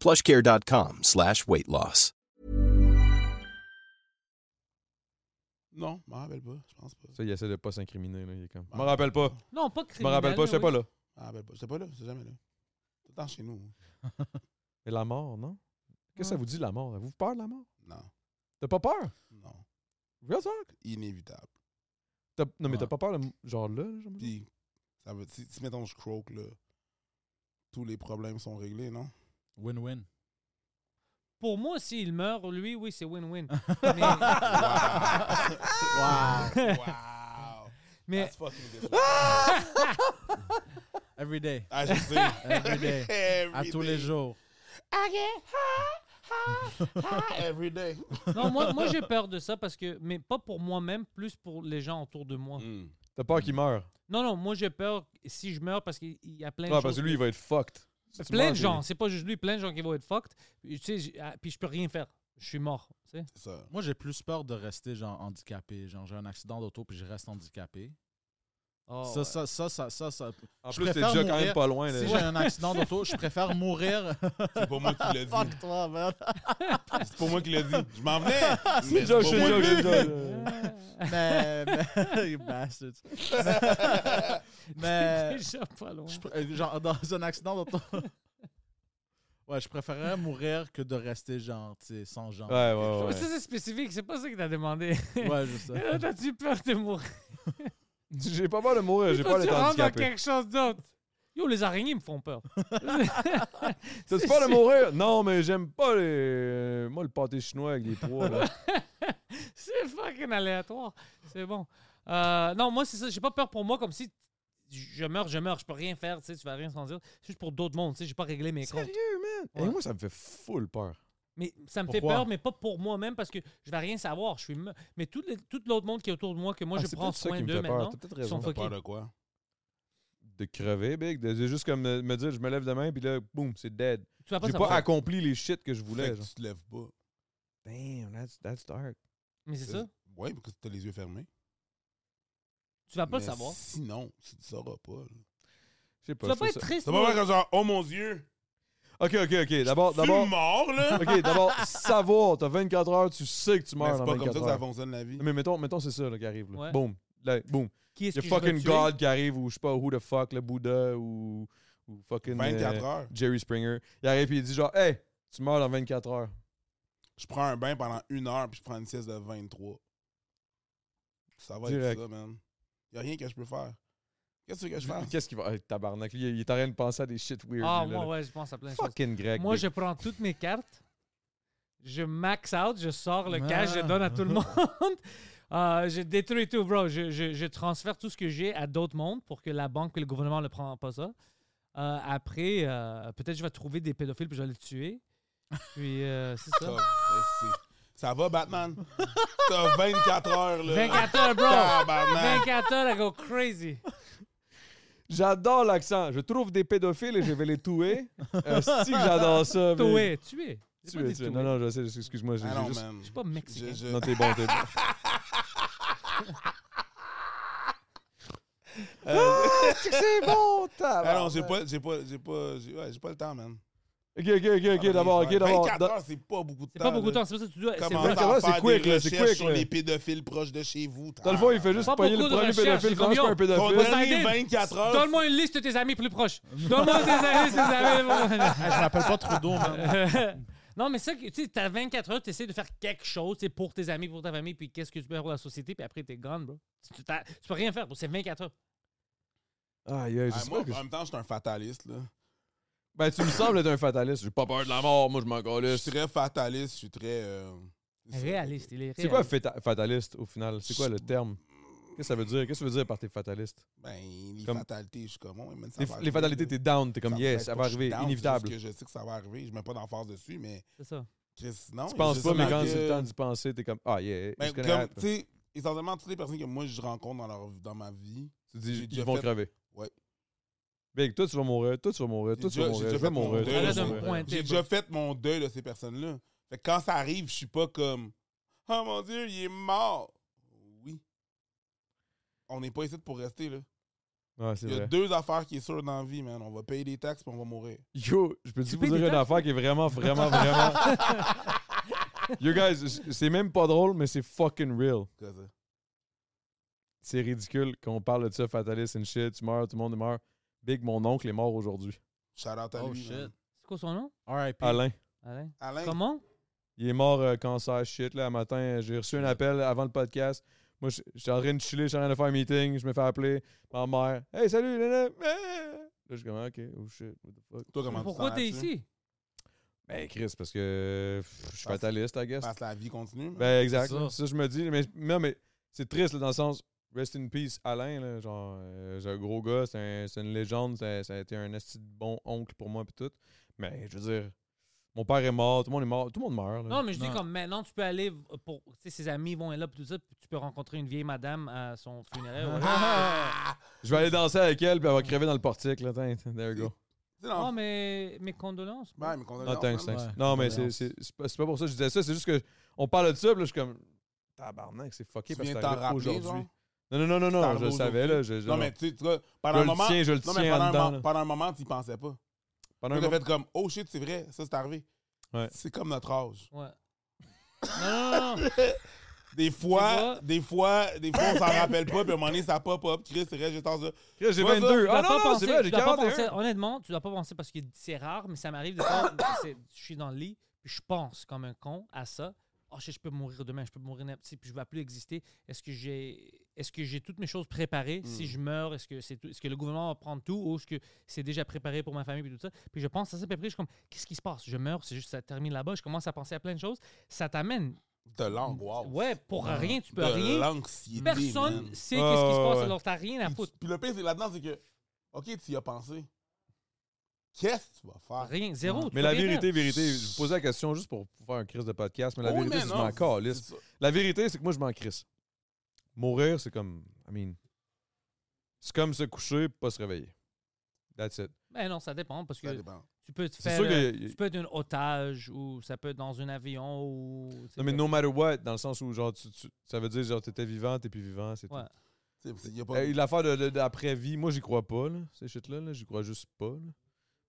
S5: Plushcare.com slash weight loss.
S2: Non, m'en rappelle pas. Je pense pas.
S1: Ça, il essaie de pas s'incriminer. Là, il est comme... Je
S2: Ah.
S1: m'en rappelle pas.
S4: Non, pas
S1: Je
S4: criminel.
S1: m'en rappelle pas,
S4: là,
S1: j'étais
S4: oui.
S1: pas là.
S2: M'en rappelle Ah, ben, pas. J'étais pas là. J'étais jamais là. Tout le temps chez nous.
S1: Mais la mort, non Qu'est-ce que ça
S4: Ouais.
S1: vous dit, la mort Avez-vous peur de la mort
S2: Non.
S1: T'as pas peur
S2: Non.
S1: Real talk
S2: Inévitable.
S1: T'as- Non, mais t'as
S3: Ouais.
S1: pas peur, de... genre là genre-
S2: Puis, ça veut, si, si, mettons, je croque, là, tous les problèmes sont réglés, non?
S3: Win-win.
S4: Pour moi, s'il meurt, lui, oui, c'est win-win. Mais-
S2: Wow! wow!
S4: Mais
S2: That's fucking disrespectful.
S3: Every day.
S2: Ah, je sais.
S3: Every day. À
S2: Every
S3: tous les
S2: day.
S3: jours.
S2: I get high, high, high every day.
S4: non, moi, moi
S1: Ah,
S4: j'ai peur de ça parce que, mais pas pour moi-même, plus pour les gens autour de moi.
S2: Mm.
S1: T'as peur qu'il meure
S4: Non, non, moi j'ai peur si je meurs parce qu'il il y a plein de
S1: Ouais,
S4: choses.
S1: parce que lui, il va être fucked. Si tu
S4: plein
S1: meurs,
S4: de
S1: t'es-
S4: gens, c'est pas juste lui, plein de gens qui vont être fucked. Tu sais, j'- ah, puis je peux rien faire. Je suis mort. tu sais.
S2: C'est ça.
S3: Moi, j'ai plus peur de rester genre handicapé. Genre, j'ai un accident d'auto puis je reste handicapé.
S4: Oh,
S3: ça,
S4: ouais.
S3: ça, ça, ça, ça, ça-
S1: En
S3: Je
S1: plus, t'es
S3: préfère
S1: déjà quand même
S3: mourir
S1: pas loin. là.
S3: Si j'ai un accident d'auto, je préfère mourir.
S2: C'est pas moi qui l'ai dit.
S3: toi, man.
S2: C'est pas moi qui l'ai dit. Je m'en venais. Mais
S1: C'est joke,
S2: pas
S1: c'est
S2: moi
S1: joke,
S2: qui
S1: c'est
S2: l'ai dit.
S1: joke.
S3: Ah. Mais, mais- you bastards. mais,
S4: Déjà pas loin.
S3: je pr- euh, genre, dans un accident d'auto. Ouais, je préférerais mourir que de rester, genre, tu sais, sans genre.
S1: Ouais, ouais,
S4: Mais
S1: ouais.
S4: Ça, c'est spécifique, c'est pas ça que t'as demandé.
S3: Ouais, je sais.
S4: Là, T'as-tu peur de mourir?
S1: J'ai pas peur de mourir, j'ai
S4: Toi,
S1: peur
S4: tu
S1: d'être
S4: rentres dans
S1: handicapé.
S4: quelque chose d'autre. Yo, les araignées me font peur.
S1: T'as-tu peur de mourir? Non, mais j'aime pas les. euh, Moi, le pâté chinois avec des pois, là.
S4: C'est fucking aléatoire. C'est bon. Euh, non, moi, c'est ça. J'ai pas peur pour moi comme si je meurs, je meurs. Je peux rien faire. Tu sais, tu vas rien sans dire. C'est juste pour d'autres mondes. Tu sais, j'ai pas réglé mes comptes.
S1: Sérieux, man? Et
S4: Ouais.
S1: moi, ça me fait full peur.
S4: Mais ça me
S3: Pourquoi?
S4: fait peur, mais pas pour moi-même parce que je vais rien savoir. Je suis me- Mais tout, le- tout l'autre monde qui est autour de moi, que moi
S1: Ah,
S4: je
S1: c'est
S4: prends
S1: peut-être ça
S4: soin
S1: qui me
S4: d'eux
S1: fait peur.
S4: maintenant,
S1: T'as peut-être
S4: ils sont
S1: raison.
S2: T'as
S4: fuckés.
S2: peur de quoi?
S1: De crever, big. De de juste comme me me dire, je me lève demain, puis là, boum, c'est dead.
S4: Tu vas pas
S1: J'ai pas
S4: savoir.
S1: accompli les shit que je
S2: Fait
S1: voulais.
S2: que
S1: genre.
S2: tu te lèves pas.
S1: Damn, that's, that's dark.
S4: Mais c'est ça.
S2: Ouais, parce que t'as les yeux fermés.
S4: Tu vas pas le
S2: Mais
S4: savoir.
S2: Sinon, tu ne sauras pas. là.
S1: Je sais
S4: Tu
S1: pas.
S4: vas
S1: je
S4: pas
S1: trouve
S4: être triste.
S2: C'est pas
S4: moi.
S2: vrai que genre, oh mon Dieu,
S1: ça- Ok, ok, ok. D'abord,
S2: tu es
S1: d'abord.
S2: mort, là.
S1: Ok, d'abord, savoir, t'as 24 heures, tu sais que tu
S2: Mais
S1: meurs
S2: c'est
S1: dans
S2: pas comme
S1: 24
S2: ça que ça
S1: heures.
S2: fonctionne la vie.
S1: Mais mettons, mettons c'est ça là, qui arrive. Là.
S4: Ouais.
S1: Boum. like, boom.
S4: Qui est-ce
S1: Il y
S4: que
S1: a
S4: je vais
S1: fucking
S4: tuer?
S1: God qui arrive, ou je sais pas, who the fuck, le Bouddha, ou, ou fucking
S2: 24
S1: euh,
S2: heures.
S1: Jerry Springer. Il arrive et il dit genre, hey, tu meurs dans 24 heures.
S2: Je prends un bain pendant une heure puis je prends une sieste de 23. Ça va
S1: Direct.
S2: être ça, man. Il a rien que je peux faire. Qu'est-ce que tu veux que je fasse?
S1: Qu'est-ce qu'il va. Hey, tabarnak, lui, il est en train de penser à des shit weird.
S4: Ah,
S1: lui, là,
S4: moi,
S1: là.
S4: ouais, je pense à plein de choses.
S1: Fucking grec.
S4: Moi,
S1: des-
S4: je prends toutes mes cartes, je max out, je sors le cash, je
S3: Ah.
S4: donne à tout le monde. Euh, je détruis tout, bro. Je, je- je transfère tout ce que j'ai à d'autres mondes pour que la banque et le gouvernement ne prennent pas ça. Euh, après, euh, peut-être je vais trouver des pédophiles puis je vais les tuer. Puis, euh, c'est
S2: Ça,
S4: ça.
S2: c'est- ça va, Batman? T'as 24 heures, là.
S4: 24 heures, bro!
S2: Tabarnak.
S4: 24 heures, I go crazy.
S1: J'adore l'accent. Je trouve des pédophiles et je vais les tuer. Euh, si que j'adore ça. mais-
S4: Tuer, tuer. J'ai pas
S1: Tuer,
S4: dit
S1: tuer.
S4: tuer.
S1: Non, non, je sais, excuse-moi. j'ai-
S2: Ah
S1: j'ai
S2: non,
S1: juste...
S2: man.
S4: Je suis pas mexicain.
S2: Je- je-
S1: Non, t'es bon, t'es bon.
S2: Euh,
S1: Ah, c'est que c'est bon,
S2: Ah
S1: ben.
S2: non,
S1: tabarnak.
S2: j'ai pas, j'ai pas, j'ai pas, j'ai ouais, j'ai pas le temps, man. Ah,
S1: Ok, ok, ok, ok, d'abord, ok, d'abord.
S2: 24
S1: Da-
S2: heures, c'est pas beaucoup de temps.
S4: C'est pas beaucoup de
S2: là.
S4: temps, c'est pour ça que tu dois. c'est
S2: Commence
S4: vrai.
S2: à
S1: heures, c'est
S2: faire
S1: quick,
S2: des
S1: là, c'est
S2: recherches
S1: quick,
S2: sur
S1: là.
S2: les pédophiles proches de chez vous.
S1: Dans le fond, il fait juste
S4: Pas
S1: payer le
S4: beaucoup de
S1: premier
S4: recherche,
S1: pédophile.
S4: c'est comme
S1: Comment c'est pas un
S4: yo,
S2: Ton
S1: pédophile?
S2: dernier
S4: Poseidon.
S2: 24 heures.
S4: Donne-moi une liste de tes amis plus proches. Donne-moi tes amis, tes amis.
S3: Hey, je m'appelle pas Trudeau, man.
S4: non, mais ça, que- tu sais, t'as 24 heures, t'essaies de faire quelque chose, c'est pour tes amis, pour ta famille, puis qu'est-ce que tu peux faire pour la société, puis après, t'es gone, bro. Tu, t'as- tu peux rien faire, bro. C'est 24 heures.
S1: Aïe, aïe, je
S2: Ah,
S1: sais
S2: moi,
S1: pas que je-
S2: en même temps, je suis un fataliste, là.
S1: Ben, tu me sembles être un fataliste. J'ai pas peur de la mort, moi, je m'en
S2: Je
S1: calisse.
S2: suis très fataliste, je suis très... euh,
S4: Réaliste, il est réaliste.
S1: C'est quoi fata- fataliste, au final? C'est quoi le terme? Qu'est-ce que ça veut dire? Qu'est-ce que ça veut dire par tes fataliste?
S2: Ben, les
S1: Comme-
S2: fatalités, je suis comme... ouais, man, ça
S1: Les,
S2: va
S1: les
S2: arriver,
S1: fatalités,
S2: là.
S1: t'es down, t'es comme
S2: Ça-
S1: yes,
S2: c'est
S1: ça
S2: pas
S1: va
S2: que je suis
S1: arriver,
S2: down, c'est juste
S1: inévitable.
S2: que je sais que ça va arriver, je mets pas d'emphase dessus, mais
S4: C'est ça.
S2: Chris, non.
S1: Tu penses
S2: je
S1: pas,
S2: sais
S1: mais quand
S2: que-
S1: c'est le temps d'y penser, t'es comme ah yeah,
S2: euh, Ben,
S1: je connais
S2: comme,
S1: rap.
S2: tu sais, essentiellement, toutes les personnes que moi, je rencontre dans, leur, dans ma vie,
S1: Tu dis
S2: j'ai
S1: ils
S2: déjà
S1: vont
S2: fait-
S1: crever.
S2: Ouais.
S1: Big, toi tu vas mourir, toi tu vas mourir,
S2: J'ai
S1: toi tu vas
S2: déjà- j'ai
S1: mourir, je
S2: déjà
S1: vais
S2: fait mon
S1: mourir.
S2: deuil.
S1: toi, tu
S4: Arrête
S1: vas
S4: de me
S1: mourir.
S4: pointer.
S2: j'ai
S4: bro.
S2: déjà fait mon deuil de ces personnes-là. Fait que quand ça arrive, je suis pas comme Oh mon Dieu, il est mort. Oui. On n'est pas ici pour rester, là.
S1: Ouais, c'est
S2: Il y a
S1: vrai.
S2: deux affaires qui est sûre dans la vie, man. On va payer des taxes puis on va mourir.
S1: Yo, je peux
S4: Tu
S1: te vous
S4: payes des
S1: dire une
S4: taxes,
S1: affaire qui est vraiment, vraiment, vraiment. Yo guys, c- c'est même pas drôle, mais c'est fucking real.
S2: Qu'est-ce que
S1: C'est ridicule quand on parle de ça, fataliste and shit, tu meurs, tout le monde meurt. Big, mon oncle est mort aujourd'hui.
S2: c'est? Shout out à
S3: Oh,
S2: lui,
S3: shit.
S2: man.
S4: C'est quoi son nom?
S3: R.I.P.
S1: Alain.
S4: Alain.
S2: Alain,
S4: Comment?
S1: Il est mort euh, cancer shit là un matin. euh, J'ai reçu un appel avant le podcast. Moi, j- j'étais en train de chiller, j'étais en train de faire un meeting, je me fais appeler. Ma mère. Hey, salut, nana. Ah! Là, je suis comme ok, oh shit, what the fuck.
S2: toi, comment
S4: Pourquoi
S2: tu
S4: t'es
S2: t'en là-dessus?
S4: ici?
S1: Ben Chris, parce que pff, je suis
S2: Parce-
S1: fataliste, I guess.
S2: Parce que la vie continue, man.
S1: Ben exact.
S3: C'est
S1: là.
S3: ça.
S1: Ça, je me dis, mais non, mais c'est triste là, dans le sens. Rest in peace, Alain, là, genre, euh, c'est un gros gars, c'est un- c'est une légende, ça, ça a été un esti de bon oncle pour moi, pis tout. Mais je veux dire, mon père est mort, tout le monde est mort, tout le monde meurt. là.
S4: Non, mais je dis
S3: Non.
S4: comme maintenant, tu peux aller pour. Tu sais, ses amis vont là, puis tout ça, puis tu peux rencontrer une vieille madame à son funéraire.
S1: Je vais aller danser avec elle, puis elle va crever dans le portique. Là. Tiens, There you go.
S2: Tu sais,
S4: Oh,
S2: dans-
S4: mais mes condoléances. bro.
S2: Ben, mais qu'on a
S1: Non, Ah, thanks,
S2: man.
S1: thanks.
S3: Ouais.
S1: Non, mais c'est
S3: Condoléances.
S1: c'est- c'est pas, c'est pas pour ça que je disais ça. C'est juste que on parle de ça, puis là, je suis comme. Tabarnak, c'est fucké
S2: Tu
S1: parce
S2: viens de
S1: que c'est
S2: t'en
S1: arrivé
S2: rappeler,
S1: aujourd'hui.
S2: genre?
S1: Non, non, non,
S2: t'en
S1: non, non, je
S2: rappelles
S1: le savais, là. Je, je-
S2: Non, mais tu tu vois, pendant
S1: je
S2: un moment...
S1: le tiens, je le
S2: Non, mais
S1: tiens
S2: pendant
S1: en
S2: un
S1: dedans.
S2: moment-
S1: là.
S2: pendant un moment, tu pensais pas.
S1: Pendant
S2: Tu
S1: un
S2: t'as fait
S1: moment-
S2: comme, oh shit, c'est vrai, ça c'est arrivé.
S1: Ouais.
S2: C'est comme notre âge.
S4: Ouais. Non, non, non, non.
S2: Des
S4: Tu
S2: fois,
S4: vois?
S2: des fois, des fois, on s'en rappelle pas, puis à un moment donné, ça pop up. Chris, c'est vrai, j'ai tendance de.
S1: Chris, J'ai
S2: Tu vois ça?
S1: 22.
S4: Tu dois
S1: Ah non,
S4: pas
S1: non,
S4: penser-
S1: c'est vrai,
S4: tu
S1: j'ai
S4: dois pas penser-
S1: 41.
S4: Honnêtement, tu dois pas penser parce que c'est rare, mais ça m'arrive de faire. c'est- je suis dans le lit, puis je pense comme un con à ça. Oh, shit, je peux mourir demain, je peux mourir n'importe- si, puis je vais plus exister. Est-ce que j'ai est-ce que j'ai toutes mes choses préparées
S1: Hmm.
S4: si je meurs Est-ce que c'est tout- est-ce que le gouvernement va prendre tout ou est-ce que c'est déjà préparé pour ma famille et tout ça Puis je pense à ça, puis après je suis comme qu'est-ce qui se passe Je meurs, c'est juste ça termine là-bas, je commence à penser à plein de choses, ça t'amène.
S2: De l'angoisse.
S4: Ouais, pour rien, tu
S2: De
S4: peux rien.
S2: l'anxiété.
S4: Personne
S2: man.
S4: sait qu'est-ce qui se
S1: Ouais, Ah, ouais,
S4: passe
S1: ouais.
S4: alors t'as rien à
S2: Puis,
S4: foutre.
S2: tu- puis le pire, c'est là-dedans, c'est que, OK, tu y as pensé. Qu'est-ce que tu vas faire?
S4: Rien, zéro. tu peux
S1: Mais la
S4: rien faire.
S1: vérité, vérité, je vous posais la question juste pour faire un crise de podcast, mais la
S2: Oui,
S1: vérité,
S2: Oh, mais
S1: c'est que je
S2: non,
S1: m'en calisse.
S2: c'est ça.
S1: La vérité, c'est que moi, je m'en crisse. Mourir, c'est comme. I mean. C'est comme se coucher et pas se réveiller. That's it.
S4: Ben non, ça dépend parce
S2: Ça
S4: que
S2: dépend.
S4: tu peux te
S1: C'est
S4: faire.
S1: sûr
S4: euh,
S1: que-
S4: Tu peux être un otage ou ça peut être dans un avion ou. tu sais,
S1: Non, mais
S4: que-
S1: no matter what, dans le sens où, genre, tu, tu- ça veut dire, genre, t'étais vivant, t'es plus vivant, c'est
S4: Ouais.
S2: Tu sais, c'est- y a
S1: tout.
S2: pas-
S1: Euh, L'affaire de, de- d'après-vie, moi, j'y crois pas, là, ces shit-là, là, j'y crois juste pas, là.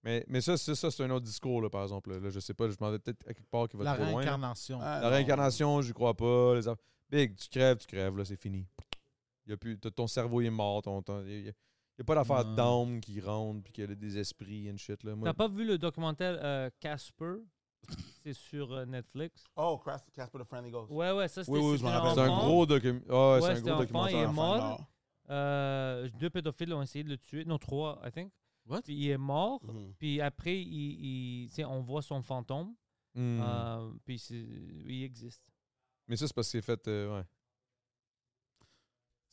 S1: Mais, mais ça, c'est, ça, c'est un autre discours, là, par exemple. Là, Là, je sais pas, je m'en vais peut-être à quelque part qui va
S3: La
S1: trop loin. là.
S3: réincarnation.
S2: Ah,
S1: La
S2: non.
S1: réincarnation, j'y crois pas. Les aff- Big, tu crèves, tu crèves, là, c'est fini. Il Y a plus, t'as- ton cerveau il est mort. Ton, ton- y a, y a- y a pas d'affaire
S3: Non.
S1: d'âme qui rentre puis qu'il y a des esprits and shit. Là. Moi,
S4: T'as pas vu le documentaire euh, Casper? C'est sur euh, Netflix.
S2: Oh, Cras- Casper the Friendly Ghost.
S4: Ouais, ouais, ça c'était
S2: Oui, oui, je
S4: c'était
S2: m'en
S4: un
S2: rappelle.
S1: c'est un
S4: enfant.
S1: gros document. Ah,
S4: Ouais,
S1: c'est un
S4: c'était
S1: gros
S4: enfant,
S2: Mon
S4: il est
S1: documentaire.
S2: enfant
S4: mort. Euh, deux pédophiles ont essayé de le tuer. Non, trois, I think.
S3: What?
S4: Puis il est mort.
S2: Mhm.
S4: Puis après, il, il- tu sais, on voit son fantôme.
S1: Hmm.
S4: Euh, puis c'est- il existe.
S1: Mais ça, c'est parce que c'est fait. euh, ouais.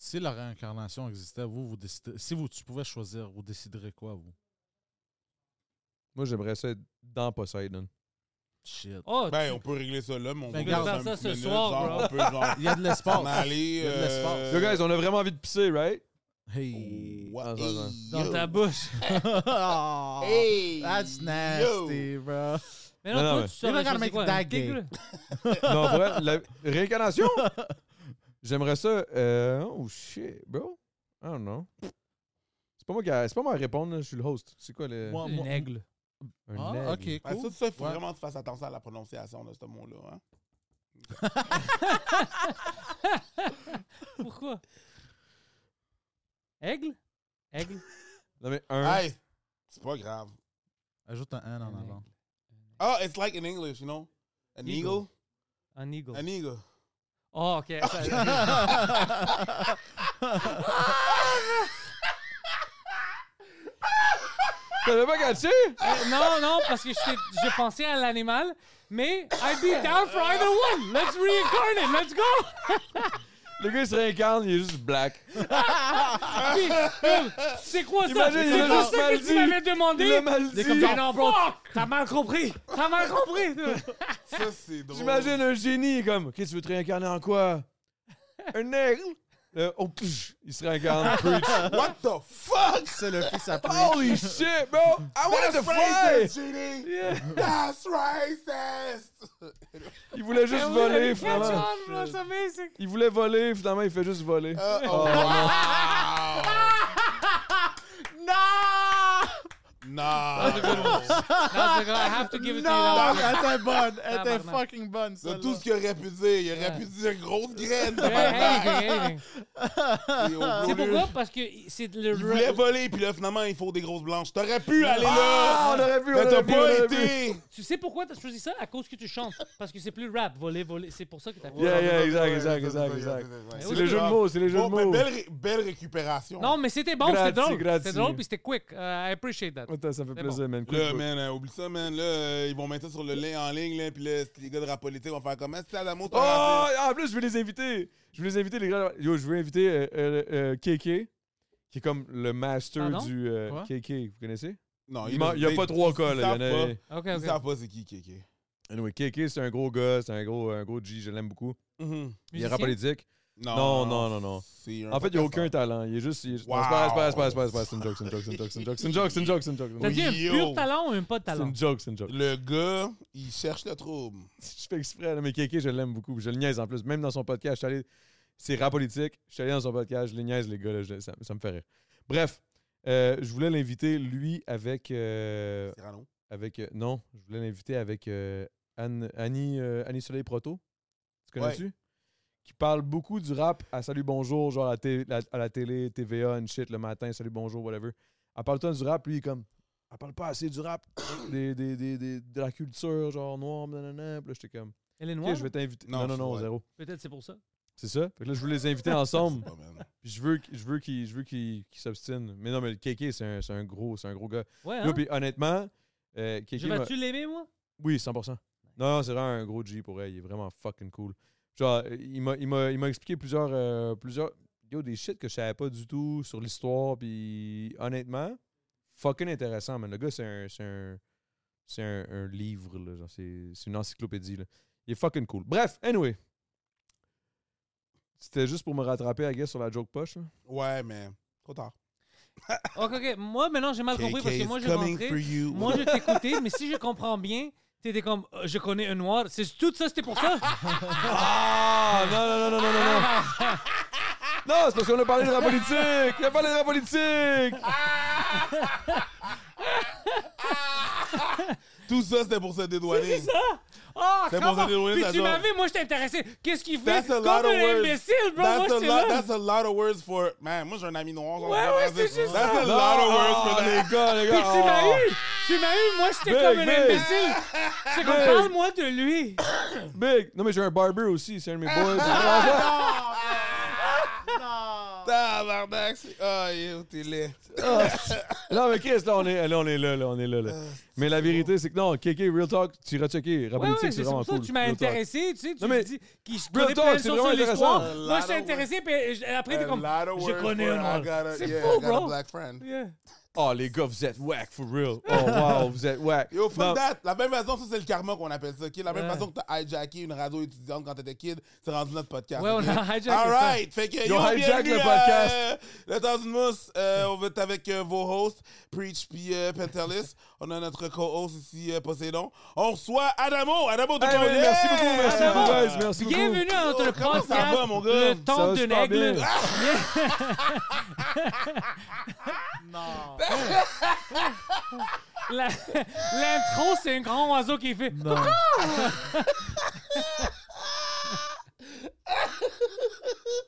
S3: Si la réincarnation existait, vous, vous décidez, si vous tu pouvais choisir, vous déciderez quoi, vous?
S1: Moi, j'aimerais ça être dans Poseidon.
S3: Shit.
S4: Oh,
S2: Ben,
S4: tu-
S2: on peut régler ça là, mais on
S3: Ben,
S2: peut faire
S3: garde
S4: ça
S2: un petit
S4: ce
S2: minute,
S4: soir,
S2: genre,
S4: bro.
S2: On peut, genre,
S3: Il y a de
S2: s'en
S3: l'espace.
S2: aller.
S3: Il y a de l'espace.
S2: euh,
S1: Yo, guys, on a vraiment envie de pisser, right?
S3: Hey.
S2: What?
S1: Ah, ça, ça.
S2: Hey,
S4: dans
S2: yo.
S4: ta bouche.
S3: Oh,
S2: Hey,
S3: That's
S2: yo.
S3: nasty, bro.
S4: Mais non,
S1: Non, non,
S4: toi,
S1: mais-
S4: tu saurais
S3: You're not
S4: choisir
S3: gonna make
S4: quoi,
S3: that
S4: une
S3: gay.
S4: dégueule?
S1: non, pour vrai, la réincarnation? J'aimerais ça. euh, oh shit, bro. I don't know. C'est pas moi qui a- c'est pas moi à répondre, là, je suis le host. C'est quoi le.
S3: Moi-
S4: Une
S3: moi-
S4: aigle.
S1: un
S3: Ah,
S1: aigle.
S3: ok,
S2: Ah,
S3: cool.
S2: ça, ça, il faut
S3: Ouais.
S2: vraiment que tu fasses attention à la prononciation de ce mot-là. Hein?
S4: Pourquoi? Aigle? Aigle?
S1: Non, mais un.
S2: Hey, c'est pas grave.
S3: Ajoute un N en avant.
S2: Ah, it's like in English, you know? An eagle?
S4: Eagle. Un eagle.
S2: An eagle.
S4: Oh, OK. ça-
S1: T'avais pas catché?
S4: Euh, non, non, parce que j'étais- je pensais à l'animal, mais I'd be down for either one. Let's reincarnate. Let's go.
S1: Le gars, il se réincarne, il est juste black.
S4: Puis, euh, C'est quoi ça?
S1: Imagine, il
S4: C'est
S1: a
S4: tout
S1: juste
S4: ça
S1: mal
S4: que
S1: dit.
S4: tu m'avais demandé?
S1: Il l'a mal
S4: C'est
S1: dit.
S4: comme, mais non, bro, t'as mal compris. T'as mal compris.
S2: Ça, c'est drôle.
S1: J'imagine un génie comme. Ok, tu veux te réincarner en quoi? Un aigle? Là, oh, pff, il se réincarne. Preach.
S2: What the fuck?
S3: C'est le fils à
S1: Holy shit, bro! I wanted to
S2: That's
S1: fly!
S2: racist, GD! That's racist!
S1: Il voulait
S4: Eh
S1: juste voler,
S4: Catch
S1: finalement.
S4: on, bro, it's amazing.
S1: Il voulait voler, finalement, il fait juste voler.
S2: Uh, oh, wow!
S3: Ah!
S2: Nah!
S4: That's the guy. I have to give it to you.
S3: Non,
S4: That was-
S3: elle était bonne. Elle était
S4: Tabarnak.
S3: fucking bonne, ça.
S2: C'est tout ce qu'il aurait pu dire. Il aurait pu dire grosse graine.
S4: Anything,
S2: tabarnak.
S4: anything.
S2: Et au
S4: C'est
S2: milieu,
S4: pourquoi? Parce que c'est le...
S2: Il voulait voler, puis là, finalement, il faut des grosses blanches. T'aurais pu aller
S1: Ah,
S2: là!
S1: on aurait pu, on
S2: Mais t'as
S1: aurait pu, on
S2: pas
S1: aurait pu.
S2: été!
S4: Tu sais pourquoi t'as choisi ça? À cause que tu chantes. Parce que c'est plus rap, voler, voler. C'est pour ça que t'as fait
S1: Yeah,
S4: ça.
S1: yeah, exact, exact, exact, exact. C'est les jeux de mots, c'est les jeux de
S2: Bon, ben,
S1: mots.
S2: belle, ré- belle récupération.
S4: Non, mais c'était bon, c'était
S1: Grazie,
S4: drôle. C'était
S1: grazie.
S4: drôle, puis c'était quick. Euh, I appreciate that.
S1: Attends, ça fait
S4: C'est
S1: plaisir, man. Cool,
S2: Là,
S1: cool.
S2: man, euh, oublie ça, man. Là, euh, ils vont mettre ça sur le lien en ligne, là, puis là, les gars de rap politique vont faire comme « C'est Adamo, t'as
S1: Oh, en plus, je vais les inviter. Je vais les inviter, les gars. Yo, je veux inviter euh, euh, euh, KK, qui est comme le master
S4: Pardon?
S1: du euh,
S3: Quoi?
S1: KK. Vous connaissez?
S2: Non,
S1: Il n'y a pas trois cas, là. Il y en a.
S4: OK,
S2: Ils savent
S4: OK.
S2: pas c'est qui, Kéké.
S1: Anyway, KK, c'est un gros gars, c'est un gros, un gros G, je l'aime beaucoup.
S2: Mhm.
S1: Il est rap
S4: Musicien?
S1: politique.
S2: Non,
S1: Non, non, non, non.
S2: c'est un hein.
S1: En fait, il n'y a aucun
S2: podcasteur.
S1: talent. Il est juste. il est-
S2: Wow.
S1: Non, c'est pas vrai, c'est pas vrai, c'est pas vrai, c'est pas vrai, c'est une joke, c'est une joke, c'est une joke, c'est une joke, c'est une joke, c'est une joke, c'est une joke.
S4: T'as
S1: Oui.
S4: dit un
S2: Yo.
S4: pur talent ou un pas de
S1: C'est
S4: talent?
S1: une joke, c'est une joke.
S2: Le gars, il cherche le trouble.
S1: Je fais exprès, là, mais KK, je l'aime beaucoup. Je le niaise en plus. Même dans son podcast, je suis allé. C'est rap politique. Je suis allé dans son podcast, je le niaise, les gars. là, je- ça, ça me fait rire. Bref, euh, je voulais l'inviter, lui, avec. euh,
S2: Cyrano.
S1: avec euh, non, je voulais l'inviter avec euh, Anne, Annie, euh, Annie Soleil Proto. Tu connais-tu? Qui parle beaucoup du rap à Salut Bonjour, genre à la, té- la- à la télé, TVA, une shit le matin, Salut Bonjour, whatever. Elle parle tant du rap, lui, il est comme. Elle parle pas assez du rap, des, des, des, des- de la culture, genre noir, nanana. Puis là, j'étais comme.
S4: Elle est
S1: Ok,
S4: noire?
S1: je vais t'inviter.
S2: Non,
S1: Non, non,
S2: je-
S1: non,
S2: ouais.
S1: zéro.
S4: Peut-être c'est pour ça.
S1: C'est ça? Fait que là, je veux les inviter ensemble.
S2: Oh, man.
S1: Puis je veux, qu- je veux qu'ils je veux qu'ils- qu'ils s'obstinent. Mais non, mais le KK, c'est un, c'est un gros, c'est un gros gars.
S4: Ouais,
S1: Yo,
S4: hein?
S1: puis honnêtement, euh, KK.
S4: Je
S1: m'a-
S4: vais-tu l'aimer, moi?
S1: oui, 100%. Non, non, c'est vraiment un gros G pour elle. Il est vraiment fucking cool. Genre, euh, il m'a, il m'a, il m'a expliqué plusieurs, euh, plusieurs. Yo, des shit que je savais pas du tout sur l'histoire. Puis, honnêtement, fucking intéressant, man. Le gars, c'est un. C'est un, c'est un, un livre, là. Genre, c'est, c'est une encyclopédie, là. Il est fucking cool. Bref, anyway. C'était juste pour me rattraper, à guess, sur la joke poche, là.
S2: Ouais, mais trop tard.
S4: OK, OK. Moi, maintenant, j'ai mal compris parce que moi,
S2: is
S4: j'ai
S2: coming
S4: rentré.
S2: for you.
S4: Moi, je t'écoutais, mais si je comprends bien, t'étais comme, euh, je connais un noir. C'est tout ça, c'était pour ça?
S1: Ah! Non, non, non, non, non, non, non.
S2: Ah!
S1: Non, c'est parce qu'on a parlé de la politique! On a parlé de la
S4: Ah!
S1: politique!
S2: Tout ça, c'était pour se dédouaner.
S4: C'est ça? Ah,
S2: C'est
S4: comment?
S2: pour ça, Louis,
S4: Puis
S2: ça
S4: tu
S2: joue.
S4: m'avais, moi, j'étais intéressé. Qu'est-ce qu'il fait?
S2: That's a
S4: Comme
S2: lot of
S4: un
S2: words.
S4: imbécile, bro.
S2: That's,
S4: moi,
S2: a
S4: j'étais
S2: lot,
S4: là.
S2: that's a lot of words for. Man, moi j'ai un ami noir.
S4: Ouais, ouais, c'est juste
S2: That's
S4: ça.
S2: a lot of words for that.
S1: Ah, les gars, les
S4: Puis
S1: gars.
S4: tu m'as
S1: oh.
S4: eu. Tu m'as eu. Moi, j'étais
S1: Big,
S4: comme
S1: big.
S4: un imbécile. C'est comme,
S1: Big.
S4: parle-moi de lui. Ah,
S1: Big. Non, mais j'ai un barber aussi, c'est un de mes boys.
S2: Tabarnak. c'est- Ah, yo, t'es laid.
S4: Ah,
S1: non, mais Chris, là, on est là, on est là, là, on est là. là. mais la vérité, c'est que non, KK, Real Talk, tu iras checker.
S4: Ouais,
S1: Rapolitique,
S4: ouais,
S1: c'est
S4: c'est
S1: vraiment
S4: pour ça
S1: cool.
S4: que tu m'as
S1: Real Talk.
S4: intéressé, tu sais, tu
S1: Non,
S4: me
S1: mais
S4: dis qu'il se
S1: Real
S4: connaît
S1: Talk,
S4: plein de
S1: c'est
S4: choses sur
S1: vraiment
S4: l'histoire.
S1: intéressant.
S4: Moi, j'étais
S2: A lot of
S4: intéressé, puis euh, après, t'es
S2: A
S4: comme,
S2: lot of
S4: je
S2: words
S4: connais
S2: for
S4: un
S2: I got
S4: noir.
S2: a-
S4: C'est
S2: yeah,
S4: fou,
S2: I got a
S4: bro.
S2: black friend.
S4: Yeah.
S1: Oh, les gars, vous êtes whack, for real. Oh, wow, vous êtes whack.
S2: Yo, fuck
S1: Non,
S2: that. La même façon, ça, c'est le karma qu'on appelle ça, OK? La même
S4: Ouais.
S2: façon que t'as hijacké une radio étudiante quand t'étais kid, c'est rendu notre podcast.
S4: Ouais, on
S2: ok?
S4: a hijacké
S2: All
S4: ça.
S2: right. Fait que, yo,
S1: hijack
S2: bienvenue
S1: le
S2: à, euh, Le temps d'une mousse. Euh, on va être avec euh, vos hosts, Preach puis euh, Pentelis. on a notre co-host ici, euh, Poséidon. On reçoit Adamo. Adamo de
S1: Hey, man, merci beaucoup, merci
S4: Adamo.
S1: beaucoup, guys, merci beaucoup.
S4: Bienvenue à
S2: Oh,
S4: notre
S2: comment ça
S4: podcast,
S2: va, mon gars?
S4: Le
S1: Ça
S4: temps
S1: va
S4: d'un
S1: super
S4: aigle.
S1: bien.
S4: La- L'intro, c'est un grand oiseau qui fait.
S1: c'est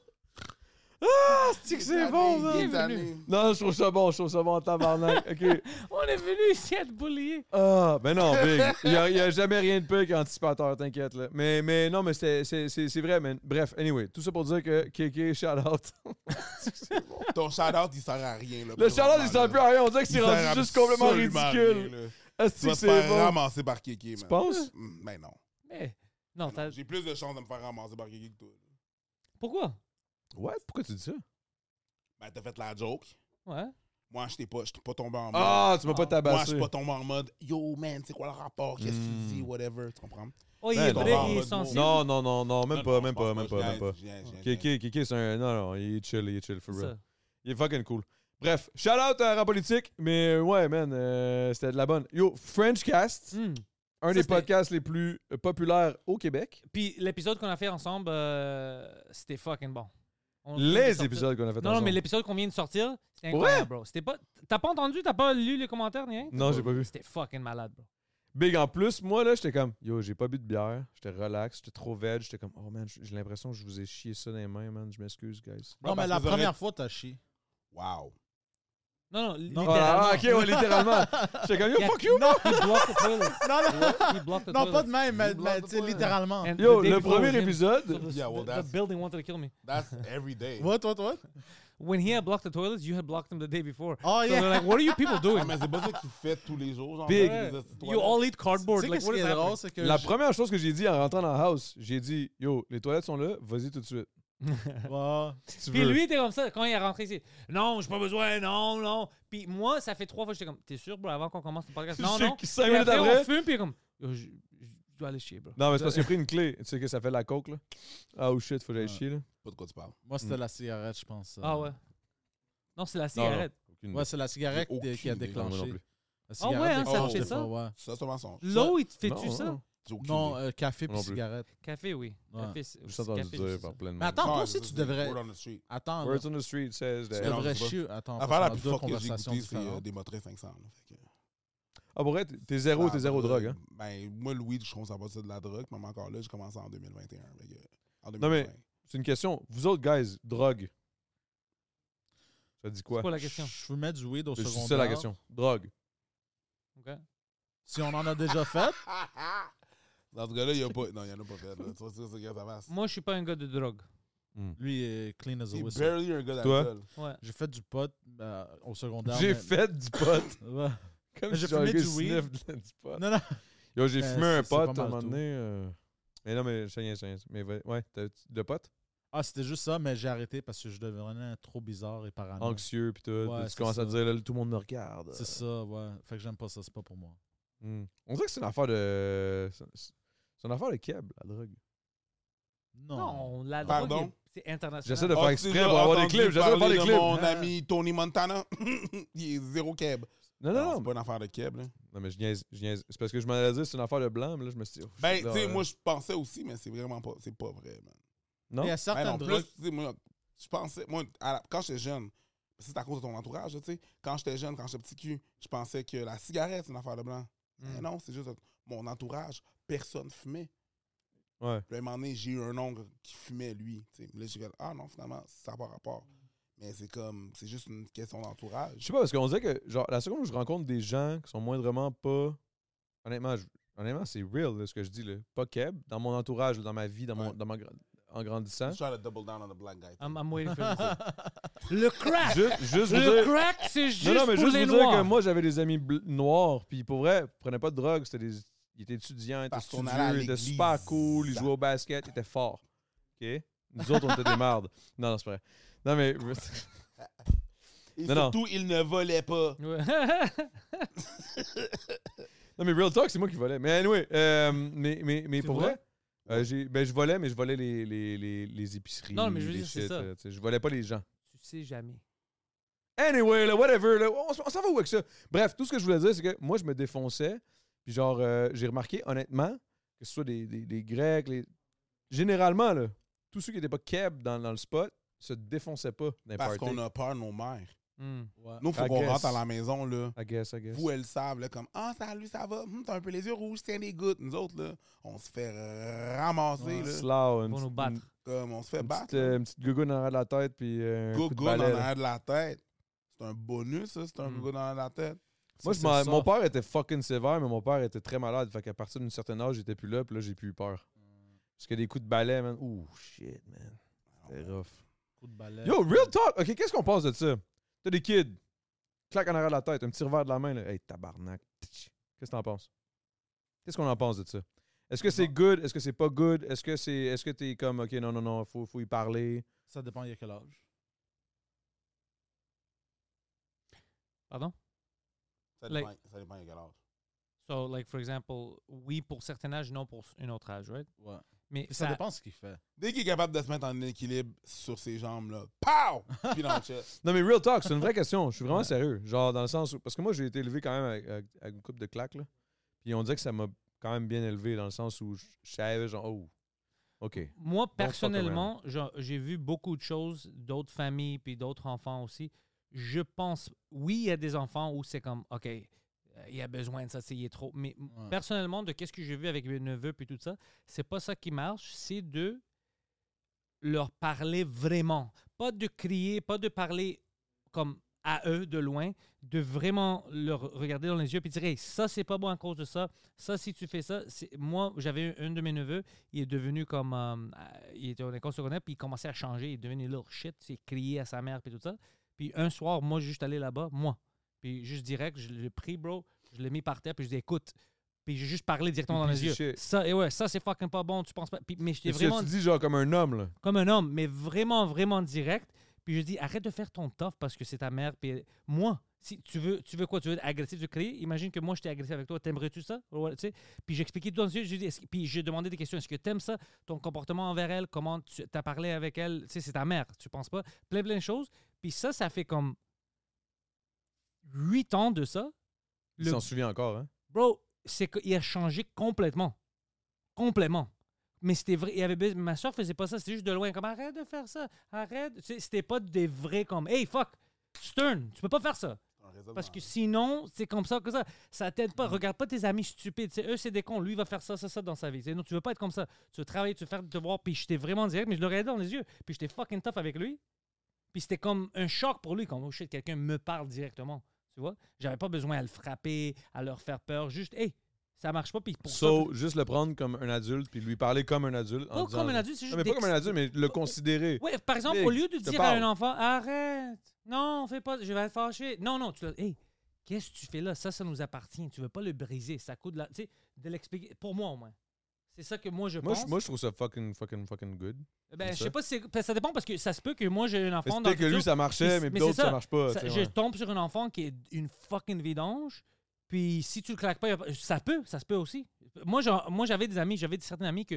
S1: Ah, que c'est bon,
S2: Des
S1: man.
S2: années.
S1: Non, je trouve ça bon, je trouve ça bon en tabarnak. OK.
S4: On est venu ici à te boulier.
S1: Ah, ben non, Big. Il n'y a, il y a jamais rien de pire qu'anticipateur, t'inquiète. Là. Mais, mais non, mais c'est- c'est c'est- c'est vrai, man. Bref, anyway, tout ça pour dire que KK, shout out.
S2: Ton shout-out, il sert à rien. Là,
S1: Le shout out, il sert plus à rien. On dirait que c'est
S2: Il sert
S1: rendu juste complètement
S2: absolument à
S1: ridicule.
S2: rien, là.
S1: Est-ce
S2: Tu vas
S1: que
S2: te faire
S1: c'est bon?
S2: ramasser par Kéké, man.
S1: Tu penses?
S2: Mm, Ben non.
S4: Mais non, t'as-
S2: J'ai plus de chances de me faire ramasser par Kéké que toi.
S4: pourquoi?
S1: What? Pourquoi tu dis ça?
S2: Ben, t'as fait la joke.
S4: Ouais.
S2: Moi, je t'ai pas, je t'ai pas tombé en mode.
S1: Ah, tu m'as pas
S2: Moi, je
S1: tabassé. Hmm.
S2: suis pas tombé en mode Yo, man, c'est quoi le rapport? Qu'est-ce que tu dis? Whatever. Tu comprends?
S4: Oh, il
S1: Ben
S4: est
S1: non.
S4: vrai,
S1: Ah,
S4: il est
S2: mode
S4: sensible.
S1: Non, non, non, non, même
S2: Non,
S1: pas,
S2: non,
S1: même
S2: je pense
S1: pas, même
S2: je
S1: pas, même
S2: niaise,
S1: pas.
S2: je niaise, je niaise, je niaise.
S1: KK, KK, c'est un. Non, non, il est chill, il est chill, for
S4: C'est
S1: real.
S4: ça.
S1: Il est fucking cool. Bref, shout out à Rapolitique, mais ouais, man, euh, c'était de la bonne. Yo, Frenchcast,
S4: Hmm.
S1: un
S4: Ça,
S1: des
S4: c'était-
S1: podcasts les plus euh, populaires au Québec.
S4: Puis l'épisode qu'on a fait ensemble, euh, c'était fucking bon. On vient de
S1: Les
S4: sortir-
S1: épisodes qu'on a fait
S4: Non, non, mais
S1: ensemble.
S4: l'épisode qu'on vient de sortir, c'était incroyable,
S1: Ouais.
S4: bro. C'était pas. T'as pas entendu, t'as pas lu les commentaires, ni rien? T'as
S1: Non, j'ai pas vu.
S4: C'était fucking malade, bro.
S1: Big en plus, moi là, j'étais comme yo, j'ai pas bu de bière, j'étais relax, j'étais trop veg, j'étais comme oh man, j- j'ai l'impression que je vous ai chié ça dans les mains, man, je m'excuse, guys.
S3: Non, mais
S2: parce
S3: la
S2: que vous
S3: première fois, t'as chié.
S2: Wow.
S4: Non, non,
S1: Oh,
S4: littéralement.
S1: ah, ok, ouais, littéralement. J'étais comme yo,
S4: Il a-
S1: fuck you, man.
S4: Non, il bloque le toilet.
S3: Non, non,
S4: Il bloque le
S3: non, pas
S4: toilet.
S3: de même, mais, mais, tu sais,
S2: Ouais.
S3: littéralement.
S4: And
S1: Yo,
S4: the day
S1: le
S4: before,
S1: premier
S4: him-
S1: épisode,
S4: The,
S2: Yeah, well,
S4: the
S2: that's-
S4: building wanted to kill me.
S2: That's every day.
S3: What, what, what?
S4: When he had blocked the toilets, you had blocked them the day before.
S3: Oh,
S4: So they're
S3: yeah.
S4: like, what are you people
S2: Ah,
S4: doing?
S2: mais c'est pas ça qu'il fait tous les jours. Genre,
S1: Big.
S2: les petites
S4: You all eat
S3: Tu
S4: cardboard.
S3: sais
S4: Like,
S3: qu'est-ce
S4: what
S3: qui
S4: is
S3: est drôle,
S4: happening?
S3: c'est que...
S1: la
S3: je-
S1: première chose que j'ai dit en rentrant dans la house, j'ai dit yo, les toilettes sont là, vas-y tout de suite.
S3: Bon.
S1: Si tu
S4: Puis
S1: veux.
S4: lui, était comme ça quand il est rentré ici. Non, j'ai pas besoin, non, non. Puis moi, ça fait trois fois, j'étais comme, t'es sûr, bro, avant qu'on commence le podcast?
S1: Je
S4: Non,
S1: sais
S4: non.
S1: que cinq
S4: Puis
S1: minutes
S4: après,
S1: après-
S4: on fume, puis il est comme, Yo, je je dois aller chier, bro.
S1: Non, mais c'est parce qu'il a pris une clé, tu sais que ça fait la coke là. Ah, oh shit, faut que j'aille
S3: Ouais.
S1: chier là. Hmm.
S2: Pas de quoi tu parles.
S3: Moi, c'était la cigarette, je pense. euh.
S4: Ah ouais. Non, c'est la
S1: Non, non,
S4: cigarette.
S1: aucune
S3: Ouais, c'est la cigarette
S2: J'ai
S3: qui- qui a
S2: aucune idée.
S1: Non, moi non
S3: déclenché.
S1: plus.
S3: La
S4: Ah ouais,
S3: cigarette
S4: hein,
S2: ça
S3: déclenche
S2: fait
S3: des
S4: ça?
S3: fois, ouais.
S2: Ça, c'est un mensonge.
S4: L'eau, il te
S1: Non,
S4: fait-tu
S1: non,
S4: ça?
S1: non.
S2: J'ai aucune
S3: Non,
S2: idée.
S3: euh, café
S1: Moi
S3: puis
S1: non plus.
S3: cigarette.
S4: Café, oui.
S3: Ouais.
S4: Café, c'est-
S1: Juste entendu
S4: café,
S1: dire
S4: c'est
S1: par
S4: ça.
S1: plein de
S3: Mais
S1: monde.
S3: attends, toi
S2: Ouais,
S3: aussi,
S2: ça,
S3: tu
S2: c'est
S3: devrais...
S2: word on the street.
S3: Attends, là,
S1: Words
S3: tu
S1: on the street says that.
S2: Non,
S3: devrais
S2: c'est pas.
S3: chier. Attends, on
S2: L'affaire la
S3: passe
S2: plus
S3: dans deux
S2: forte que j'ai
S3: conversations
S2: goûtée, c'est euh,
S3: différentes.
S2: des motrins 500. là. Fait que-
S1: Ah, pour vrai, t'es- t'es zéro, t'es zéro
S2: Ah,
S1: drogue, hein.
S2: Ben, moi, Louis, je commence à passer de la drogue, mais encore là, j'ai commencé en 2021. fait que, en 2020.
S1: Non, mais- C'est une question. Vous autres, guys, drogue. Ça dit quoi?
S4: C'est quoi la question?
S3: Je vous mets du weed au
S1: C'est
S3: secondaire.
S1: ça la question. Drogue.
S4: Ok.
S3: Si on en a déjà fait,
S2: Dans ce gars-là, il n'y a pas. Non, il n'y en a pas fait. Là. Tu vois, c'est ça que ça passe.
S4: Moi, je suis pas un gars de drogue.
S3: lui, est clean as a
S2: C'est
S3: whistle.
S2: barely un gars
S1: Hmm. Toi?
S2: d'alcool.
S4: Ouais.
S3: J'ai fait du pot euh, au secondaire.
S1: J'ai
S3: mais-
S1: fait du pot.
S3: Ouais.
S1: Comme
S3: Mais
S1: si
S3: j'ai fumé
S1: j'avais
S3: du weed.
S1: sniff de- du pot.
S3: Non, non.
S1: Yo, j'ai
S3: Ben,
S1: fumé
S3: c'est-
S1: un
S3: c'est pas
S1: pot à
S3: mal
S1: un moment
S3: tout.
S1: donné. euh, Mais non, mais ça y est, ça y est. Mais ouais, ouais, t'as- tu- de pot?
S3: Ah, c'était juste ça, mais j'ai arrêté parce que je devenais trop bizarre et parano.
S1: Anxieux, pis tout.
S3: Ah, Ouais,
S1: tu
S3: c'est
S1: commences à
S3: ça.
S1: te dire, là, tout le monde me regarde.
S3: C'est ça, ouais. Fait que j'aime pas ça, c'est pas pour moi.
S1: Hmm. On dirait que c'est une affaire de. C'est c'est une affaire de keb, la drogue.
S3: Non.
S4: Non, la
S2: Pardon?
S4: drogue, c'est c'est international.
S1: J'essaie de faire
S2: Ah, tu
S1: exprès
S2: déjà
S1: pour avoir des
S2: entendu
S1: clips. J'essaie de faire
S2: parler
S1: des
S2: de
S1: clips.
S2: mon
S4: Ah.
S2: ami Tony Montana, il est zéro keb.
S1: Non, non, non.
S2: C'est pas une affaire de keb. Là.
S1: Non, mais je niaise. je niaise. C'est parce que je m'en allais dire, c'est une affaire de blanc, mais là, je me suis dit. oh,
S2: Ben,
S1: shit,
S2: tu
S1: là,
S2: sais,
S1: euh,
S2: moi, je pensais aussi, mais c'est vraiment pas. C'est pas vrai, man.
S1: Non?
S3: Il y a
S2: Ben,
S3: certaines
S2: en
S3: drogues.
S2: plus, tu sais, moi, je pensais. Moi, à la- quand j'étais jeune, c'est à cause de ton entourage, là, tu sais. Quand j'étais jeune, quand j'étais petit cul, je pensais que la cigarette, c'est une affaire de blanc. Mais non, c'est juste que mon entourage, personne fumait.
S1: Ouais.
S2: Puis à un moment donné, j'ai eu un oncle qui fumait, lui. tu sais. Là, j'ai fait Ah non, finalement, ça n'a pas rapport. Mais c'est comme, c'est juste une question
S1: Je
S2: d'entourage.
S1: sais pas, parce qu'on dirait que, genre, la seconde où je rencontre des gens qui sont moindrement pas. Honnêtement, je- honnêtement c'est real là, ce que je dis, là. Pas keb, dans mon entourage, là, dans ma vie, dans mon,
S2: Ouais.
S1: dans ma gra- en grandissant.
S2: I'm trying to double down on the black guy.
S4: I'm, I'm waiting for this. Le crack!
S1: Juste, juste vous
S4: le
S1: dire.
S4: crack, c'est juste
S1: non, non, mais
S4: pour
S1: juste
S4: les
S1: vous
S4: noirs.
S1: dire que moi, j'avais des amis bl- noirs, puis pour vrai, ils prenaient pas de drogue, c'était des. Ils étaient étudiants, ils étaient
S2: Parce qu'on allait à
S1: studieux, ils étaient
S2: l'église.
S1: super cool, ils jouaient au basket, ils étaient forts. OK? Nous autres, on était des mardes. Non, non, c'est pas vrai. Non, mais.
S2: Et
S1: Non, non.
S2: surtout, il ne volait pas.
S4: Ouais.
S1: Non, mais Real Talk, c'est moi qui volais. Mais anyway, euh, mais, mais, mais
S4: Tu
S1: pour
S4: volais?
S1: vrai, euh, j'ai- ben, je volais, mais je volais les, les, les, les épiceries.
S4: Non, mais je veux
S1: les
S4: dire, c'est
S1: shit,
S4: ça.
S1: euh, tu sais, je volais pas les gens.
S4: tu sais jamais.
S1: Anyway, là, whatever. là, on s- on s'en va où avec ça? Bref, tout ce que je voulais dire, c'est que moi, je me défonçais. Puis genre, euh, j'ai remarqué, honnêtement, que ce soit des, des, des Grecs, les... généralement, là, tous ceux qui n'étaient pas keb dans, dans le spot se défonçaient pas dans les
S2: Parce
S1: parties.
S2: qu'on a peur de nos mères.
S4: Hmm.
S2: Nous, faut
S1: I
S2: qu'on
S1: guess.
S2: rentre à la maison, là.
S1: I guess, I guess.
S2: Vous, elles savent, là, comme Ah, salut, ça va. Hum, T'as un peu les yeux rouges, tiens des gouttes. Nous autres, là, on se fait ramasser,
S4: Ouais.
S2: là.
S1: Slow, une
S4: Pour nous
S1: petite-
S4: battre.
S2: Comme on se fait
S1: Une
S2: battre.
S1: petite, euh, une petite gougoune en arrière de la tête, puis euh, un coup de
S2: Gogo dans
S1: balai, là.
S2: l'arrière de la tête. C'est un bonus, ça, c'est un
S4: Mm.
S2: gogo dans l'arrière de la tête.
S1: Moi,
S3: Ça,
S1: je
S3: c'est
S1: m'en-
S3: ça.
S1: mon père était fucking sévère, mais mon père était très malade. Fait qu'à partir d'un certain âge, j'étais plus là, puis là, j'ai plus eu peur. Parce que des coups de balai, man. Ouh, shit, man.
S2: Ah
S1: C'était rough.
S3: Coup de balai.
S1: Yo, real talk. OK, qu'est-ce qu'on pense de ça? T'as des kids. Claque en arrière de la tête, un petit revers de la main, là. Hey, tabarnak. Tch. Qu'est-ce que t'en penses? Qu'est-ce qu'on en pense de ça? Est-ce que c'est good? Est-ce que c'est pas good? Est-ce que c'est. Est-ce que t'es comme OK, non, non, non, faut, faut y parler?
S3: Ça dépend, il y a quel âge.
S4: Pardon?
S2: Ça
S4: Like-
S2: dépend, ça dépend de quel âge.
S4: So, like, for example, oui pour certain âge, non pour un autre âge, right?
S3: Ouais.
S4: Mais
S3: Ça, dépend ce qu'il fait.
S2: Dès qu'il est capable de se mettre en équilibre sur ses jambes, là, pow! Puis dans le chest.
S1: Non, mais real talk, c'est une vraie question. Je suis vraiment sérieux. Genre, dans le sens où. Parce que moi, j'ai été élevé quand même avec, avec- avec une coupe de claques, là. Puis on dirait que ça m'a quand même bien élevé, dans le sens où je je savais, genre, oh, OK.
S4: Moi,
S1: fuck
S4: personnellement, j'en- j'ai vu beaucoup de choses, d'autres familles, puis d'autres enfants aussi. Je pense, oui, il y a des enfants où c'est comme, OK, euh, il a besoin de ça, c'est- il est trop. Mais m-
S3: Ouais.
S4: personnellement, de qu'est-ce que j'ai vu avec mes neveux, puis tout ça, c'est pas ça qui marche, c'est de leur parler vraiment. Pas de crier, pas de parler comme à eux de loin, de vraiment leur regarder dans les yeux puis dire Hey, ça c'est pas bon à cause de ça, ça si tu fais ça, c'est- moi j'avais un de mes neveux, il est devenu comme euh, euh, il était en école secondaire puis il commençait à changer, il devenait lourd shit, c'est crier à sa mère puis tout ça. Puis un soir, moi juste allé là-bas, moi, puis juste direct, je l'ai pris bro, je l'ai mis par terre puis je dis écoute, puis j'ai juste parlé directement dans
S1: Puis
S4: les yeux.
S1: c'est shit.
S4: Ça et ouais, ça c'est fucking pas bon, tu penses pas puis, mais je t'ai
S1: Et tu
S4: vraiment
S1: tu dis, genre, comme un homme, là.
S4: comme un homme, mais vraiment, vraiment direct. Puis je dis, arrête de faire ton taf parce que c'est ta mère. Puis moi, si tu veux, tu veux quoi? Tu veux être agressif, tu veux crier? Imagine que moi, je t'ai agressé avec toi. T'aimerais-tu ça? Ouais, tu sais. Puis j'expliquais tout dans le sujet. Je dis, est-ce- puis j'ai demandé des questions. Est-ce que t'aimes ça? Ton comportement envers elle? Comment tu as parlé avec elle? Tu sais, c'est ta mère. Tu penses pas? Plein, plein de choses. Puis ça, ça fait comme huit ans de ça.
S1: Il
S4: Le
S1: s'en souvient encore, hein.
S4: Bro, c'est qu'il a changé complètement. Complètement. Mais c'était vrai. Il avait, bes- ma soeur faisait pas ça, c'était juste de loin. Comme arrête de faire ça, arrête. Tu sais, C'était pas des vrais comme hey fuck, Stern, tu peux pas faire ça.
S2: Un raisonnement. Mm-hmm.
S4: Parce que sinon, c'est comme ça que ça. Ça t'aide pas. Regarde pas tes amis stupides. C'est eux, c'est des cons. Lui, il va faire ça, ça, ça dans sa vie. Tu sais, non, tu veux pas être comme ça. Tu veux travailler, tu veux faire tes devoirs. Puis j'étais vraiment direct, mais je le regardais dans les yeux. Puis j'étais fucking tough avec lui. Puis c'était comme un choc pour lui quand oh shit, quelqu'un me parle directement. Tu vois? J'avais pas besoin à le frapper, à leur faire peur. Juste, hey, ça marche pas. Puis pour
S1: So, juste le prendre comme un adulte, puis lui parler comme un adulte.
S4: ça, pas comme un adulte, c'est
S1: Non,
S4: juste.
S1: mais pas
S4: des-
S1: comme un adulte, mais le considérer.
S4: Ouais, par exemple,
S1: Big,
S4: au lieu de
S1: je te
S4: dire à
S1: parle.
S4: un enfant, arrête, non, fais pas, je vais être fâché. Non, non, tu l'as. Hey, qu'est-ce que tu fais là? Ça, ça nous appartient. Tu veux pas le briser. Ça coûte de la. Tu sais, de l'expliquer. Pour moi, au moins. C'est ça que moi, je
S1: Moi, je-
S4: pense.
S1: moi, je trouve ça fucking, fucking, fucking good.
S4: ben,
S1: comme
S4: je sais
S1: ça.
S4: pas si c'est- parce que ça dépend parce que ça se peut que moi, j'ai un
S1: Mais
S4: enfant dans
S1: Peut-être
S4: le
S1: que lui,
S4: futur,
S1: ça marchait,
S4: puis-
S1: mais,
S4: mais
S1: d'autres,
S4: c'est
S1: ça.
S4: ça.
S1: marche pas.
S4: ça-
S1: tu sais,
S4: je
S1: ouais.
S4: tombe sur un enfant qui est une fucking vidange. Puis si tu le claques pas, y a pas- ça peut, ça se peut aussi. Moi, j'en- moi j'avais des amis, j'avais certains amis que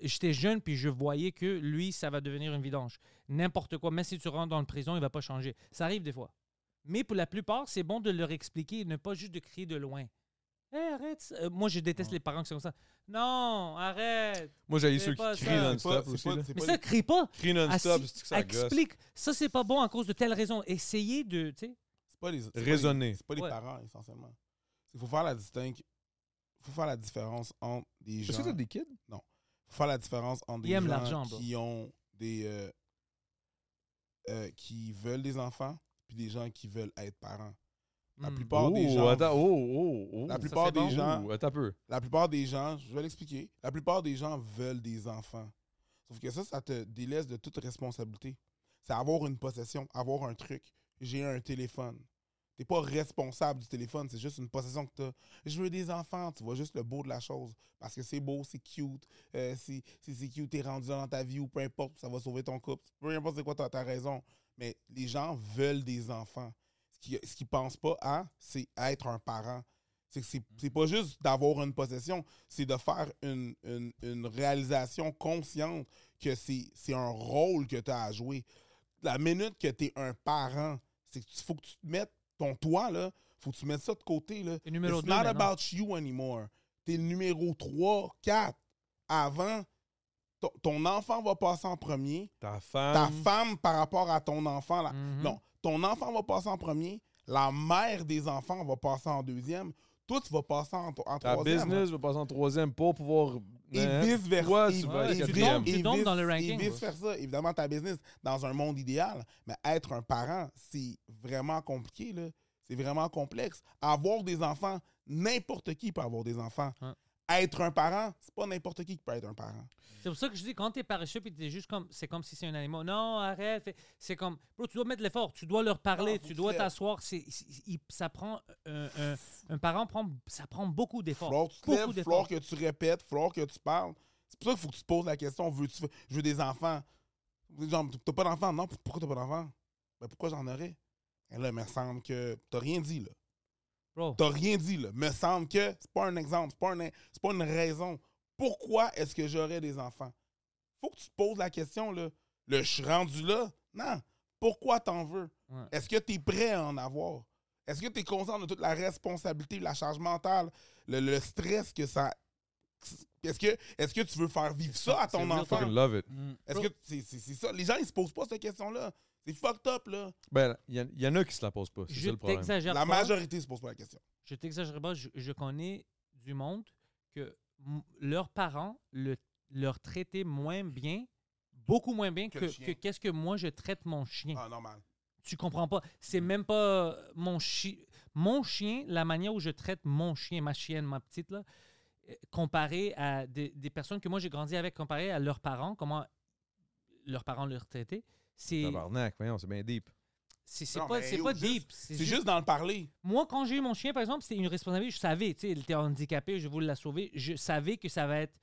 S4: j'étais jeune, puis je voyais que lui, ça va devenir une vidange. N'importe quoi, même si tu rentres dans une prison, il va pas changer. Ça arrive des fois. Mais pour la plupart, c'est bon de leur expliquer et ne pas juste de crier de loin. Hey, arrête. ça. Euh, moi, je déteste les parents qui sont comme ça. Non, arrête.
S1: Moi, j'ai
S4: C'est
S1: ceux
S4: pas
S1: qui
S4: ça.
S1: crient
S4: C'est
S1: non-stop
S2: pas-
S1: aussi.
S2: c'est pas-
S1: là.
S2: c'est
S4: Mais
S2: pas
S4: ça,
S2: les-
S4: crie pas.
S1: Crient non-stop,
S4: Assis-
S1: c'est que ça gosse.
S4: explique. Ça, c'est pas bon à cause de telle raison. Essayez de. tu sais,
S2: C'est pas les. c'est pas les-
S1: Raisonner.
S2: C'est pas les
S4: Ouais.
S2: parents, essentiellement. Il faut faire la distinction. faut faire la différence entre des gens.
S1: Est-ce que t'as des kids?
S2: faut faire la différence entre des
S4: Ils aiment
S2: gens
S4: l'argent, bro.
S2: qui ont des. euh, euh, qui veulent des enfants, puis des gens qui veulent être parents. La
S4: Hmm.
S2: plupart des
S1: Oh,
S2: gens.
S1: attends, oh, oh, oh.
S2: La
S1: Ça,
S2: plupart
S1: c'est
S2: des gens-
S1: Oh, attends un peu.
S2: La plupart des gens, je vais l'expliquer, la plupart des gens veulent des enfants. Sauf que ça, ça te délaisse de toute responsabilité. C'est avoir une possession, avoir un truc. J'ai un téléphone. T'es pas responsable du téléphone, c'est juste une possession que t'as. Je veux des enfants, tu vois juste le beau de la chose. Parce que c'est beau, c'est cute, euh, c'est c'est- c'est cute, t'es rendu dans ta vie ou peu importe, ça va sauver ton couple. Peu importe c'est quoi ta, ta raison. Mais les gens veulent des enfants. Ce qu'ils ce qu'ils pensent pas à, c'est être un parent. C'est que c'est- c'est pas juste d'avoir une possession, c'est de faire une, une- une réalisation consciente que c'est c'est un rôle que tu as à jouer. La minute que tu es un parent, c'est que tu- faut que tu te mettes ton toit, là, faut que tu mettes ça de côté. Là.
S4: T'es numéro
S2: It's
S4: deux
S2: not
S4: maintenant.
S2: about you anymore. Tu es le numéro 3, 4. Avant, ton, ton enfant va passer en premier,
S1: Ta
S2: ta
S1: femme.
S2: femme par rapport à ton enfant. Là.
S4: Mhm.
S2: Non, ton enfant va passer en premier, la mère des enfants va passer en deuxième, toi, tu vas passer en, en
S1: Ta
S2: troisième. hein.
S1: business va passer en troisième pour pouvoir.
S2: Et
S1: Hein?
S2: vice-versa.
S1: Toi,
S2: Et-
S1: tu vas
S4: Ouais,
S1: être
S4: tu
S1: quatrième.
S4: tombes- tu tombes dans le ranking,
S2: Et vice-versa. Évidemment, ta business, dans un monde idéal, mais être un parent, c'est vraiment compliqué, là. C'est vraiment complexe. Avoir des enfants, n'importe qui peut avoir des enfants.
S4: Ouais.
S2: Être un parent, c'est pas n'importe qui qui peut être un parent.
S4: C'est pour ça que je dis, quand t'es paresseux puis t'es juste comme, c'est comme si c'est un animal. Non, arrête. Fait- C'est comme, bro, tu dois mettre l'effort, tu dois leur parler,
S2: Non, faut
S4: tu dois
S2: faire.
S4: t'asseoir. C'est, c'est- il- ça prend, un, un- un parent prend, ça prend beaucoup
S2: Flore,
S4: d'efforts.
S2: tu te
S4: Beaucoup
S2: lèves, flore
S4: d'efforts.
S2: que tu répètes, flore que tu parles. C'est pour ça qu'il faut que tu te poses la question veux-tu, je veux des enfants Genre, t'as pas d'enfants Non, pourquoi t'as pas d'enfants Ben pourquoi j'en aurais Et là, il me semble que t'as rien dit, là.
S4: Bro,
S2: T'as rien dit, là. Me semble que c'est pas un exemple, c'est pas, un- c'est pas une raison. Pourquoi est-ce que j'aurais des enfants? Faut que tu te poses la question, là. Le je suis rendu là? Non. Pourquoi t'en veux?
S4: Ouais.
S2: Est-ce que t'es prêt à en avoir? Est-ce que t'es conscient de toute la responsabilité, la charge mentale, le, le stress que ça. Est-ce que, est que tu veux faire vivre ça à ton
S4: c'est real
S2: enfant?
S1: Fucking love it. Mm.
S2: Est-ce que c'est c'est- c'est ça? Les gens, ils se posent pas cette question-là. C'est fucked up, là.
S1: Ben, il y, en- y en a qui se la posent pas. C'est
S4: je
S1: ça le problème.
S4: t'exagère
S2: La
S4: pas.
S2: majorité se pose pas la question.
S4: Je t'exagère pas. Je, je connais du monde que m- leurs parents le, leur traitaient moins bien, beaucoup moins bien
S2: Que
S4: que,
S2: le chien.
S4: que qu'est-ce que moi je traite mon chien.
S2: Ah, normal. Mm.
S4: Tu comprends pas. C'est même pas euh, mon chien. Mon chien, la manière où je traite mon chien, ma chienne, ma petite, là, euh, comparé à des, des personnes que moi j'ai grandi avec, comparé à leurs parents, comment leurs parents leur traitaient, c'est
S1: Tabarnak, voyons, c'est bien deep. Ah,
S4: c'est c'est
S2: Non,
S4: pas,
S2: mais
S4: c'est
S2: yo,
S4: pas
S2: juste-
S4: deep. C'est
S2: C'est
S4: juste-
S2: juste dans le parler.
S4: Moi, quand j'ai eu mon chien, par exemple, c'était une responsabilité. Je savais, tu sais, il était handicapé, je voulais la sauver. Je savais que ça va être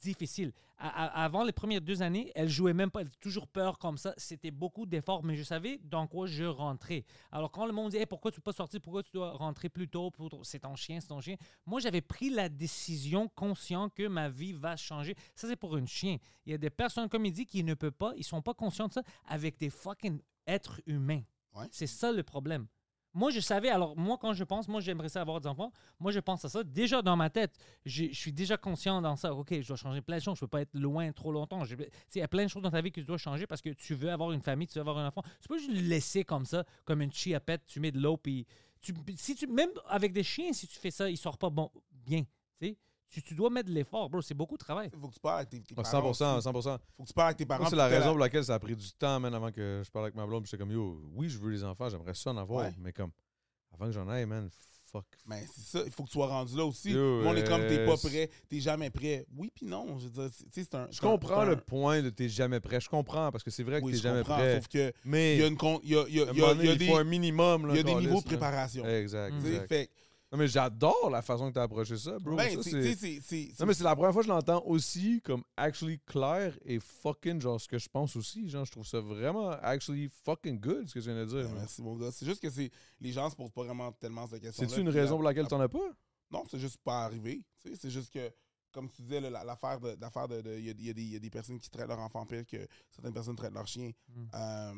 S4: difficile. A- a- avant les premières deux années, elle jouait même pas, elle avait toujours peur comme ça. C'était beaucoup d'efforts, mais je savais dans quoi je rentrais. Alors quand le monde dit Hey, pourquoi tu peux pas sortir, pourquoi tu dois rentrer plus tôt, pour... c'est ton chien, c'est ton chien. Moi, j'avais pris la décision consciente que ma vie va changer. Ça, c'est pour une chien. Il y a des personnes, comme il dit, qui ne peuvent pas, ils sont pas conscients de ça avec des fucking êtres humains.
S2: Ouais.
S4: C'est ça le problème. Moi, je savais, alors moi, quand je pense, moi, j'aimerais ça avoir des enfants, moi, je pense à ça. Déjà dans ma tête, je je suis déjà conscient dans ça. OK, je dois changer plein de choses. Je peux pas être loin trop longtemps. Je- tu sais, Il y a plein de choses dans ta vie que tu dois changer parce que tu veux avoir une famille, tu veux avoir un enfant. Tu peux juste le laisser comme ça, comme une chiapette. Tu mets de l'eau, puis tu, si tu, même avec des chiens, si tu fais ça, ils sortent pas bon, bien. Tu, sais. tu, tu dois mettre de l'effort, bro. C'est beaucoup de travail.
S2: Faut que tu parles avec tes, tes
S1: Ah,
S2: parents.
S1: 100%,
S2: aussi.
S1: 100%.
S2: Faut que tu parles avec tes parents.
S1: Moi, c'est la
S2: puis que t'as
S1: raison pour laquelle ça a pris du temps, man, avant que je parle avec ma blonde. puis J'étais comme, yo, oui, je veux les enfants, j'aimerais ça en avoir,
S2: Ouais.
S1: mais comme, avant que j'en aille, man, fuck.
S2: Mais c'est ça, il faut que tu sois rendu là aussi.
S1: Yo,
S2: Moi, on est comme, t'es pas
S1: euh,
S2: prêt, t'es jamais prêt. Oui, puis non, je veux dire, c'est- tu sais, c'est un.
S1: Je
S2: c'est un-
S1: comprends
S2: c'est
S1: le
S2: un-
S1: point de t'es jamais prêt. Je comprends, parce que c'est vrai que
S2: Oui,
S1: t'es
S2: je
S1: jamais
S2: comprends,
S1: prêt.
S2: sauf que il
S1: Mais,
S2: y a une. con- Il y a, il y a-
S1: à un
S2: il y a-
S1: moment donné,
S2: il y a
S1: il
S2: des,
S1: faut un minimum. là,
S2: il y a des
S1: calice,
S2: niveaux de
S1: là.
S2: préparation.
S1: Exact,
S2: Tu
S4: Mm.
S2: sais,
S1: exact.
S2: Fait
S1: Non, mais j'adore la façon que t'as approché ça, bro.
S2: ben,
S1: Ça,
S2: c'est-
S1: c'est-
S2: tu sais, c'est- c'est-
S1: Non, mais c'est la première fois que je l'entends aussi comme actually clair et fucking genre ce que je pense aussi. Genre, je trouve ça vraiment actually fucking good ce que tu viens de dire.
S2: Ben,
S1: man.
S2: Merci, mon gars. C'est juste que c'est les gens se posent pas vraiment tellement cette question.
S1: C'est-tu une raison pour laquelle t'en as pas?
S2: Non, c'est juste pas arrivé. Tu sais, C'est juste que, comme tu disais, là, la- l'affaire de. l'affaire de- de- Il y, a- il y a des- il y a des personnes qui traitent leur enfant pire que certaines personnes traitent leur chien.
S1: Hmm.
S4: Mm.
S2: Euh,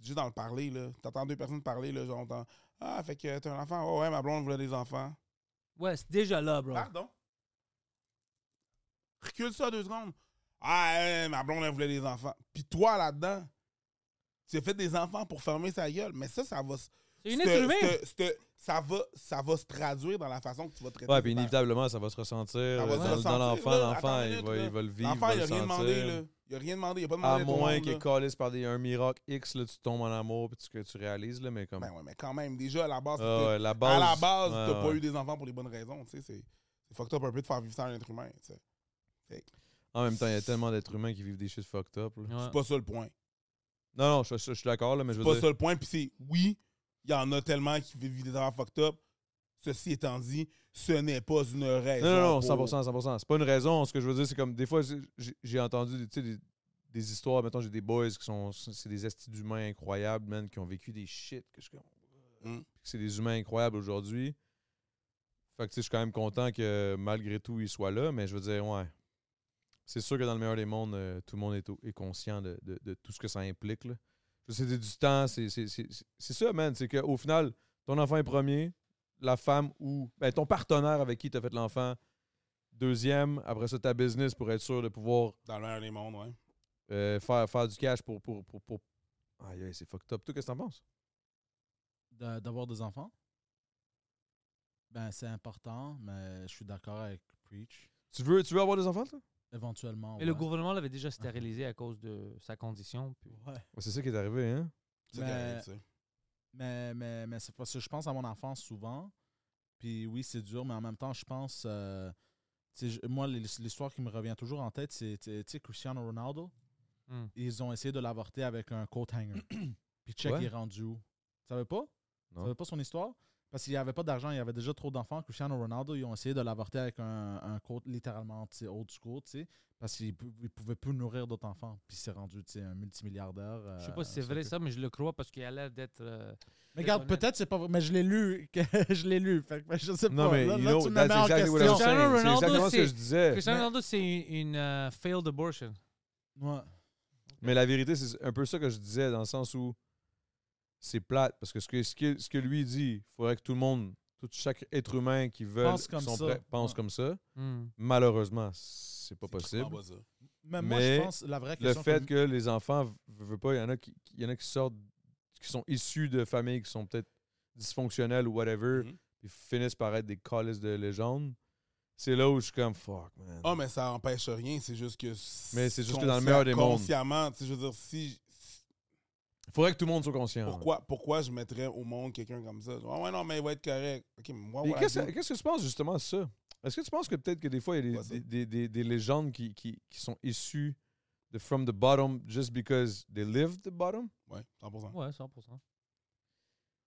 S2: juste dans le parler, là. T'entends deux personnes parler, là, genre, t'entends, Ah, fait que t'as un enfant. Oh, ouais, ma blonde voulait des enfants.
S4: Ouais, c'est déjà là, bro.
S2: Pardon? Recule ça deux secondes. Ah, euh, ma blonde, elle voulait des enfants. Puis toi, là-dedans, tu as fait des enfants pour fermer sa gueule. Mais ça, ça va. s-
S4: C'est une être humain.
S2: c'te- c'te- ça va, ça va se traduire dans la façon que tu vas traiter.
S1: Ouais,
S2: tes
S1: puis
S2: parents.
S1: inévitablement, ça va se ressentir
S2: Ça va se
S1: euh, dans, dans
S2: ressentir,
S1: l'enfant.
S2: là.
S1: L'enfant,
S2: Attends une
S1: il,
S2: minute,
S1: va,
S2: là.
S1: il va le vivre.
S2: L'enfant,
S1: il
S2: il
S1: va
S2: a
S1: le
S2: rien demandé,
S1: sentir.
S2: là. Il a rien demandé, il a pas demandé.
S1: À
S2: à ton
S1: moins
S2: monde,
S1: qu'il
S2: là.
S1: calisse par des, un miracle X, là, tu tombes en amour, puis tu, que tu réalises, là, mais comme.
S2: Ben ouais, mais quand même, déjà, à la base,
S1: Ah
S2: t'es-
S1: ouais, la base.
S2: à la base,
S1: ouais,
S2: t'as pas
S1: ouais.
S2: eu des enfants pour les bonnes raisons, tu sais. C'est c'est fucked up un peu de faire vivre ça à un être humain, tu sais.
S1: En même temps, il y a tellement d'êtres humains qui vivent des shit fucked up. là.
S4: Ouais.
S2: C'est pas ça le point.
S1: Non, non, je, je- je suis d'accord, là, mais
S2: C'est
S1: je veux
S2: pas
S1: dire.
S2: ça le point, puis c'est oui, il y en a tellement qui vivent des affaires fucked up. Ceci étant dit, ce n'est pas une raison.
S1: Non, non, non,
S2: pour-
S1: 100%, 100%. C'est pas une raison. Ce que je veux dire, c'est comme des fois, j'ai- j'ai- j'ai entendu des, tu sais, des, des histoires. Mettons, j'ai des boys qui sont. C'est des estis d'humains incroyables, man, qui ont vécu des shit. Que je, suis comme,
S2: Mm.
S1: Puis c'est des humains incroyables aujourd'hui. Fait que, tu sais, je suis quand même content que malgré tout, ils soient là, mais je veux dire, ouais. C'est sûr que dans le meilleur des mondes, euh, tout le monde est, au- est conscient de, de- de tout ce que ça implique. là. Je sais, C'est du temps, c'est c'est- c'est- c'est- c'est ça, man. C'est qu'au final, ton enfant est premier, la femme ou ben, ton partenaire avec qui tu as fait l'enfant, deuxième, après ça, ta business pour être sûr de pouvoir
S2: Dans le meilleur des mondes, ouais.
S1: euh, faire, faire du cash pour. pour, pour, pour... Aïe, aïe, c'est fucked up. Toi, qu'est-ce que t'en penses?
S3: d'a- d'avoir des enfants? Ben, c'est important, mais je suis d'accord avec Preach.
S1: Tu veux, tu veux avoir des enfants, toi?
S2: Oh,
S3: Éventuellement.
S4: Mais le
S3: ouais.
S4: gouvernement l'avait déjà stérilisé à cause de sa condition. puis-
S3: Ouais.
S1: Ouais, c'est ça qui est arrivé, hein?
S2: C'est
S3: Mais-
S2: correct, ça.
S3: Mais, mais, mais c'est parce que je pense à mon enfance souvent. Puis oui, c'est dur, mais en même temps, je pense. euh, tu sais, je- moi, l'his- l'histoire qui me revient toujours en tête, c'est tu sais, Cristiano Ronaldo.
S4: Hmm.
S3: Ils ont essayé de l'avorter avec un coat hanger. Puis check,
S1: Ouais.
S3: il est rendu où Tu savais pas Tu
S1: Non.
S3: savais pas son histoire Parce qu'il n'y avait pas d'argent, il y avait déjà trop d'enfants. Cristiano Ronaldo, ils ont essayé de l'avorter avec un, un coat littéralement tu sais, old school, tu sais, parce qu'il ne pouvait plus nourrir d'autres enfants. Puis c'est rendu tu sais, un multimilliardaire.
S4: Je sais
S3: euh,
S4: pas si c'est
S3: sur
S4: vrai
S3: que-
S4: ça, mais je le crois parce qu'il a l'air d'être. euh,
S3: mais regarde,
S4: honnête.
S3: peut-être c'est pas vrai, mais je l'ai lu. que- je l'ai lu. Fait que je sais pas.
S1: Non, mais
S3: là,
S1: you
S3: là,
S1: know,
S3: tu me
S1: that's
S3: mets en
S1: exactly what I'm
S3: question.
S4: Cristiano
S1: saying. C'est
S4: Ronaldo,
S1: exactement ce que
S4: c'est-
S1: je disais.
S4: Cristiano Ronaldo, c'est une euh, failed abortion.
S3: Ouais.
S1: Mais la vérité, c'est un peu ça que je disais, dans le sens où c'est plate. Parce que ce que, ce que, ce que lui dit, il faudrait que tout le monde, tout chaque être humain qui veut,
S3: Pense comme ça.
S1: pense
S3: Ouais.
S1: comme ça.
S4: Hmm.
S1: Malheureusement, c'est pas
S2: C'est
S1: possible.
S2: clairement pas ça.
S3: Mais moi,
S1: Mais
S3: je pense la vraie
S1: Le
S3: question.
S1: fait que les enfants, veux, veux pas, il y en a qui, il y en a qui sortent, qui sont issus de familles qui sont peut-être dysfonctionnelles ou whatever,
S2: Mhm.
S1: puis finissent par être des calices de légende. C'est là où je suis comme fuck, man.
S2: Ah, mais ça empêche rien, c'est juste que.
S1: Mais c'est juste que dans le meilleur des mondes.
S2: Consciemment, tu sais, je veux dire, si.
S1: Faudrait que tout le monde soit conscient.
S2: Pourquoi, pourquoi je mettrais au monde quelqu'un comme ça? Ah ouais, non, mais il va être correct. Ok, mais moi,
S1: Mais
S2: voilà,
S1: qu'est-ce
S2: dude.
S1: que- qu'est-ce que tu penses justement de ça? Est-ce que tu penses que peut-être que des fois, il y a
S2: Quoi, ça?
S1: des, des- des- des- des légendes qui, qui, qui sont issues de from the bottom just because they lived the bottom?
S2: Ouais, 100%.
S4: Ouais, 100%.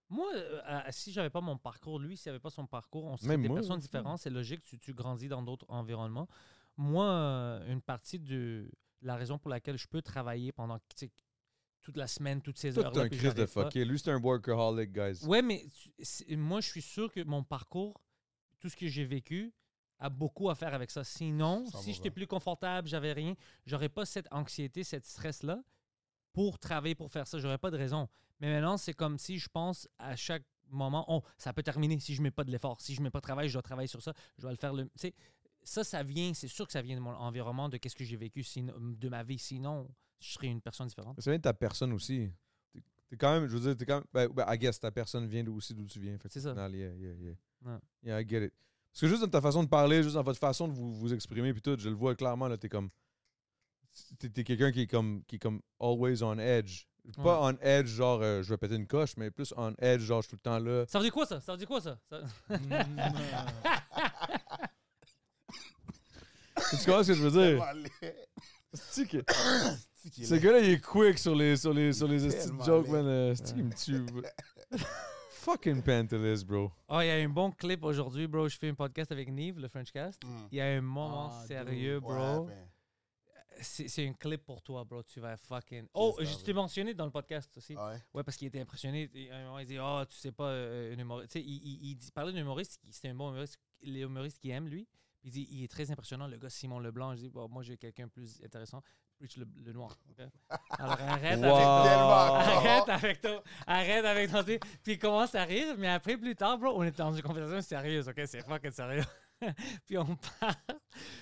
S4: Moi, euh, euh, si j'avais pas mon parcours, lui, s'il avait pas son parcours, on serait
S1: Même
S4: des
S1: moi,
S4: personnes
S1: ouais.
S4: différentes. C'est logique, tu, tu grandis dans d'autres environnements. Moi, euh, une partie de la raison pour laquelle je peux travailler pendant tu sais, toute la semaine, toutes ces
S1: Tout
S4: heures.
S1: un crise de fucké. Lui, c'est un workaholic, guys.
S4: Ouais, mais tu- c'est- moi, je suis sûr que mon parcours, tout ce que j'ai vécu, a beaucoup à faire avec ça. Sinon,
S2: Ça
S4: si
S2: va,
S4: j'étais
S2: ouais.
S4: plus confortable, j'avais rien, j'aurais pas cette anxiété, cette stress-là pour travailler, pour faire ça. J'aurais pas de raison. Mais maintenant, c'est comme si je pense à chaque moment, oh, ça peut terminer si je mets pas de l'effort, si je mets pas de travail, je dois travailler sur ça, je dois le faire le. Tu sais, ça, ça vient, c'est sûr que ça vient de mon environnement, de qu'est-ce que j'ai vécu, sinon- de ma vie. Sinon, je serais une personne différente.
S1: Ça vient de ta personne aussi. T'es- T'es quand même, je veux dire, t'es quand même. Ben, ben, I guess, ta personne vient d'où aussi d'où tu viens. Fait que
S4: C'est ça.
S1: au final, yeah, yeah, yeah.
S4: Ouais.
S1: Yeah, I get it. Parce que juste dans ta façon de parler, juste dans votre façon de vous, vous exprimer, puis tout, je le vois clairement, là, t'es comme. T'es t'es quelqu'un qui est comme qui est comme always on edge. Pas on edge, genre euh, je vais péter une coche, mais plus on edge, genre je suis tout le temps là.
S4: Ça veut dire quoi ça? Ça veut dire quoi ça? Ça-
S1: tu comprends ce que je veux dire? C'est-tu que- Ce gars-là, il est quick sur les, sur les, sur les
S2: est
S1: esti de
S2: tellement
S1: jokes,
S2: laid.
S1: man. euh, esti, il me tue. bro. Fucking pantalus, bro.
S4: Oh, il y a un bon clip aujourd'hui, bro. Je fais un podcast avec Nive, le Frenchcast.
S2: Mm.
S4: Il y a un moment
S3: Ah,
S4: sérieux,
S2: Ouais,
S4: bro.
S2: ben,
S4: C'est c'est un clip pour toi, bro. Tu vas fucking. Oh,
S2: ça,
S4: je t'ai mentionné dans le podcast aussi.
S2: Ah ouais.
S4: Ouais, parce qu'il était impressionné. Et À un moment, il dit Oh, tu sais pas, euh, un humoriste. Tu sais, il, il, il dit- parlait d'un humoriste, qui- c'était un bon humoriste, les humoristes qu'il aime, lui. Puis il dit Il est très impressionnant, le gars Simon Leblanc. Je dis Bon, Moi, j'ai quelqu'un de plus intéressant, Rich le, le Noir. ok? Alors, arrête avec
S1: Wow.
S4: ton-
S2: Tellement.
S4: Arrête avec toi. Arrête avec ton. Puis il commence à rire, mais après, plus tard, bro, on est dans une conversation sérieuse, ok? C'est fucking sérieux. puis on parle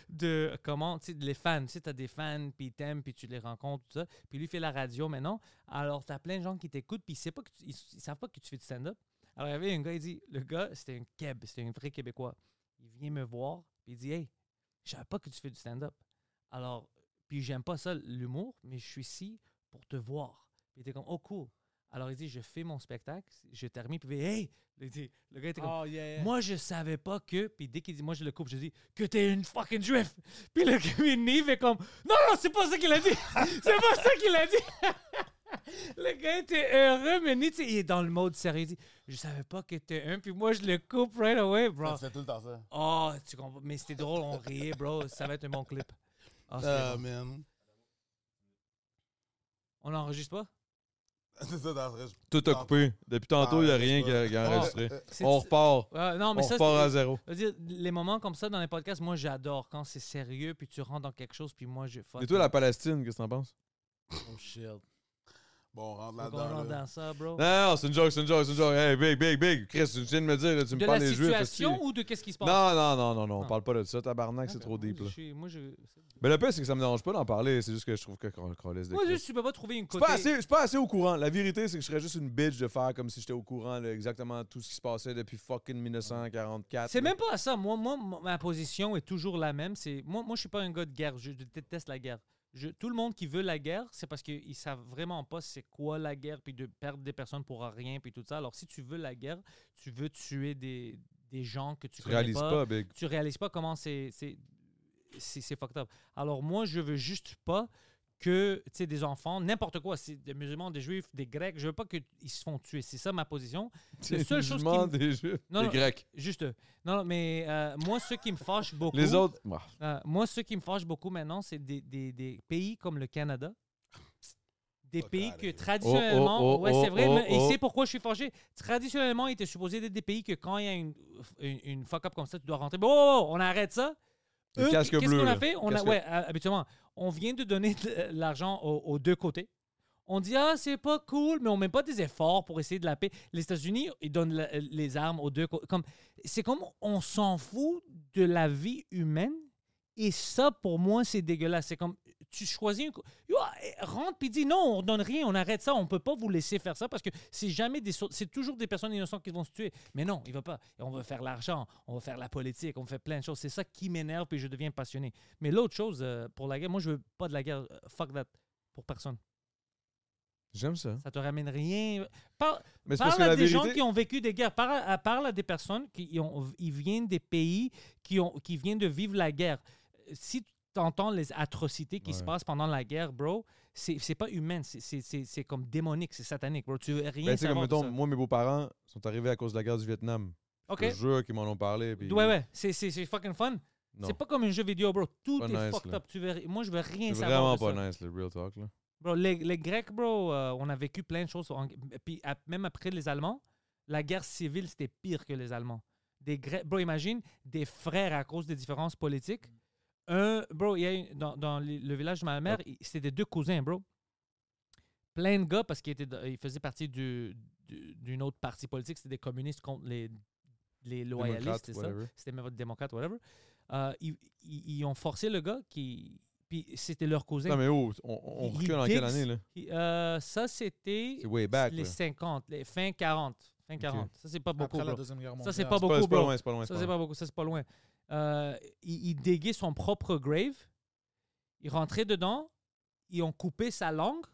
S4: de comment, tu sais, de les fans. Tu sais, t'as des fans, puis ils t'aiment, puis tu les rencontres, tout ça. Puis lui fait la radio maintenant. Alors, t'as plein de gens qui t'écoutent, puis ils, savent pas que tu- ils, ils savent pas que tu fais du stand-up. Alors, il y avait un gars, il dit, le gars, c'était un Keb, c'était un vrai Québécois. Il vient me voir, puis il dit, hey, je savais pas que tu fais du stand-up. Alors, puis j'aime pas ça, l'humour, mais je suis ici pour te voir. Puis il était comme, oh cool. Alors, il dit, je fais mon spectacle, je termine, puis il fait, hey, il dit- le gars était comme,
S3: Oh, yeah, yeah.
S4: moi, je savais pas que. Puis dès qu'il dit, moi, je le coupe, je dis, que t'es une fucking juif. Puis le Kevin fait comme, non, non, c'est pas ça qu'il a dit. c'est pas ça qu'il a dit. le gars était heureux, mais Nive, tu sais, il est dans le mode sérieux. Il dit, je savais pas que t'es un. Puis moi, je le coupe right away, bro.
S2: Tu fais tout le temps ça.
S4: Oh, tu comprends. Mais c'était drôle, on riait, bro. Ça va être un bon clip. Ah, c'était
S2: Ah,
S4: bon.
S2: man.
S4: On n'enregistre pas?
S2: C'est ça, dans le
S1: Tout a coupé. Depuis tantôt, il n'y a
S2: Ah,
S1: rien qui a,
S2: c'est
S1: qui a
S4: pas-
S1: enregistré.
S4: Ah, C'est-
S1: On repart.
S4: Ouais, non,
S1: On
S4: mais ça,
S1: repart
S4: c'est-
S1: à zéro.
S4: Je veux dire, les moments comme ça dans les podcasts, moi, j'adore. Quand c'est sérieux, puis tu rentres dans quelque chose, puis moi, je.
S1: Et toi,
S4: fucking-
S1: la Palestine, qu'est-ce que t'en penses?
S3: Oh, shit.
S2: Bon, on rentre
S4: Faut qu'on
S2: là-dedans.
S4: rentre
S2: là.
S4: dans ça, bro.
S1: Non, non, c'est une joke, c'est une joke, c'est une joke. Hey, big, big, big. Chris, tu viens de me dire, tu me
S4: de
S1: parles
S4: la
S1: des juifs.
S4: situation
S1: hostie.
S4: ou de qu'est-ce qui se passe?
S1: Non, non, non, non, non, on
S4: Ah. ben
S1: parle pas de ça. Tabarnak, c'est
S4: Moi,
S1: trop deep. là.
S4: je suis- Moi, je.
S1: Mais le pire, c'est que ça me dérange pas d'en parler. C'est juste que je trouve que cro- crolisse de
S4: Moi,
S1: Chris.
S4: juste, tu peux pas trouver une
S1: Je suis
S4: côté.
S1: pas assez- je suis pas assez au courant. La vérité, c'est que je serais juste une bitch de faire comme si j'étais au courant de exactement tout ce qui se passait depuis fucking 1944.
S4: C'est
S1: là.
S4: même pas à ça. Moi, moi, m- ma position est toujours la même. C'est moi, moi, je suis pas un gars de guerre. Je déteste la guerre. Je- tout le monde qui veut la guerre, c'est parce qu'ils savent vraiment pas c'est quoi la guerre, puis de perdre des personnes pour rien, puis tout ça. Alors, si tu veux la guerre, tu veux tuer des, des gens que tu,
S1: Tu
S4: connais
S1: réalises pas, big.
S4: tu réalises pas comment c'est c'est c'est c'est fucked up. Alors moi je veux juste pas que tu sais des enfants n'importe quoi, c'est des musulmans, des juifs, des grecs, je veux pas qu'ils se font tuer. C'est ça ma position.
S1: C'est
S4: La seule chose qui me-
S1: des Juifs,
S4: Non,
S1: des
S4: non.
S1: Grecs.
S4: Juste euh, non non, mais euh, moi ce qui me fâche beaucoup
S1: Les autres, bah,
S4: euh, moi ce qui me fâche beaucoup maintenant c'est des, des, des pays comme le Canada. Des
S2: Fuck
S4: pays
S2: outta
S4: que
S2: here.
S4: traditionnellement,
S1: Oh, oh, oh,
S4: ouais, c'est
S1: oh,
S4: vrai,
S1: oh,
S4: mais- et
S1: oh.
S4: c'est pourquoi je suis fâché. Traditionnellement, il était supposé être des pays que quand il y a une, une, une fuck-up comme ça, tu dois rentrer. Bon, oh, on arrête ça.
S1: le
S4: Eux,
S1: casque
S4: qu'est-ce
S1: bleu.
S4: qu'on a
S1: là.
S4: fait? On a,
S1: Casque-
S4: ouais, euh, habituellement, on vient de donner de euh, l'argent aux, aux deux côtés. On dit, ah, c'est pas cool, mais on met pas des efforts pour essayer de la paix. Les États-Unis, ils donnent la- euh, les armes aux deux côtés. Comme, c'est comme on s'en fout de la vie humaine. Et ça, pour moi, c'est dégueulasse. C'est comme, tu choisis une. co- Yo, eh, rentre puis dis non, on donne rien, on arrête ça, on peut pas vous laisser faire ça parce que c'est jamais des. sau- C'est toujours des personnes innocentes qui vont se tuer. Mais non, il va pas. Et on va faire l'argent, on va faire la politique, on fait plein de choses. C'est ça qui m'énerve puis je deviens passionné. Mais l'autre chose, euh, pour la guerre, moi, je veux pas de la guerre. euh, Fuck that. Pour personne.
S1: J'aime ça.
S4: Ça te ramène rien. Par-
S1: Mais c'est parce
S4: Parle
S1: que
S4: à
S1: la
S4: des
S1: vérité.
S4: gens qui ont vécu des guerres. Parle à, parle à des personnes qui ont, ils viennent des pays qui, ont, qui viennent de vivre la guerre. Euh, Si tu entends les atrocités qui se
S1: Ouais.
S4: passent pendant la guerre, bro, c'est c'est pas humain. c'est- c'est- C'est c'est comme démonique, c'est satanique, bro. Tu veux rien
S1: Ben, tu sais, comme
S4: savoir de
S1: mettons, moi, mes beaux-parents sont arrivés à cause de la guerre du Vietnam.
S4: ça. OK?
S1: Je te jure qu'ils m'en ont parlé. puis-
S4: Ouais, ouais, c'est- c'est c'est fucking fun.
S1: Non.
S4: C'est pas comme un jeu vidéo, bro. Tout
S1: Pas
S4: est
S1: nice,
S4: fucked
S1: là.
S4: up. Tu veux, ri- moi, je veux rien
S1: C'est
S4: savoir.
S1: vraiment
S4: de
S1: pas
S4: ça.
S1: nice, le real talk. Là.
S4: Bro, les, les Grecs, bro, euh, on a vécu plein de choses. en- puis ap- même après les Allemands, la guerre civile, c'était pire que les Allemands. Des Grecs, bro, imagine des frères à cause des différences politiques. Un, bro, il y a une- dans, dans les- le village de ma mère, il- c'était des deux cousins, bro. Plein de gars parce qu'ils étaient dans- ils faisaient partie du- du- d'une autre partie politique. C'était des communistes contre les, les
S1: Démocrate,
S4: loyalistes, c'est ça?
S1: whatever.
S4: C'était même démocrate, whatever. Euh, ils, ils- ils ont forcé le gars qui. Puis c'était leur cousin.
S1: Non, mais oh, on, on
S4: Il-
S1: recule
S4: il
S1: en quelle
S4: digs.
S1: année? là
S4: Puis, euh, ça, c'était
S1: C'est way back.
S4: les
S1: là.
S4: 50, les fin 40. Fin 40. Ça, c'est pas beaucoup,
S3: Après la
S4: bro.
S3: Deuxième Guerre mondiale.
S4: Ça, c'est pas
S1: C'est pas-
S4: beaucoup,
S1: c'est pas
S4: bro.
S1: loin, c'est pas loin. c'est
S4: Ça,
S1: pas
S4: c'est
S1: loin.
S4: pas beaucoup. Ça, c'est pas loin. Euh, il, il déguait son propre grave. Il rentrait dedans. Ils ont coupé sa langue.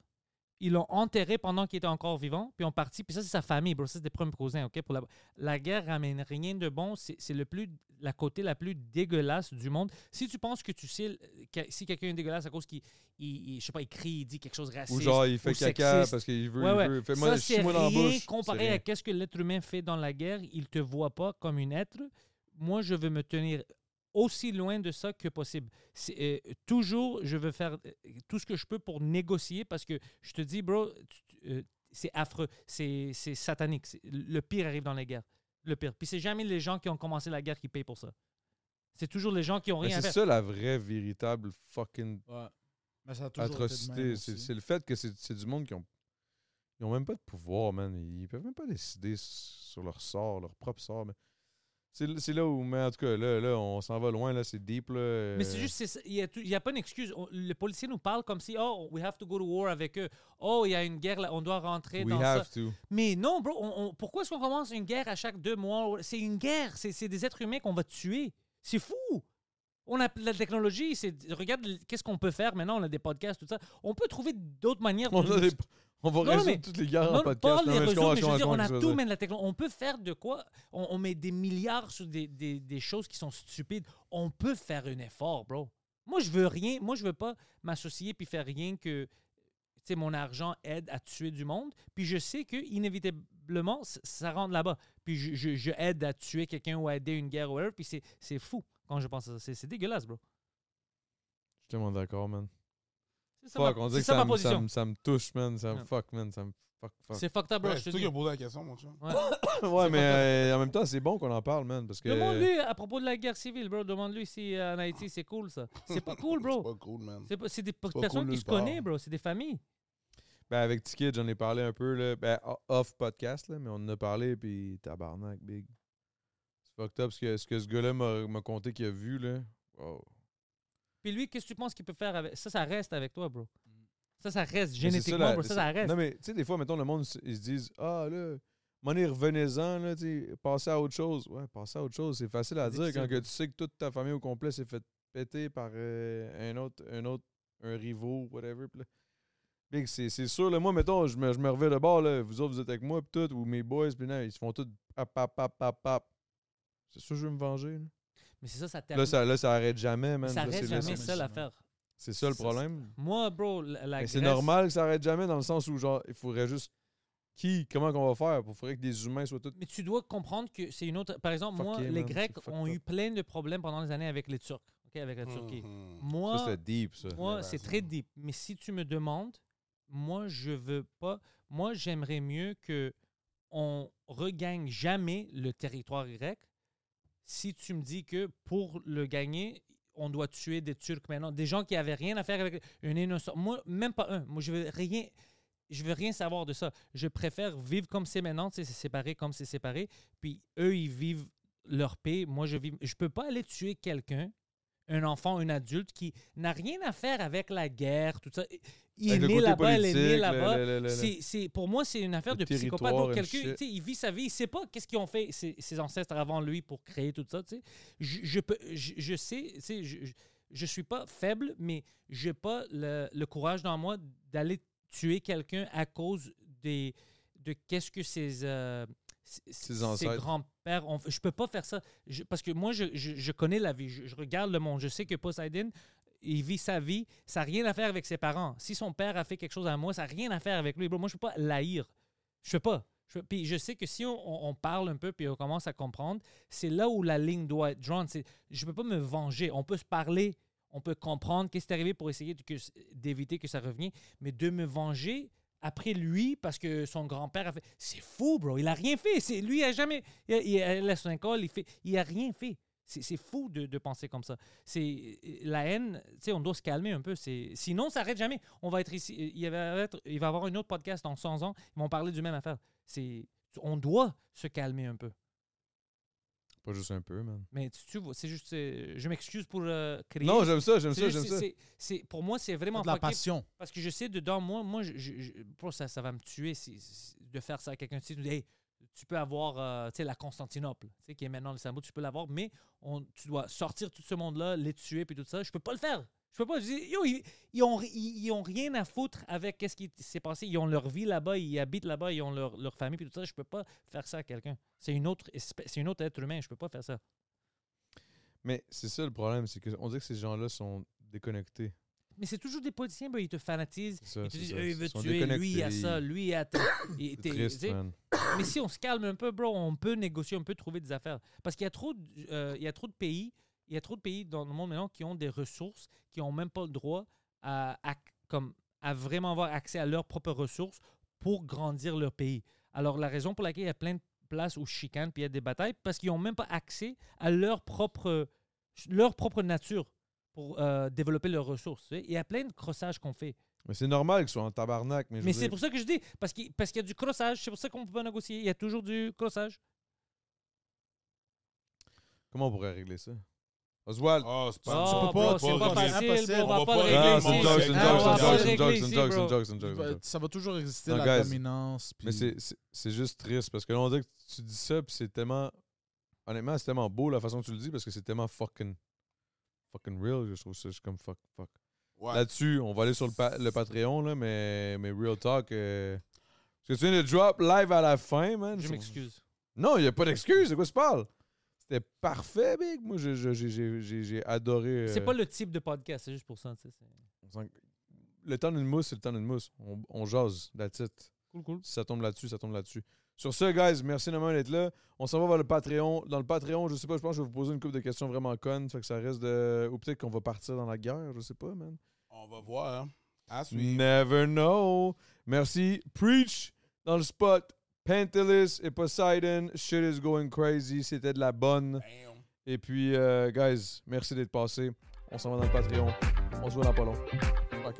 S4: Ils l'ont enterré pendant qu'il était encore vivant. Puis ils ont parti. Puis ça, c'est sa famille, bro. Ça, c'est des premiers cousins, OK? Pour la... la guerre ramène rien de bon. C'est c'est le plus... la côté la plus dégueulasse du monde. Si tu penses que tu sais... euh, que- Si quelqu'un est dégueulasse à cause qu'il... il- il- je sais pas, il crie, il dit quelque chose de raciste.
S1: Ou genre, il fait
S4: ou
S1: caca
S4: sexiste.
S1: parce qu'il veut.
S4: Ouais,
S1: il
S4: ouais.
S1: veut- Fais-moi
S4: ça, c'est
S1: chie-moi dans la
S4: rien
S1: bouche. C'est
S4: comparé
S1: rien.
S4: à qu'est-ce que l'être humain fait dans la guerre. Il te voit pas comme une être. Moi, je veux me tenir aussi loin de ça que possible. C'est, euh, toujours, je veux faire euh, tout ce que je peux pour négocier parce que je te dis, bro, tu- tu- euh, c'est affreux, c'est c'est satanique. C'est- Le pire arrive dans les guerres. Le pire. Puis c'est jamais les gens qui ont commencé la guerre qui payent pour ça. C'est toujours les gens qui ont
S1: Mais
S4: rien à
S1: Ben, C'est
S4: faire.
S1: ça la vraie, véritable fucking
S3: Ouais. Mais ça a toujours été de
S1: atrocité.
S3: même
S1: C'est
S3: aussi.
S1: c'est le fait que c'est c'est du monde qui ont. Ils ont même pas de pouvoir, man. Ils peuvent même pas décider s- sur leur sort, leur propre sort. mais C'est c'est là où, mais en tout cas, là, là on s'en va loin, là, c'est deep. Là,
S4: Mais c'est
S1: euh,
S4: juste, c'est ça, il n'y a, pas une excuse. On- Le policier nous parle comme si, oh, we have to go to war avec eux. Oh, il y a une guerre, là, on doit rentrer
S1: We
S4: dans
S1: have
S4: ça.
S1: to.
S4: Mais non, bro, on- on- pourquoi est-ce qu'on commence une guerre à chaque deux mois? C'est une guerre, c'est c'est des êtres humains qu'on va tuer. C'est fou! On a la technologie, c'est regarde l- qu'est-ce qu'on peut faire maintenant, on a des podcasts, tout ça. On peut trouver d'autres manières de...
S1: On, a des- on va
S4: Non, non,
S1: résoudre
S4: mais-
S1: toutes les guerres en
S4: Non,
S1: podcast.
S4: parle des
S1: mais je
S4: réseaux,
S1: comprends,
S4: mais je
S1: comprends,
S4: veux dire, on
S1: comprends
S4: a
S1: ce que tu
S4: tout,
S1: veux
S4: mais
S1: dire.
S4: la technologie. On peut faire de quoi? On, on met des milliards sur des, des- des choses qui sont stupides. On peut faire un effort, bro. Moi, je veux rien. Moi, je veux pas m'associer puis faire rien que, tu sais, mon argent aide à tuer du monde. Puis je sais que, inévitablement, c- ça rentre là-bas. Puis je, je- je aide à tuer quelqu'un ou à aider une guerre ou whatever. Puis c'est- c'est fou quand je pense à ça. C'est- C'est dégueulasse, bro.
S1: Je suis tellement d'accord, man.
S4: C'est ça,
S1: Fuck,
S4: ma-
S1: on
S4: c'est
S1: dirait que
S4: ça
S1: ça
S4: ma
S1: me- ça
S4: position.
S1: me- ça me touche, man. Ça me
S4: Ouais.
S1: fuck, man. Ça me fuck, fuck.
S4: C'est fucked up, bro.
S2: Ouais,
S4: je te
S2: c'est toi
S4: dis.
S2: qui as posé la question, mon chum.
S4: Ouais.
S1: Ouais,
S4: fucked up.
S1: mais euh, en même temps, c'est bon qu'on en parle, man. Parce que.
S4: Demande-lui à propos de la guerre civile, bro. Demande-lui si euh, en Haïti c'est cool ça. C'est pas cool,
S2: C'est
S4: bro.
S2: pas cool, man.
S4: C'est pas- c'est des
S2: pas
S4: personnes
S2: cool
S4: qui
S2: nulle
S4: se connaissent,
S2: part.
S4: bro. C'est des familles.
S1: Ben, avec Ticket, j'en ai parlé un peu, là, ben, o- off podcast, là, mais on en a parlé, puis tabarnak, big. C'est fucked up ce que ce, que ce gars-là m'a m'a conté qu'il a vu, là. Wow.
S4: Puis lui, qu'est-ce que tu penses qu'il peut faire avec ça Ça reste avec toi, bro. Ça, ça reste
S1: Mais c'est
S4: génétiquement,
S1: la-
S4: bro. Ça, ça
S1: c'est-
S4: reste.
S1: Non, mais tu sais, des fois, mettons, le monde, s- ils se disent Ah, là, monnaie, revenez-en, là, tu sais, passez à autre chose. Ouais, passez à autre chose, c'est facile à
S3: C'est
S1: dire quand
S3: difficile,
S1: que tu sais que toute ta famille au complet s'est fait péter par euh, un autre, un autre, un rivaux, whatever. Pis là. Big, c'est c'est sûr, là, moi, mettons, je me, je me revais de bord, là, vous autres, vous êtes avec moi, pis tout, ou mes boys, pis là, ils se font tout pap, pap, pap, pap, pap. C'est sûr, que je vais me venger. Là,
S4: Mais c'est ça, ça
S1: là,
S4: termine. Ça,
S1: ça, là, ça arrête jamais, man. Là,
S4: reste
S1: c'est- là,
S4: jamais
S1: c'est-
S4: ça
S3: la-
S4: l'affaire.
S1: C'est ça le
S4: ça, ça-
S1: problème.
S4: Moi, bro, la, la
S1: Mais c'est
S4: Grèce-
S1: normal que ça arrête jamais dans le sens où genre il faudrait juste qui comment qu'on va faire pour faudrait que des humains soient tous
S4: Mais tu dois comprendre que c'est une autre. Par exemple,
S1: Fuck
S4: moi,
S1: yeah,
S4: les
S1: man, c'est
S4: Grecs
S1: fucked
S4: ont
S1: up.
S4: eu plein de problèmes pendant les années avec les Turcs, ok, avec la Turquie.
S2: Mhm.
S4: Moi,
S1: ça c'est deep ça.
S4: Moi,
S2: Ouais,
S4: c'est
S2: c'est
S4: très
S2: ça.
S4: deep. Mais si tu me demandes, moi, je veux pas. Moi, j'aimerais mieux que on regagne jamais le territoire grec. Si tu me dis que pour le gagner, on doit tuer des Turcs maintenant, des gens qui avaient rien à faire avec une innocent. Moi, même pas un. Moi, je veux rien. Je veux rien savoir de ça. Je préfère vivre comme c'est maintenant, tu sais, c'est séparé comme c'est séparé. Puis eux, ils vivent leur paix. Moi, je vis. Je peux pas aller tuer quelqu'un, un enfant, un adulte qui n'a rien à faire avec la guerre, tout ça. Il
S1: Avec
S4: est
S1: le
S4: né
S1: côté
S4: là-bas, il est né
S1: politique,
S4: là-bas.
S1: le- le- le- le-
S4: C'est- c'est- pour moi, c'est une affaire
S1: Le
S4: de psychopathe.
S1: territoire
S4: Donc,
S1: and
S4: quelqu'un,
S1: shit.
S4: tu sais, il vit sa vie, il sait pas qu'est-ce qu'ils ont fait ses, ses ancêtres avant lui pour créer tout ça, tu sais. Je, je peux, je, je sais, tu sais, je, je- je suis pas faible, mais j'ai pas le, le courage dans moi d'aller tuer quelqu'un à cause des, de qu'est-ce que ses, euh, ses- ses
S1: ancêtres.
S4: grands-pères ont fait. Je peux pas faire ça. Je- parce que moi, je, je- je connais la vie. Je, je regarde le monde. Je sais que Poseidon, il vit sa vie. Ça n'a rien à faire avec ses parents. Si son père a fait quelque chose à moi, ça n'a rien à faire avec lui. Bro, moi, je ne peux pas l'haïr. Je peux pas. Je, peux- puis je sais que si on, on- on parle un peu puis on commence à comprendre, c'est là où la ligne doit être drawn. C'est- Je peux pas me venger. On peut se parler. On peut comprendre qu'est-ce qui est arrivé pour essayer de- que- d'éviter que ça revienne. Mais de me venger après lui parce que son grand-père a fait... C'est fou, bro. Il a rien fait. C'est- Lui, il a jamais... Il, il, il a son école. Il, fait, il a rien fait. C'est c'est fou de, de penser comme ça. C'est la haine, tu sais, on doit se calmer un peu. C'est sinon, ça s'arrête jamais. On va être ici. Il va être, il va y avoir un autre podcast dans 100 ans. Ils vont parler du même affaire. C'est, on doit se calmer un peu.
S1: Pas juste un peu, man.
S4: Mais tu, tu vois, c'est juste, euh, je m'excuse pour euh, crier.
S1: Non, j'aime ça, j'aime
S4: C'est
S1: ça,
S4: juste-
S1: j'aime ça.
S4: c'est- c'est- pour moi, c'est vraiment
S3: De la
S4: fucké
S3: passion.
S4: parce que je sais dedans moi, moi, je, je- je- bro, ça, ça va me tuer si, si- de faire ça à quelqu'un. Tu, sais, tu dis, Hey, tu peux avoir, euh, tu sais, la Constantinople, tu sais, qui est maintenant le symbole, tu peux l'avoir, mais on, tu dois sortir tout ce monde-là, les tuer, puis tout ça. Je peux pas le faire. Je peux pas. Je dis, Yo, ils, ils ont, ils, ils ont rien à foutre avec qu'est-ce qui s'est passé. Ils ont leur vie là-bas, ils habitent là-bas, ils ont leur, leur famille, puis tout ça. Je peux pas faire ça à quelqu'un. C'est une autre espèce, c'est une autre être humain. Je peux pas faire ça.
S1: Mais c'est ça le problème, c'est qu'on dirait que ces gens-là sont déconnectés.
S4: Mais c'est toujours des politiciens, bro, ils te fanatisent.
S1: C'est ça,
S4: Ils te
S1: c'est
S4: disent,
S1: ça.
S4: Eux, ils veulent
S1: sont
S4: tuer lui
S1: déconnectés.
S4: à ça, lui à. ta- et
S1: C'est
S4: t'es- tu
S1: triste,
S4: sais,
S1: man.
S4: Mais si on se calme un peu, bro, on peut négocier, on peut trouver des affaires. Parce qu'il y a trop, de- euh, il y a trop de pays, il y a trop de pays dans le monde maintenant qui ont des ressources, qui ont même pas le droit à, à- comme, à vraiment avoir accès à leurs propres ressources pour grandir leur pays. Alors la raison pour laquelle il y a plein de places où chicane puis il y a des batailles, parce qu'ils n'ont même pas accès à leur propre, leur propre nature pour euh, développer leurs ressources. tu sais. Il y a plein de crossages qu'on fait.
S1: Mais c'est normal qu'ils soient en tabarnak, mais je
S4: Mais
S1: veux
S4: c'est
S1: dire-
S4: pour ça que je dis, parce qu'il parce qu'il y a du crossage, c'est pour ça qu'on peut pas négocier. Il y a toujours du crossage.
S1: Comment on pourrait régler ça? Oswald,
S2: Oh, c'est
S4: Oh,
S2: pas, c'est pas-
S4: bro,
S2: pas-
S4: c'est
S2: pas-
S4: pas
S2: pas-
S4: facile, bro, on va
S2: On
S4: pas le
S2: va pas
S4: régler
S1: Ah,
S2: régler
S1: c'est
S2: ici.
S1: une joke, c'est une
S4: Ah,
S1: joke,
S4: on va
S1: c'est
S4: pas le
S1: une joke,
S4: régler
S1: c'est une
S4: ici,
S1: joke, c'est
S4: bro.
S1: une joke, c'est une joke, c'est une joke.
S3: Ça va toujours exister
S1: Non,
S3: la
S1: guys.
S3: dominance.
S1: Mais
S3: puis-
S1: c'est- c'est c'est juste triste parce que là, on dirait que tu dis ça, puis c'est tellement. Honnêtement, c'est tellement beau la façon que tu le dis parce que c'est tellement fucking. Fucking real, je trouve ça. Je suis comme fuck, fuck.
S2: Ouais.
S1: Là-dessus, on va aller sur le, pa- le Patreon, là, mais, mais real talk. euh, Ce que tu viens de drop live à la fin, man.
S4: Je
S1: c'est-
S4: m'excuse.
S1: Non, il n'y a pas d'excuse. De quoi tu parles? C'était parfait, Big. Moi, je- je- j'ai- j'ai j'ai- j'ai adoré.
S4: C'est
S1: euh,
S4: pas le type de podcast, c'est juste pour ça. tu sais, c'est-
S1: on s'en- Le temps d'une mousse, c'est le temps d'une mousse. On, on jase, that's it.
S4: Cool, cool.
S1: Si ça tombe là-dessus, ça tombe là-dessus. Sur ce, guys, merci énormément d'être là. On s'en va vers le Patreon. Dans le Patreon, je sais pas, je pense que je vais vous poser une couple de questions vraiment connes. Fait que ça reste de. Ou peut-être qu'on va partir dans la guerre, je sais pas, man.
S2: On va voir. hein. À suivre.
S1: Never know. Merci. Preach dans le spot. Pantelis et Poseidon. Shit is going crazy. C'était de la bonne.
S2: Damn.
S1: Et puis, euh, guys, merci d'être passés. On s'en va dans le Patreon. On se voit dans pas long. Ok.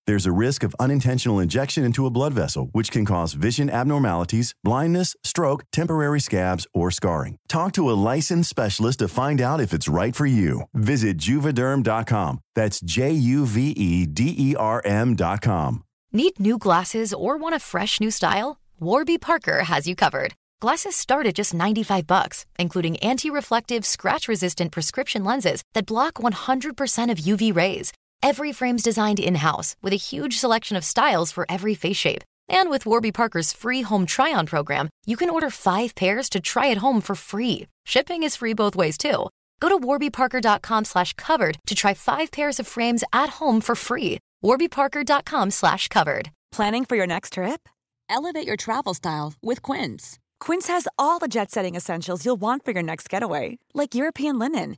S6: There's a risk of unintentional injection into a blood vessel, which can cause vision abnormalities, blindness, stroke, temporary scabs, or scarring. Talk to a licensed specialist to find out if it's right for you. Visit juvederm.com. That's J U V E D E R M.com.
S7: Need new glasses or want a fresh new style? Warby Parker has you covered. Glasses start at just 95 bucks, including anti-reflective, scratch-resistant prescription lenses that block 100% of UV rays. Every frame's designed in-house with a huge selection of styles for every face shape. And with Warby Parker's free home try-on program, you can order 5 pairs to try at home for free. Shipping is free both ways too. Go to warbyparker.com slash covered to try 5 pairs of frames at home for free. warbyparker.com slash covered.
S8: Planning for your next trip? Elevate your travel style with Quince. Quince has all the jet setting essentials you'll want for your next getaway, like European linen,